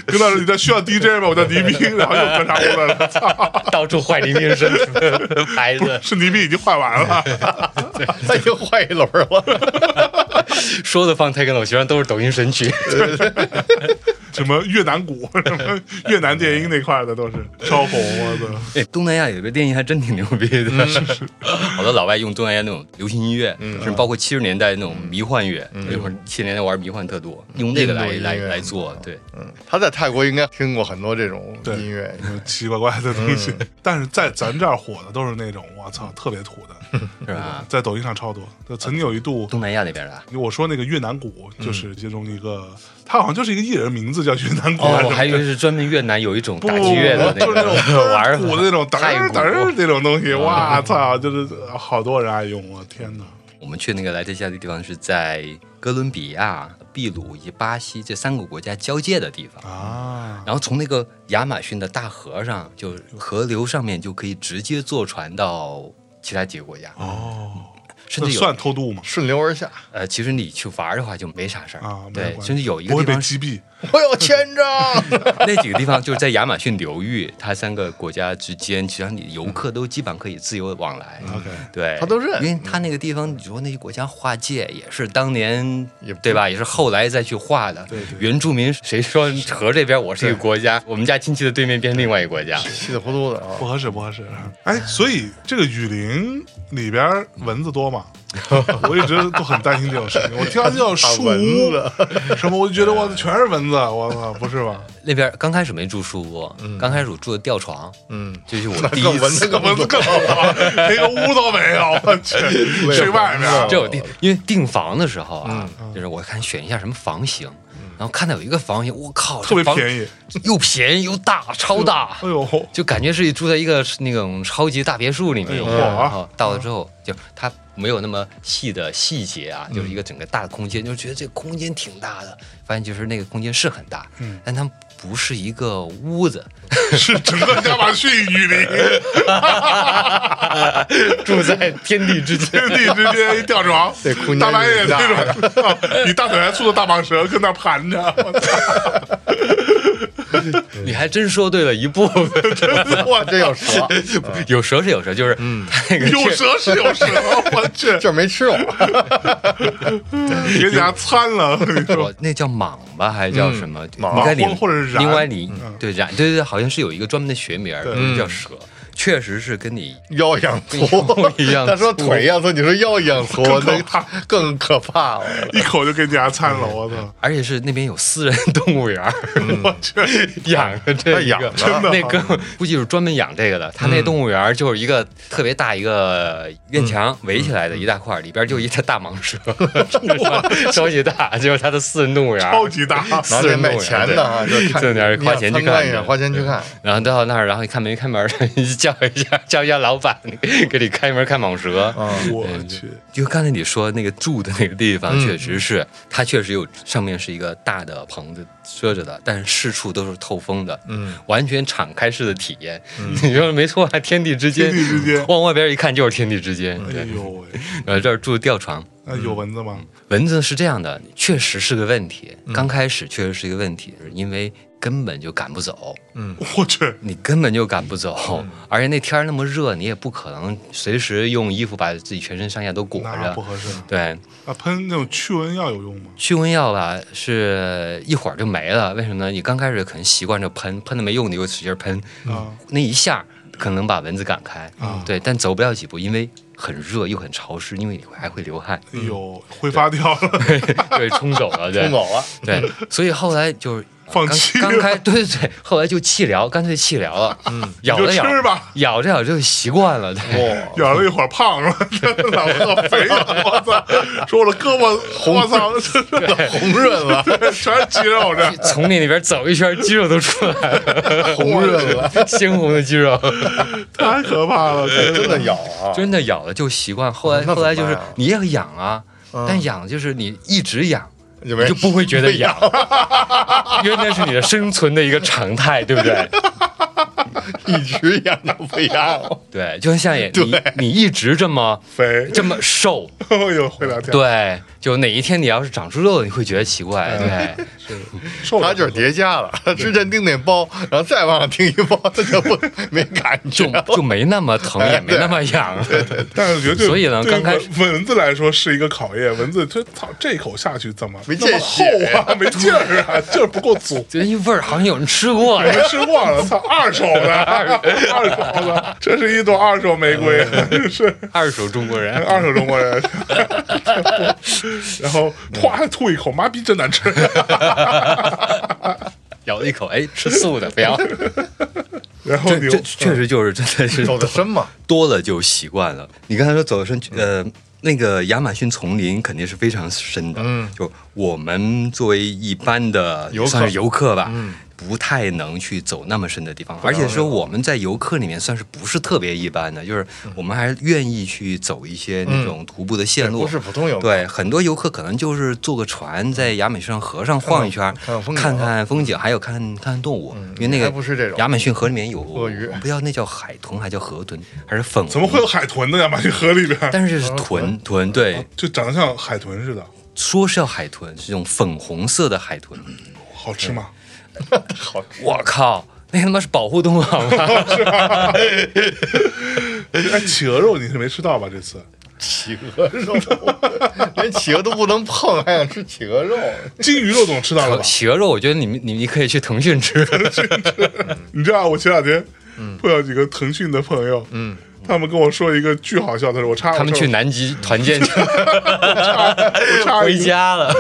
A: 跟他说你这需要 DJ 吗？我叫倪斌，然后又跟上我了。操，
D: 到处坏黎 [laughs] 明生牌子，
A: 是倪斌已经换完 [laughs] 了。
B: [laughs] 他已经换一轮了，
D: 说的放 techno，学生都是抖音神曲。
A: 什么越南鼓，什么越南电音那块的都是超红，我操！
D: 哎，东南亚有个电音还真挺牛逼的，
A: 嗯
D: [laughs] 好多老外用东南亚那种流行音乐，甚至包括七十年代那
A: 嗯
D: 种迷幻乐，那会儿七十年代玩迷幻特多，用那个
B: 印
D: 来
B: 度音
D: 来
B: 乐
D: 来做，
A: 嗯
D: 对，
B: 他在泰国应该听过很多这种
A: 对
B: 音乐，
A: 奇奇怪怪的东西，但是在咱这儿火的都是那种我操特别土的，
D: 是吧？
A: 在抖音上超多。就曾经有一度，
D: 东南亚那边的啊，
A: 我说那个越南鼓就是其中一个，他好像就是一个艺人名字叫越南鼓，
D: 哦，
A: 还是
D: 我还以为是专门越南有一种
A: 不
D: 打击乐的那
A: 就是
D: [laughs]
A: 那种
D: 个玩儿法
A: 鼓的那种嘚
D: 太
A: 儿
D: 鼓嗯
A: 嘚儿那种东西，哇操，就是好多人爱用，我天哪！
D: 我们去那个莱特西亚的地方是在哥伦比亚、秘鲁以及巴西这三个国家交界的地方。
A: 啊，
D: 然后从那个亚马逊的大河上，就河流上面就可以直接坐船到其他几个国家，
A: 哦，
D: 甚
A: 那
D: 至有
A: 算偷渡吗？
B: 顺流而下。
D: 呃，其实你去玩儿的话就没啥事儿
A: 啊，没有
D: 对，
A: 关系
D: 甚至有一
A: 不
D: 个
A: 会
D: 地
A: 被
D: 方是
A: 击毙
B: 我有签
D: [laughs]
B: 证，
D: 那几个地方就是在亚马逊流域，它三个国家之间，其实你游客都基本上可以自由往来。
A: 嗯？OK，
D: 对，
B: 他都认嗯
D: 因为他那个地方，你说那些国家划界也是当年
B: 也不
D: 对吧？也是后来再去划的。
A: 对对
D: 原住民谁说河这边我是一个国家，我们家亲戚的对面变成另外一个国家？
B: 稀里糊涂的啊
A: 不，合适，不合适。哎，所以这个雨林里边蚊子多吗？我一直都很担心这种事情。我听到叫树
B: 蚊
A: 屋什么，我就觉得我全是蚊子，我操，不是吧？
D: 那边刚开始没住书屋，
A: 嗯
D: 刚开始我住的吊床，
B: 嗯，
D: 这是我
B: 那
D: 第
B: 更
D: 一
B: 蚊子
D: 次。
A: 这
B: 更
A: 蚊子更好啊，连个屋都没有，我去，睡外面。
D: 这我订，因为订房的时候啊，
A: 嗯
D: 就是我看选一下什么房型，然后看到有一个房型，我靠，
A: 特别
D: 这房
A: 便宜，
D: 又便宜又大，超大。
A: 哎呦，
D: 就感觉是住在一个那种超级大别墅里面。
A: 哎呦嚯啊
D: 然后到了之后，就它没有那么多细的细节啊，
A: 嗯
D: 就是一个整个大的空间，就是觉得这个空间挺大的，发现就是那个空间是很大，嗯，但它不是一个
A: [laughs]
D: 屋子，
A: 是整个亚马逊雨林
C: 住在天地之间。
A: 天地之间一吊床
B: 这空间，
A: 大半夜
B: 是大
A: 那种，啊你大腿还粗的大蟒蛇跟那儿盘着，我操
D: [laughs] 你还真说对了一部分，
A: 我
B: 真有蛇，
A: 嗯
D: 有蛇是有蛇，就是 [laughs] 它那个
A: 有蛇是有蛇，我
D: [laughs]
A: 去，
B: 就是没吃肉，
D: 嗯
A: 别给它掺了，我跟你说
D: 我那叫蟒吧，还是叫什么？
B: 蟒
D: 应该里
A: 嗯或或者是
D: 另
A: 蚺
D: 外你对蚺，对对对，好像是有一个专门的学名儿
A: 对嗯
D: 叫蛇，确实是跟你
B: 腰一样粗
D: 腰一样，粗
B: 他说腿一样粗，你说腰一样粗，那他更可怕了。
A: 一口就给你家掺了，我操，
D: 而且是那边有私人 [laughs] 动物园
A: [laughs]
D: 儿
A: 我去，
D: 养的这
B: 他
D: 一
B: 养
D: 个
B: 的真
A: 的嗯
D: 那哥们儿估计是专门养这个的。他那动物园儿就是一个特别大一个院墙
A: 嗯
D: 围起来的一大块儿，里边就一只大蟒
A: [laughs]
D: 蛇， [laughs] 超级大，就是他的私人动物园儿。
A: 超级大，
B: 然后得买钱的啊，就看
D: 这哪儿
B: 你
D: 花
B: 想
D: 钱去
B: 参观
D: 看
B: 一下
D: 的
B: 花钱去看。
D: 然后到那儿，然后一看没开门儿， [laughs] 叫一下叫一下老板，给你开门看蟒蛇。
A: 我去，
D: 就刚才你说那个住的那个地方，
B: 嗯
D: 确实是它确实有上面是一个大的棚子遮着的，但是四处都是透风的，
B: 嗯，
D: 完全敞开式的体验。 [laughs] 你说没错啊，天地之间，
A: 嗯天地之间
D: 往外边一看就是天地之间。
A: 哎
D: 对，
A: 呦喂，
D: 呃，这儿住吊床，
A: 那有蚊子吗？
D: 蚊子是这样的，确实是个问题。
A: 嗯
D: 刚开始确实是一个问题，因为根本就赶不走。
A: 我去，
D: 你根本就赶不
A: 嗯
D: 走，而且那天儿那么热，你也不可能随时用衣服把自己全身上下都裹
A: 那不
D: 着。
A: 合适
D: 对，
A: 啊！喷那种驱蚊药有用吗？
D: 驱蚊药吧是一会儿就没了，为什么呢？你刚开始可能习惯着喷，喷的没用，你又使劲喷，
A: 啊，
D: 那一下可能把蚊子赶开。
A: 啊
D: 对，但走不了几步，因为很热又很潮湿，因为你还会
A: [laughs]
D: 流汗，
A: 哎呦，挥发掉了，
D: 就被冲走了。对
B: 冲，走了，
D: 对，所以后来就是。
A: [laughs] 放弃
D: 刚
A: 了
D: 刚开 [laughs] 对对对，后来就气疗，干脆气疗了，嗯，咬
A: 你就
D: 着咬
A: 吃吧哦
D: 咬着咬着就习惯了，对，
A: [laughs]
B: 哇，
A: 咬了一会儿胖了， [laughs] 老饿肥了，我操！说我的胳膊，我操，
B: 红
A: [laughs]
B: 润了，
A: 全是肌肉
B: [laughs]
A: 这。
D: 丛林里边走一圈，肌肉都出来
B: [laughs]
D: 了，[laughs]
B: 红润 [laughs] 了，
D: 猩红的肌肉，
A: 太可怕了， [laughs]
B: 真的咬啊！
D: 真的咬了就习惯。后来
B: 那怎么
D: 后来就是
B: 办啊
D: 你也痒啊，但痒就是你一直痒，
B: 就
D: 你
B: 没
D: 就不会觉得痒，因为那是你的生存的一个常态，对不对？
B: [laughs] 一直养就不一样了。 [laughs]
D: 对，就像也你你一直这么
A: 肥，
D: 这么瘦，
A: 哎呦，会聊天，
D: 对，就哪一天你要是长出肉了，你会觉得奇怪，对。
A: 瘦了
B: 它就是叠加 [laughs] 了，它之前钉那包，然后再往上钉一包，它就 [laughs] 不没感觉
D: 就
B: 了。
D: 就没那么疼，也没那么痒。
A: 但是绝对，
D: 所以呢
A: 对
D: 刚开
A: 蚊蚊子来说是一个考验。蚊子，它操，这口下去怎么
B: 没
A: 那么
B: 见
A: 厚
B: 血
A: 啊？ [laughs] 没劲儿啊，就是不够足。
D: 这哎一味儿好像有人吃过
A: 我，们吃过了，操，二手的，二手的，这是一朵二手玫瑰，[laughs]
B: 嗯
A: 是
D: 二手中国人。
A: 二手中国人。 [laughs] 然后唰吐一口，妈逼真难吃。
D: 咬了一口，哎，吃素的不要。
A: 然后
D: 这
A: 你
D: 这确实就是真的是
B: 走的深嘛，
D: 多了就习惯了。你刚才说走的深，呃，那个亚马逊丛林肯定是非常深的。
B: 嗯，
D: 就我们作为一般的
B: 游客嗯
D: 算是游客吧，不太能去走那么深的地方，而且说我们在游客里面算是不是特别一般的，就是
B: 嗯
D: 我们还愿意去走一些那种徒步的线路，
B: 不是普通游客
D: 对，很多游客可能就是坐个船在亚马逊河上晃一圈儿，
B: 嗯看看风景啊嗯
D: 看看风景，还有看看看动物，因为那个
B: 还不是这种
D: 亚马逊河里面有
B: 鳄鱼
D: 不要那叫海豚，还叫河豚，还是粉？
A: 怎么会有？哦海豚的呀？马去河里边，
D: 但是这是豚豚，对，
A: 就长得像海豚似的，
D: 说是叫海豚，是这种粉红色的海豚。
A: 好吃吗？
D: 我靠，那他妈是保护动物好吗？嗯
A: 哎，企鹅肉你是没吃到吧？这次
B: [laughs] 企鹅肉， [laughs] 连企鹅都不能碰，还想吃企鹅肉？
A: 金鱼肉总吃 [laughs] 到了吧？
D: [laughs] 企鹅肉，我觉得你们你你可以去腾讯
A: [laughs]
D: 吃。
A: 你知道我前两天
D: 嗯
A: 碰到几个腾讯的朋友，嗯，他们跟我说一个巨好笑的事，我插
D: 他们去
A: 我
D: 南极团建去，
A: [laughs] 插我插
D: 回
A: 一句
D: 家嗯了。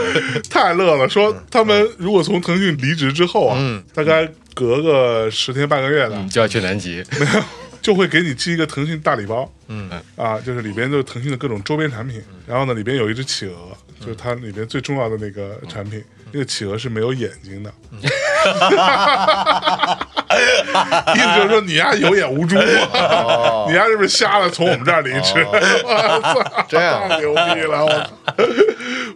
A: 太乐了，说他们如果从腾讯离职之后啊，
D: 嗯
A: 大概隔个十天半个月的，
D: 就要去南极，
A: 就会给你寄一个腾讯大礼包，嗯啊，就是里边就是腾讯的各种周边产品，然后呢里边有一嗯 [laughs] 只企鹅，就是它里边最重要的那个产品，那个企鹅是没有眼睛的，意思就是说你丫有眼无珠，啊
B: 哦
A: 你丫是不是瞎了？从我们这儿里吃，我 [laughs] 操，
B: 这样
A: 太牛逼了！我操，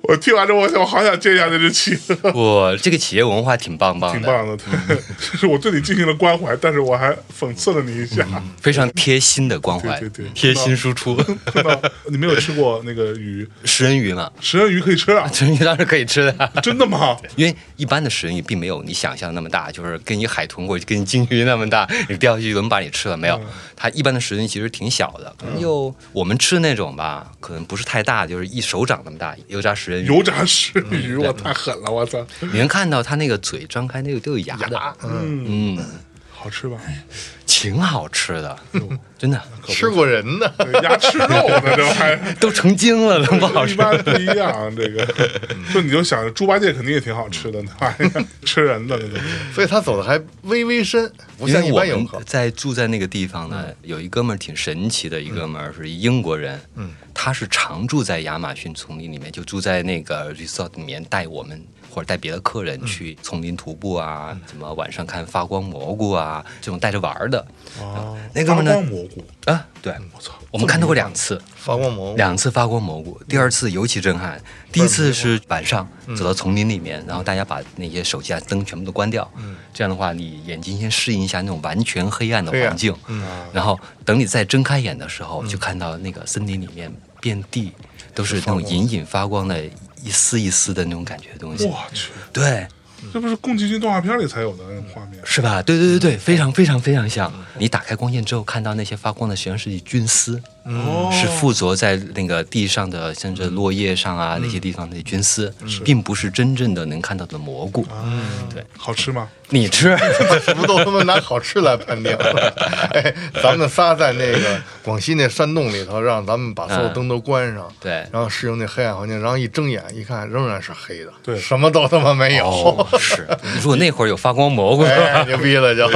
A: 我听完之后，我想我好想见一下这只企鹅。
D: 我这个企业文化挺棒棒
A: 挺
D: 的，
A: 棒的，对，就是 [laughs] 我对你进行了关怀，但是我还讽刺了你一下。
D: 非常贴心的关怀
A: 对对对，
D: 贴心输出。 [laughs]
A: 碰到 [laughs] 你没有吃过那个鱼，
D: 食人鱼嘛，
A: 食人鱼可以吃 [laughs] 啊？
D: 食人鱼当然可以吃的啊呀。
A: 真的吗？
D: 因为一般的食人鱼并没有你想象那么大，就是跟一海豚或者跟金鱼那么大， [laughs] 你掉下去能把你吃了
A: 嗯
D: 没有？它一般的食人鱼其实挺小的，可能就我们吃那种吧，可能不是太大，就是一手掌那么大油炸食人鱼。
A: 油炸食人鱼，我太狠了，我操！
D: 你能看到它那个嘴张开，那个都有牙的，
A: 嗯，
D: 嗯，
A: 好吃吧？
D: 挺好吃的，
A: 嗯
D: 真的
B: 吃过人的，
A: 对鸭吃肉呢，这玩 [laughs] 意
D: 都成精了，能不好
A: 儿一
D: 吃？
A: 般不一样。这个，就你就想猪八戒肯定也挺好吃 [laughs] 的，那玩意儿吃人的那东西。
B: 所以他走的还微微深，不
D: 因
B: 像
D: 为
B: 一
D: 我
B: 般游
D: 们
B: 客。嗯
D: 在住在那个地方呢，有一哥们儿挺神奇的，一哥们儿是一英国人，嗯，他是常住在亚马逊丛林里面，就住在那个 resort 里面，带我们或者带别的客人
B: 嗯
D: 去丛林徒步啊，什么晚上看发光蘑菇啊，这种带着玩儿的
A: 哦，
D: 那哥们儿呢
A: 发光蘑菇，
D: 啊，对，
B: 嗯
A: 我操！
D: 我们看到过两次，
B: 发光蘑菇，
D: 两次发光蘑菇，第二次尤其震撼。第一次是晚上走到丛林里面，然后大家把那些手机啊灯全部都关掉，这样的话你眼睛先适应一下那种完全黑暗的环境，然后等你再睁开眼的时候，就看到那个森林里面遍地都是那种隐隐发光的一丝一丝的那种感觉的东西，
A: 我去，
D: 对。
A: 这不是宫崎骏动画片里才有的那种画面？
D: 是吧？对对对对，非常非常非常像。你打开光线之后，看到那些发光的，实际上是菌丝，
A: 哦
D: 是附着在那个地上的，甚至落叶上啊、那些地方的菌丝，并不是真正的能看到的蘑菇。
A: 嗯，
D: 对，
A: 好吃吗？
D: 你
B: [laughs]
D: 吃，
B: 是不是都他妈拿好吃来判定？ [laughs] 哎，咱们仨在那个广西那山洞里头，让咱们把所有灯都关上，
D: 对
B: 然后适应那黑暗环境，然后一睁眼一看，仍然是黑的，
A: 对
B: 什么都他妈没有，
D: 哦，是。如果那会儿有发光蘑菇，
B: 哎，牛逼
A: [laughs]
B: 了就。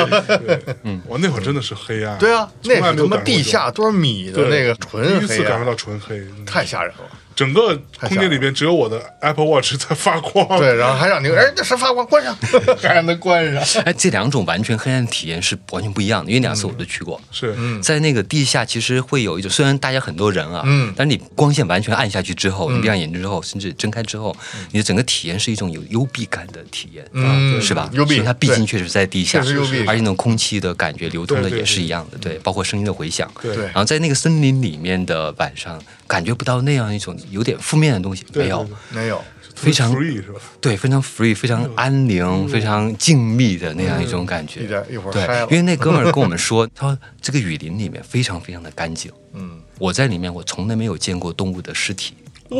A: 嗯，我那会儿真的是黑暗。
B: 对啊，
A: 从
B: 那
A: 来
B: 是
A: 没
B: 他
A: 有
B: 妈
A: 感受过
B: 地下多少米的
A: 对
B: 那个纯
A: 第一次
B: 黑
A: 感受
B: 啊，
A: 到纯黑，嗯
B: 太吓人了。
A: 整个空间里边只有我的 Apple Watch 在发光。
B: 对，然后还让你哎，这是发
A: [laughs]
B: 光，关上，还让他关上。
D: 哎，这两种完全黑暗体验是完全不一样的，因为两次我都去过。
A: 是，
D: 在那个地下，其实会有一种，虽然大家很多人啊，嗯，但是你光线完全暗下去之后，你闭上眼睛之后，甚至睁开之后，
A: 嗯
D: 你的整个体验是一种有幽闭感的体验，啊
B: 嗯
D: 是吧？
B: 幽闭
D: 因为它毕竟
B: 对
D: 确实在地下，
B: 确实幽闭
D: 而且那种空气的感觉流通的
A: 对对嗯
D: 也是一样的，对，包括声音的回响，
A: 对
B: 对
D: 然后在那个森林里面的晚上，感觉不到那样一种有点负面的东西，
A: 对
D: 没有
A: 对，对
B: 没有，
D: 非常
A: free 是吧？
D: 对，非常 free，非常安宁，非常静谧的那样一种感觉。
B: 嗯一点一会儿
D: 对
B: 嗨了，
D: 因为那哥们儿跟我
B: [laughs]
D: 们说，他说这个雨林里面非常非常的干净，
B: 嗯，
D: 我在里面我从来没有见过动物的尸体，
A: 哇，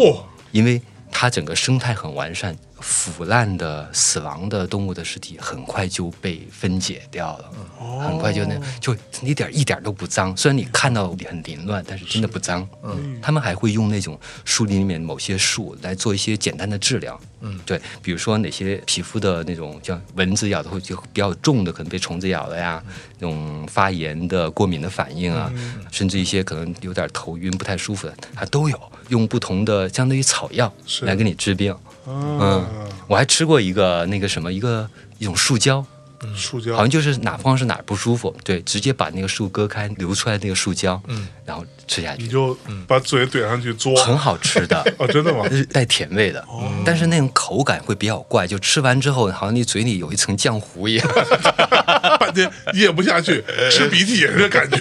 D: 因为它整个生态很完善，腐烂的、死亡的动物的尸体很快就被分解掉了，
B: 嗯
D: 很快就那
B: 哦
D: 就一点一点都不脏。虽然你看到很凌乱，但是真的不脏。嗯，他们还会用那种树林里面某些树来做一些简单的治疗。嗯，对，比如说哪些皮肤的那种叫蚊子咬的会就比较重的，可能被虫子咬了呀，那种发炎的、过敏的反应啊，甚至一些可能有点头晕、不太舒服的，它都有。用不同的相当于草药
A: 是
D: 来给你治病。
A: 啊
D: 嗯，我还吃过一个那个什么一个一种树胶，
A: 树胶
D: 嗯好像就是哪方是哪儿不舒服，对，直接把那个树割开，流出来那个树胶，嗯，然后吃下
A: 你
D: 去，
A: 就
D: 嗯
A: 把嘴怼上去嘬，
D: 很好吃的。
A: [laughs] 哦，真的吗
D: [laughs] 它？是带甜味的，
B: 哦
D: 但是那种口感会比较怪，就吃完之后，好像你嘴里有一层浆糊一样。 [laughs]
A: 半天咽不下去，吃鼻涕也是这感
D: [laughs]
A: 觉，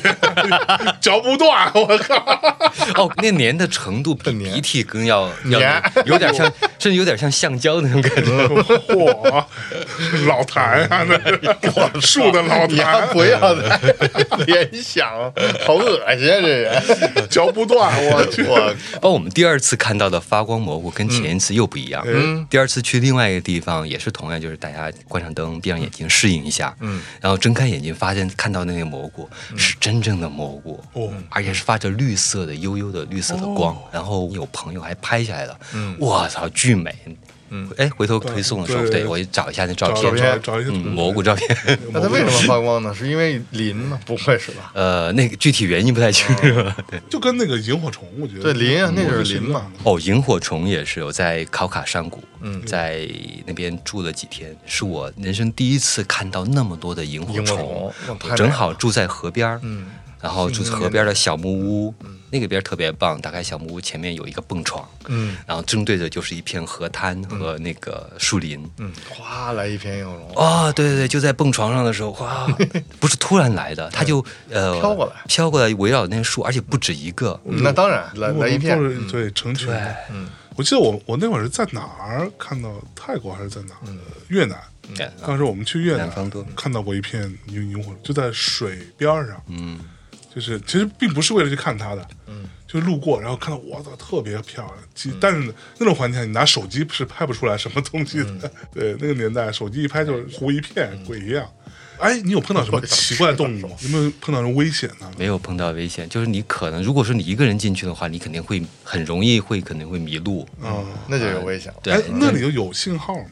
A: 嚼不断，我靠！
D: 哦，那粘的程度比
B: 很黏
D: 鼻涕更要要
B: 黏 [laughs]
D: 有点像，甚至有点像橡胶那种感觉。
A: 嚯，老痰啊，那是树的老
B: [laughs] 你还
A: 痰，
B: 不要再联想，好恶心啊！这人，
A: 嚼不断， [laughs] 我
D: 嗯
A: 去，
B: 我
D: 包括我们第二次看到的发光蘑菇跟前一次又不一样。
A: 嗯
D: 第二次去另外一个地方也是同样，就是大家关上灯，闭上眼睛适应一下，嗯，然后睁开眼睛发现看到那个蘑菇是真正的蘑菇，
A: 嗯哦
D: 而且是发着绿色的悠悠的绿色的光。然后有朋友还拍下来了，嗯，我操，巨美！
B: 嗯，
D: 哎，回头推送的时候，
A: 对
D: 对我找一下那
A: [laughs]
D: 照
A: 找
D: 片，
A: 找找一些
D: 嗯蘑菇照片。 [laughs]
B: 那它为什么发光呢？是因为磷吗？不会是吧？
D: 呃，那个具体原因不太清
A: 哦
D: 楚。对
A: 就跟那个萤火虫，我觉得
B: 对磷啊那就是磷嘛
A: 嘛。
D: 哦，萤火虫也是有在考卡山谷，
B: 嗯
D: 在那边住了几天，是我人生第一次看到那么多的萤火
B: 萤火虫哇太美
D: 我正好住在河边儿，
B: 嗯，
D: 然后住河边的小木屋，那个边儿特别棒，打开小木屋前面有一个蹦床，
B: 嗯，
D: 然后正对着就是一片河滩和那个树林，
B: 嗯，哗来一片萤火虫，
D: 哦，对对对，就在蹦床上的时候，
B: [laughs]
D: 哇，不是突然来的，它就呃
B: 嗯飘过来
D: 飘过来围绕那些树，而且不止一个。
B: 嗯那当然来
A: 萤火
B: 来一
A: 虫
B: 片
A: 都，是对成群
D: 嗯对
A: 的。我记得我我那会儿是在哪儿看到泰国还是在哪儿？越南。
B: 嗯
D: 对
A: 当时我们去越南
D: 南方多
A: 看到过一片萤萤火，就在水边儿上，
D: 嗯，
A: 就是其实并不是为了去看它的，嗯，就路过，然后看到哇操，特别漂亮。
D: 嗯
A: 其但是那种环境下，你拿手机是拍不出来什么东西
D: 嗯
A: 的。 [laughs] 对，那个年代手机一拍就是糊一片，鬼一样。
D: 嗯
A: 哎，你有碰到什么奇怪动物吗？有没有碰到什么危险呢？
D: 没有碰到危险，就是你可能，如果说你一个人进去的话，你肯定会很容易会可能会迷路。
A: 啊，
B: 嗯那就有危险了。
D: 对，
A: 哎，那里有信号吗？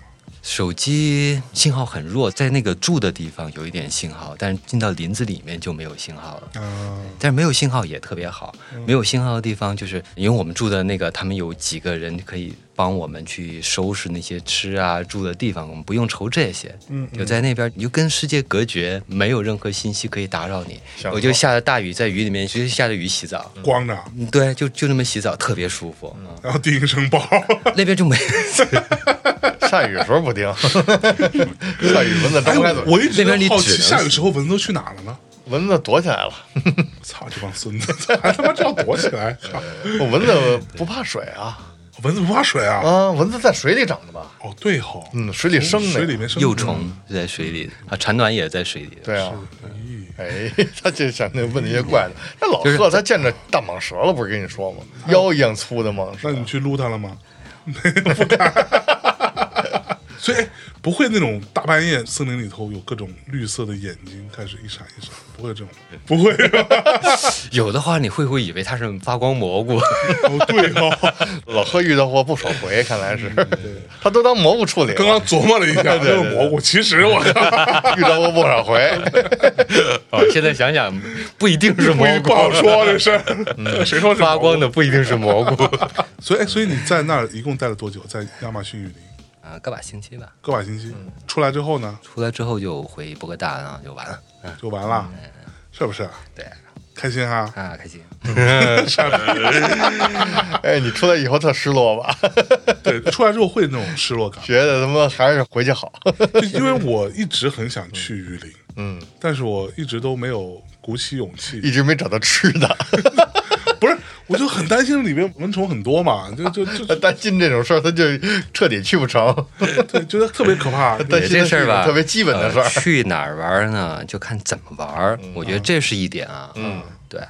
D: 手机信号很弱，在那个住的地方有一点信号，但是进到林子里面就没有信号了。
A: 啊，
D: 但是没有信号也特别好，
A: 嗯
D: 没有信号的地方就是因为我们住的那个，他们有几个人可以帮我们去收拾那些吃啊住的地方，我们不用愁这些。
A: 嗯嗯
D: 就在那边，你就跟世界隔绝，没有任何信息可以打扰你
B: 享。受
D: 我就下着大雨，在雨里面直接下着雨洗澡。
A: 光着，
D: 嗯对，就就那么洗澡，特别舒服。啊
A: 然后叮一声包，
D: 那边就没，
A: [laughs]
B: 下雨的时候不叮，下雨蚊子
A: 哎
B: 张开嘴，，
A: 我一直
D: 那边你
A: 好奇
D: 只能
A: 下雨时候蚊子都去哪了呢？
B: 蚊子躲起来了。
A: 操，这帮孙子， [laughs] 还他妈知道躲起来？操
D: 呃
B: 蚊子不怕水啊，
A: 蚊子不怕水
D: 呃
A: 啊？
B: 啊，蚊子在水里长的吧？
A: 哦，对吼，
B: 嗯，水里生的，
A: 水里面生嗯
D: 幼。虫是在水里啊，产卵也在水里。
B: 对啊，
A: 咦
B: 哎， [laughs] 他就想那问那些怪的。那老贺他见着大蟒蛇了，不是跟你说吗？腰一样粗的蟒
A: 那
B: 蛇，
A: 你去撸它了吗？ [laughs] 没有，不敢。 [laughs] 所以哎不会那种大半夜森林里头有各种绿色的眼睛开始一闪一闪，不会这种，不会吧？
D: 有的话，你会不会以为它是发光
A: [laughs]
D: 蘑菇？
A: 哦，
B: [laughs]
A: 对哦，
B: 哎老贺遇到货不手回，看来是他都当蘑菇处理
A: 刚
B: 了，
A: 刚琢磨了一下，这是蘑菇，其实我靠，
B: [laughs] 遇到过不少回。
D: 哦，现在想想不一定是
A: 不
D: 蘑
A: 一
D: 菇嗯
A: 不，好说这事儿， [laughs] 谁说是
D: 发光
A: 的？
D: 的不一定是
A: [laughs]
D: 蘑菇。
A: 所以哎所以你在那儿一共待了多久？在亚马逊雨林
D: 啊，个把星期吧。
A: 个把星期，
D: 嗯
A: 出来之后呢，
D: 出来之后就回波哥大，然后就完了。
A: 就完了，是不是？
D: 对
A: 开心
D: [laughs]
A: 哈、
D: 啊，开心。
B: 哎，你出来以后特失落吧？
A: [laughs]
B: [laughs]
A: 对，出来之后会那种失落感，
B: 觉得他妈还是回去好。 [laughs]
A: 就因为我一直很想去榆林，
B: 嗯，
A: 但是我一直都没有鼓起勇气。
B: 一直没找到吃的， [laughs]
A: 不是，我就很担心里面蚊虫很多嘛，就就就
B: 他担心这种事儿，他就彻底去不成。
A: 对，觉得特别可怕。
B: 担
D: 也
B: 心
D: 这
B: 的
D: 事儿吧，
B: 特别基本的事
D: 呃
B: 儿。嗯
D: 去哪儿玩儿呢？就看怎么玩儿。我觉得这是一点啊。嗯，对。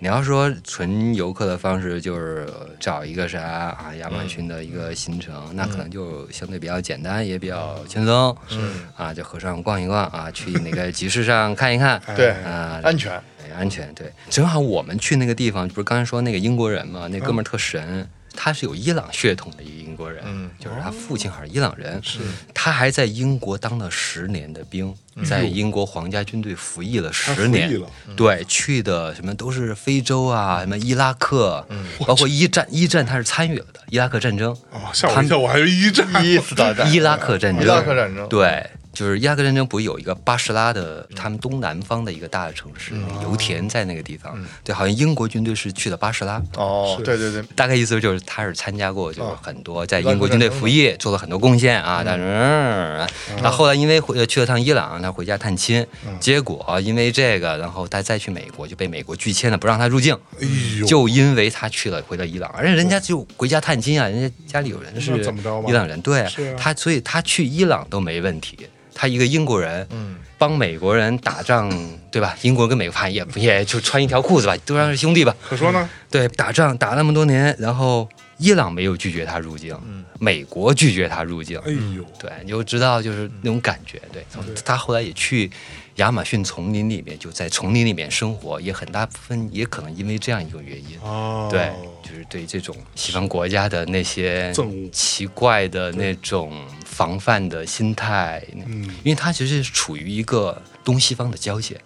D: 你要说纯游客的方式，就是找一个啥啊亚马逊的一
B: 嗯
D: 个行程，那可能就相对比较简单，也比较轻松。嗯啊，就河上逛一逛啊，去那个集市上看一
A: 哎
B: [laughs]
D: 看。
B: 对，
D: 啊，
B: 安全。
D: 哎安全对。正好我们去那个地方，不是刚才说那个英国人嘛，那哥们儿特神。他是有伊朗血统的一个英国人，
B: 嗯
D: 就是他父亲好像伊朗人，是他还在英国当了十年的兵，在英国皇家军队服役了十
A: 他服
D: 年
A: 役了，
D: 对，去的什么都是非洲啊，什么伊拉克，包括一战，一战他是参与了的，伊拉克战争，
A: 啊，吓我一跳，我还以为一战。
B: 一 [laughs] 次大战，
D: 伊拉克战争，
B: 伊拉克战争嗯
D: 对，就是伊拉克战争不是有一个巴士拉的，他们东南方的一个大的城市，油田在那个地方，
B: 嗯
D: 对，好像英国军队是去的巴士拉。
B: 哦，对对对，
D: 大概意思就是，他是参加过，
B: 哦
D: 就是很多在英国军队服役，做了很多贡献
B: 嗯
D: 啊。但是，嗯那后来因为回去了趟伊朗，他回家探亲，结果因为这个，然后他再去美国就被美国拒签了，不让他入境。
A: 哎呦，
D: 就因为他去了回到伊朗，而且人家就回家探亲啊，人家家里有人是
A: 那怎么着吧
D: 伊朗人，对
A: 是啊
D: 他，所以他去伊朗都没问题。他一个英国人，嗯，帮美国人打仗， [coughs] 对吧？英国人跟美国反正也不也就穿一条裤子吧，都让是兄弟吧。
A: 可说呢，
D: 对，打仗打那么多年，然后伊朗没有拒绝他入境，美国拒绝他入境。
A: 嗯哎呦，
D: 对，你就知道就是那种感觉。对，他后来也去亚马逊丛林里面，就在丛林里面生活，也很大部分也可能因为这样一个原因。
A: 哦，
D: 对，就是对这种西方国家的那些
A: 憎恶
D: 奇怪的那种防范的心态，
A: 嗯
D: 因为它其实是处于一个东西方的交界，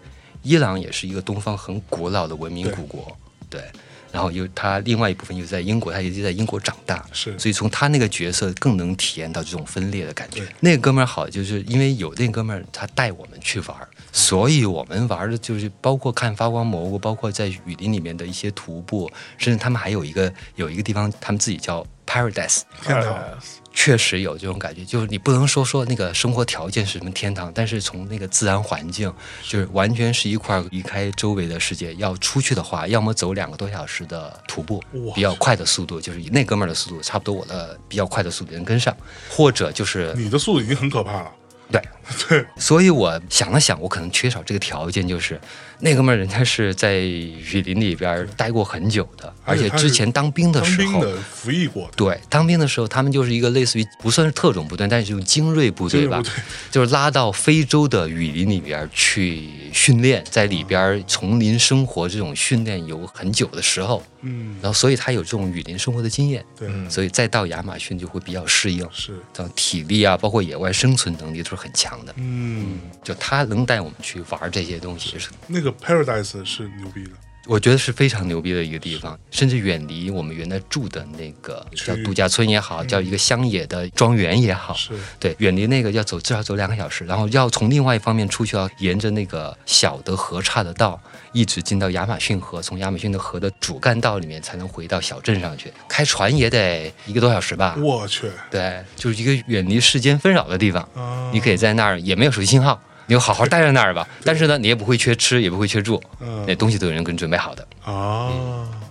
D: 伊朗也是一个东方很古老的文明
A: 对
D: 古国，对。然后又他另外一部分又在英国，他一直在英国长大，
A: 是
D: 所以从他那个角色更能体验到这种分裂的感觉
A: 对。
D: 那个哥们儿好，就是因为有那哥们儿他带我们去玩儿，
A: 嗯
D: 所以我们玩儿的就是包括看发光蘑菇，包括在雨林里面的一些徒步，甚至他们还有一个有一个地方，他们自己叫 Paradise，
A: 天哪，
D: 确实有这种感觉，就是你不能说说那个生活条件是什么天堂，但是从那个自然环境，就是完全是一块离开周围的世界。要出去的话，要么走两个多小时的徒步
A: 哇，
D: 比较快的速度，就是以那哥们儿的速度，差不多我的比较快的速度能跟上，或者就是
A: 你的速度已经很可怕了，
D: 对，
A: 对，
D: 所以我想了想，我可能缺少这个条件，就是那哥们儿人家是在雨林里边儿待过很久的，
A: 而
D: 而
A: 且
D: 且
A: 他是
D: 之前当兵的
A: 当
D: 时
A: 兵
D: 候，
A: 的服役过的，
D: 对，当兵的时候，他们就是一个类似于不算是特种部队，但是这种精锐部队吧，
A: 精锐部队
D: 就是拉到非洲的雨林里边儿去训练，在里边儿丛林生活这种训练有很久的时候，
A: 嗯，
D: 然后所以他有这种雨林生活的经验，嗯
A: 对，
D: 所以再到亚马逊就会比较适应，
A: 是，
D: 像体力啊，包括野外生存能力都是很强的，
A: 嗯，
D: 就他能带我们去玩儿这些东西，是
A: 那个 Paradise 是牛逼的，
D: 我觉得是非常牛逼的一个地方，甚至远离我们原来住的那个
A: 区
D: 叫
A: 域
D: 度假村也好，叫一个乡野的庄园也好，
A: 是
D: 对，远离那个要走至少走两个小时，然后要从另外一方面出去，要沿着那个小的河岔的道，一直进到亚马逊河，从亚马逊的河的主干道里面才能回到小镇上去，开船也得一个多小时吧。
A: 我去，
D: 对，就是一个远离世间纷扰的地方。
A: 啊，
D: 你可以在那儿也没有手机信号，你就好好待在那儿 [laughs] 吧。但是呢，你也不会缺吃，也不会缺住，
A: 嗯
D: 那东西都有人给你准备好的。
A: 啊，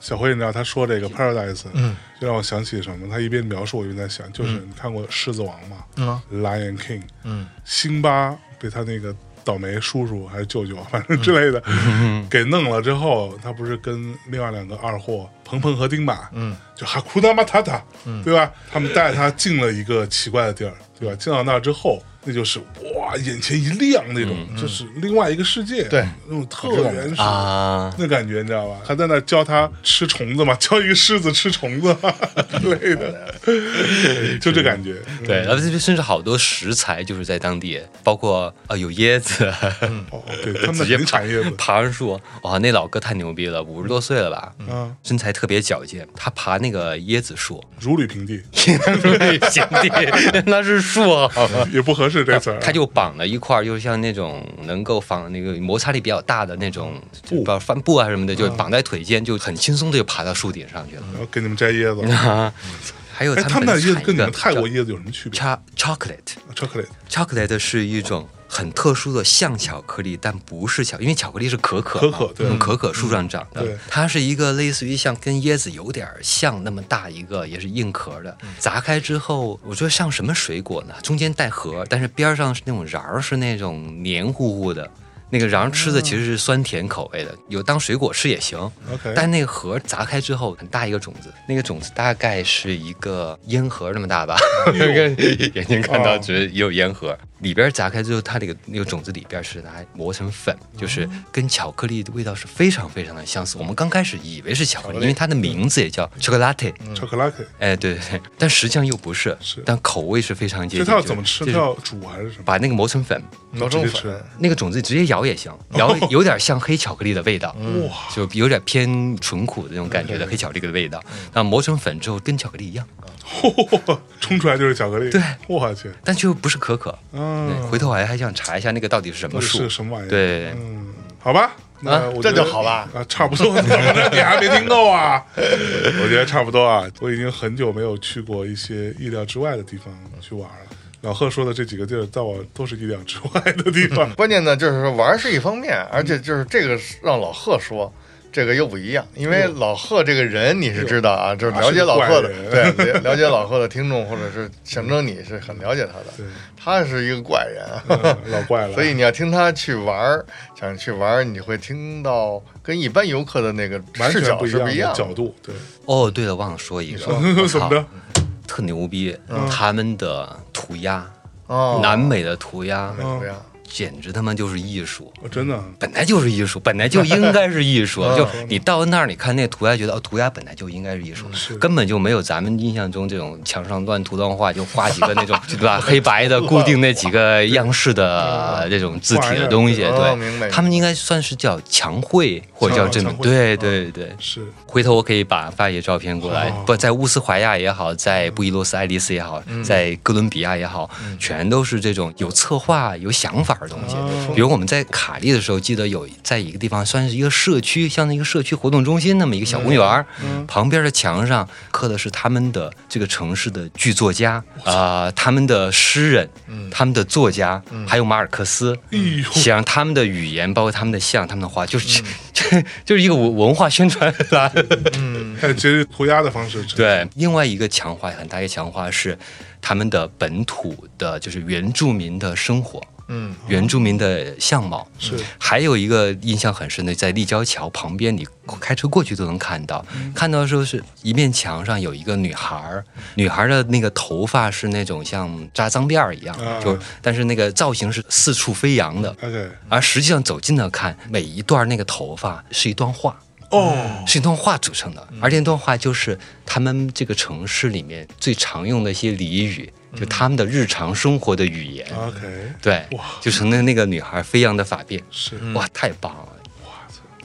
A: 小辉，你知道他说这个 Paradise，嗯，就让我想起什么？他一边描述，我一边在想，就是你看过《狮子王》吗？
B: 嗯
A: ，Lion King，
B: 嗯，
A: 辛巴被他那个倒霉叔叔还是舅舅，反正之类的，
B: 嗯
A: 给弄了之后，他不是跟另外两个二货鹏鹏和丁满，嗯，就哈库纳马塔塔，
B: 嗯
A: 对吧？他们带他进了一个奇怪的地儿，对吧？进到那儿之后。那就是哇，眼前一亮那种，就是另外一个世界，
B: 嗯对
A: 那种特
B: 我知道
A: 原始
D: 啊，
A: 那感觉你知道吧？还在那教他吃虫子嘛，教一个狮子吃虫子嘛之类的，就这感觉。嗯
D: 对，然后这边甚至好多食材就是在当地，包括啊、有椰子，
A: 哦，对，他们
D: 直
A: 的
D: 接
A: 林
D: 爬
A: 产业嘛，
D: 爬上树，哇，那老哥太牛逼了，五十多岁了吧，
A: 啊，
D: 身材特别矫健，他爬那个椰子树，
A: 如履平地
D: [laughs] 行地，那是树
A: [laughs]
D: 好吗？
A: 也不合适这词儿啊。
D: 他就绑了一块儿，就是像那种能够防那个摩擦力比较大的那种就不知道帆布啊什么的，
A: 嗯
D: 就绑在腿间，就很轻松的就爬到树顶上去了。
A: 然后给你们摘椰子。
D: 啊，还有
A: 哎，他们那
D: 本
A: 儿椰
D: 产
A: 子
D: 一
A: 跟你
D: 个
A: 们泰国
D: 叫
A: 椰子有什么区别
D: cha- chocolate。
A: ？chocolate
D: chocolate 是一种很特殊的像巧克力，但不是巧，因为巧克力是可可嘛
A: 可可对
D: 从可可树上长的，
A: 嗯对
D: 它是一个类似于像跟椰子有点像那么大一个，也是硬壳
A: 嗯
D: 的。砸开之后，我觉得像什么水果呢？中间带核，但是边上是那种瓤儿，是那种黏糊糊的。那个瓤儿吃的其实是酸甜口味的，有当水果吃也行。
A: 嗯 OK
D: 但那个核砸开之后，很大一个种子，那个种子大概是一个烟盒那么大吧，
A: 哎
D: [laughs] 那个眼睛看到
A: 哦
D: 只有烟盒，里边砸开之后，它那个那个种子里边是拿来磨成粉，
A: 哦
D: 就是跟巧克力的味道是非常非常的相似。我们刚开始以为是巧克力，因为它的名字也叫
A: 嗯
D: chocolate，
A: chocolate，
D: 哎，对对对，但实际上又不是
A: 是，
D: 但口味是非常接
A: 这
D: 近。
A: 他要怎么吃？嗯
D: 就
A: 他
D: 是
A: 要煮还是什么？
D: 把那个磨成粉，
B: 老中
A: 直接吃
B: 粉，
D: 那个种子直接摇也行，摇有点像黑巧克力的味道，
A: 哦嗯哇，嗯
D: 就有点偏纯苦的那种感觉的黑巧克力的味道。那磨成粉之后跟巧克力一样，
A: [laughs] 冲出来就是巧克力。
D: 对，
A: 我去，
D: 但却不是可可。对，
A: 嗯，
D: 回头我还还想查一下那个到底是什
A: 到
D: 么
A: 底是
D: 树
A: 个。什么玩意儿？
D: 对
A: 嗯，好吧，那
D: 啊
A: 我觉
B: 这
A: 得
B: 就好了。
A: 啊，差不多，怎 [laughs] 么着你还没听够啊？我觉得差不多啊，我已经很久没有去过一些意料之外的地方去玩了。老贺说的这几个地儿，在我都是意料之外的地方
B: 关键呢就是说玩儿是一方面，而且就是这个是让老贺说，这个又不一样，因为老贺这个人你是知道啊，就是了解老贺的
A: 啊是，个怪 [laughs]
B: 对，了了解老贺的听众或者是象征你是很了解他的，他是一个怪人啊，
A: 嗯 [laughs] 老怪了，
B: 所以你要听他去玩儿，想去玩儿，你会听到跟一般游客的那个
A: 完
B: 视
A: 全
B: 角
A: 不
B: 是不
A: 样
B: 一
A: 的
B: 样
A: 角度，对，
D: 哦，对了，忘了说一个，我
A: 说 [laughs] 怎么着嗯
D: 操？特牛逼，他们的涂鸦，
B: 哦，
D: 南美的涂鸦，
A: 嗯
B: 不一样，
D: 简直他妈就是艺术。
A: 哦真的，
D: 本来就是艺术，本来就应该是
A: [laughs]
D: 艺
A: 嗯
D: 术。就你到那儿，你看那涂鸦，觉得哦，涂鸦本来就应该是艺术，
A: 嗯
D: 根本就没有咱们印象中这种墙上乱涂乱画，就画几个
A: [laughs]
D: 那种对吧？黑白的固定那几个样式
A: [laughs] 嗯
D: 的这种字体的东西。
B: 哦明白
D: 对，他们应该算是叫墙绘，或者叫这种
A: 墙。绘
D: 对
A: 嗯
D: 对对。
A: 是
D: 回头我可以把发爷照片过来，
A: 好
D: 不在乌斯怀亚也好，在布宜诺斯艾利斯也好，
A: 嗯
D: 在哥伦比亚也好，全都是这种有策划、有想法的东西。
A: 哦
D: 比如我们在卡利的时候，记得有在一个地方，算是一个社区，像那个社区活动中心那么一个小公园儿，
A: 嗯
D: 旁边的墙上刻的是他们的这个城市的剧作家啊、他们的诗人，他们的作家，还有马尔克斯。
A: 嗯哎呦，
D: 写上他们的语言，包括他们的像、他们的话，
A: 嗯
D: 就是、这 [laughs] 就是一个文文化宣传来的。
A: 还 [laughs] 有节日涂鸦的方式，真的，
D: 对，另外一个强化很大一个强化是他们的本土的，就是原住民的生活，
B: 嗯，
D: 原住民的相貌。
A: 嗯是
D: 还有一个印象很深的，在立交桥旁边，你开车过去都能看到。
A: 嗯
D: 看到的时候是一面墙上有一个女孩儿，女孩儿的那个头发是那种像扎脏辫儿一样，
A: 啊嗯
D: 就但是那个造型是四处飞扬的。
A: OK，
D: 而实际上走近了看，每一段那个头发是一段画，
A: 哦，
D: 是一段话组成的，而这段话就是他们这个城市里面最常用的一些俚语，就他们的日常生活的语言。
A: OK，
D: 对
A: 嗯哇，嗯
D: 就成了那个女孩飞扬的发辫，
A: 是
D: 哇，太棒了！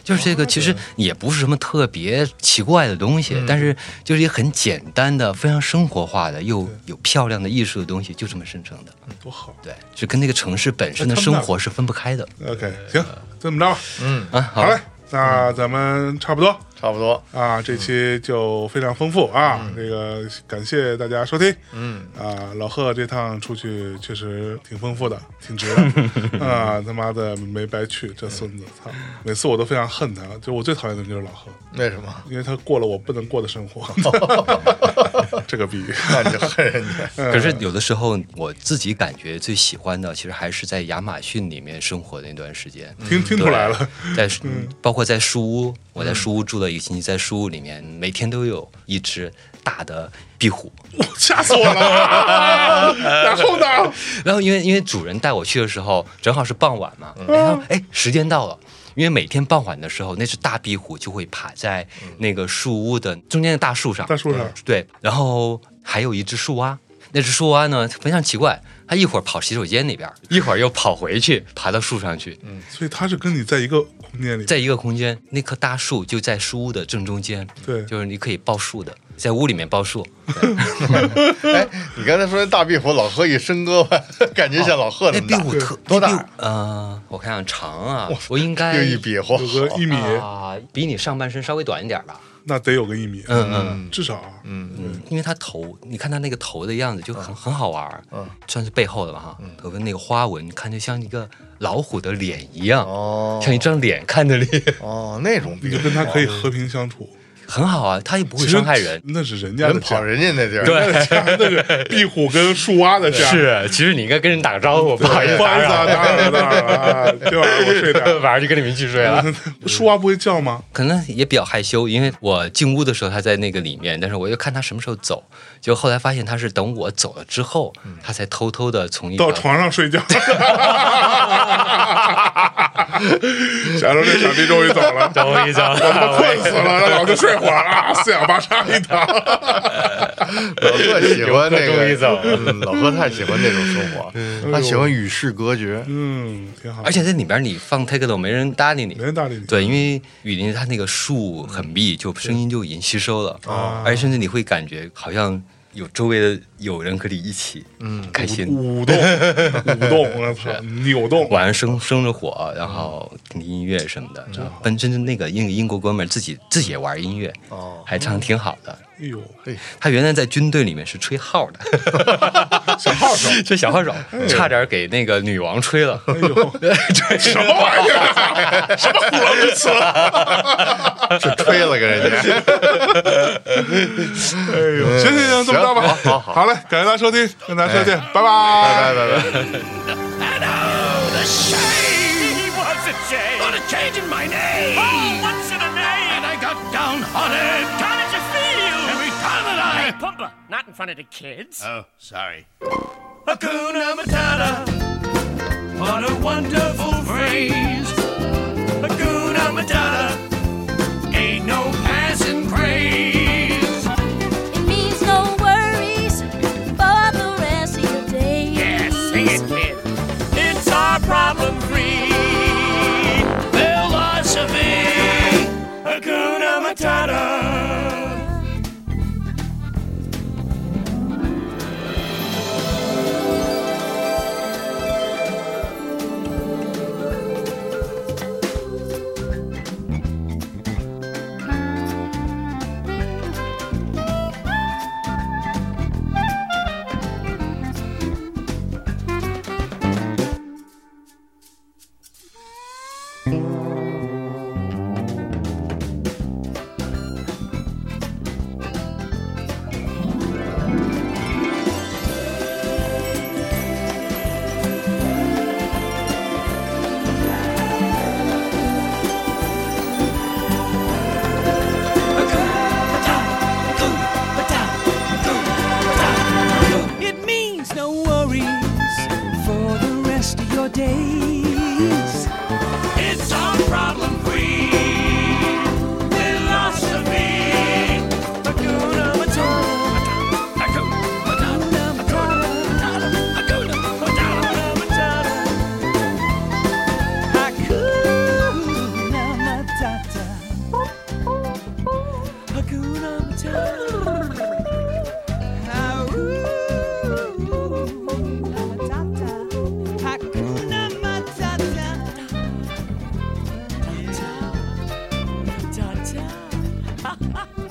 D: 就是这个，其实也不是什么特别奇怪的东
A: 嗯
D: 西，但是就是一个很简单的、非常生活化的，又有漂亮的艺术的东西，就这么生成的。
A: 多好
D: 对，就跟那个城市本身的
A: 嗯那他们
D: 生
A: 那儿
D: 活是分不开的。
A: ，OK，行，这么着吧，嗯
D: 啊好
A: 好嘞，那咱们差不多
B: 差不多，
A: 啊，这期就非常丰富啊，
D: 嗯
A: 这个感谢大家收听，
B: 嗯，
A: 啊，老贺这趟出去确实挺丰富的，挺值的
D: [laughs]
A: 啊！他妈的没白去，这孙子，操！每次我都非常恨他，就我最讨厌的就是老贺，
B: 为什么？
A: 因为他过了我不能过的生
D: [laughs]
A: 活， [laughs] 这个逼。
D: 嗯
B: 那你就恨人家，
D: 可是有的时候，我自己感觉最喜欢的，其实还是在亚马逊里面生活的那段时间。
A: 听听出来了，
D: 在包括在书屋，我在书屋住了一个星期，在书屋里面每天都有一只大的壁虎。
A: 吓 [laughs] 死我了！
D: [laughs]
A: 然后呢？
D: 然后因为因为主人带我去的时候，正好是傍晚嘛，
A: 嗯
D: 然后哎时间到了。因为每天傍晚的时候，那只大壁虎就会爬在那个树屋的中间的大树
A: 嗯
D: 上，嗯
A: 大树上
D: 对，然后还有一只树蛙，那只树蛙呢非常奇怪，它一会儿跑洗手间那边，一会儿又跑回去爬到树上去，
A: 所以他是跟你在一个空间里，
D: 在一个空间，那棵大树就在书屋的正中间，
A: 对
D: 就是你可以抱树的，在屋里面抱树， [laughs]
B: 哎，你刚才说那大壁虎老贺一身胳膊，感觉像老贺
D: 哦那
B: 那么大，
D: 壁虎
A: 对
D: 特
B: 多
D: 那壁
B: 大
D: 虎呃，我看看长啊，我应该
B: 又一比划，
A: 有个一米，
D: 啊，比你上半身稍微短一点吧。
A: 那得有个一米，
D: 嗯嗯
A: 至少啊，
D: 嗯，因为它头，你看它那个头的样子就很、很好玩儿，算是背后的吧哈，头跟那个花纹，看就像一个老虎的脸一样，
B: 哦
D: 像一张脸看着你， [laughs]
B: 哦，那种
A: 你
B: 壁
A: 就
B: 虎
A: 跟他可以和平相处，
D: 很好啊，它也不
A: 其
D: 会
A: 实
D: 伤害人。
A: 那是人家的
B: 人
A: 家
B: 跑，人家那地儿，
D: 对
A: 人家的家 [laughs] 那是壁虎跟树蛙的家，
D: 是，哎其实你应该跟人打个招呼，不好意思
A: [laughs] 不好
D: 打
A: 意思啊，
D: 扰。
A: 打扰了，打扰了啊，今晚我睡点儿。
D: [laughs]
A: [laughs]
D: 晚上就跟你们去睡了，
A: 嗯树蛙不会叫吗？
D: 可能也比较害羞，因为我进屋的时候他在那个里面，但是我又看他什么时候走，就后来发现他是等我走了之后，他才偷偷的从一
A: 到
D: 个 [laughs]
A: 床上睡觉。 [laughs] 假如这傻逼终于走
D: [laughs]
A: 了，
D: 我一张，
A: 困死了，让老子睡会儿啊，四仰八叉一
D: [laughs]
A: 躺。
B: 老贺喜欢那
C: 终于
B: 个，
C: 走
B: 嗯，老贺太喜欢这种生活，他喜
A: 哎
B: 欢与世隔绝，
A: 嗯，挺好。
D: 而且在里边你放 take 都没人搭理你
A: 没。人搭理你。
D: 对，因为雨林它那个树很密，就声音就已经吸收了，
A: 啊
D: 而且甚至你会感觉好像有周围的有人和你一起，嗯，开心。
A: 舞动，舞动，我
D: [laughs]
A: 操，扭动。
D: 晚上生生着火，然后听听音乐
A: 嗯
D: 什么的。然后本身那个英英国哥们儿自己自己也玩音乐，
B: 哦
D: 还唱挺好的。
A: 哎呦，
B: 嘿，
D: 他原来在军队里面是吹号的，
A: [laughs] 小号手，
D: 吹小号手，差点给那个女王吹了。
A: 哎呦，什么玩意儿？什么虎狼之词？
B: [laughs] 是吹了给人家。
A: 哎呦，行行行，这么着吧，
B: 行好好好
A: 嘞，感谢大家收听，跟大家再见，拜拜，
B: 拜拜拜拜。
E: Oh, the shame! He was a shame! What a change in my name! Oh, what's in a name? And I got downhearted! How did you feel? Every time that I... Hey, Pumba, not in front of the kids. Oh, sorry. Hakuna Matata, what a wonderful phrase. Hakuna Matata, ain't no passing craze.
F: It means no worries for the rest of your days.
E: Yeah, sing it, kid. It's our problem free philosophy. Hakuna Matata. It means no worries for the rest of your days. It's our problem free philosophy. Hakuna Matata. Hakuna Matata. Hakuna Matata. Hakuna Matata. Hakuna Matata. Ha ha!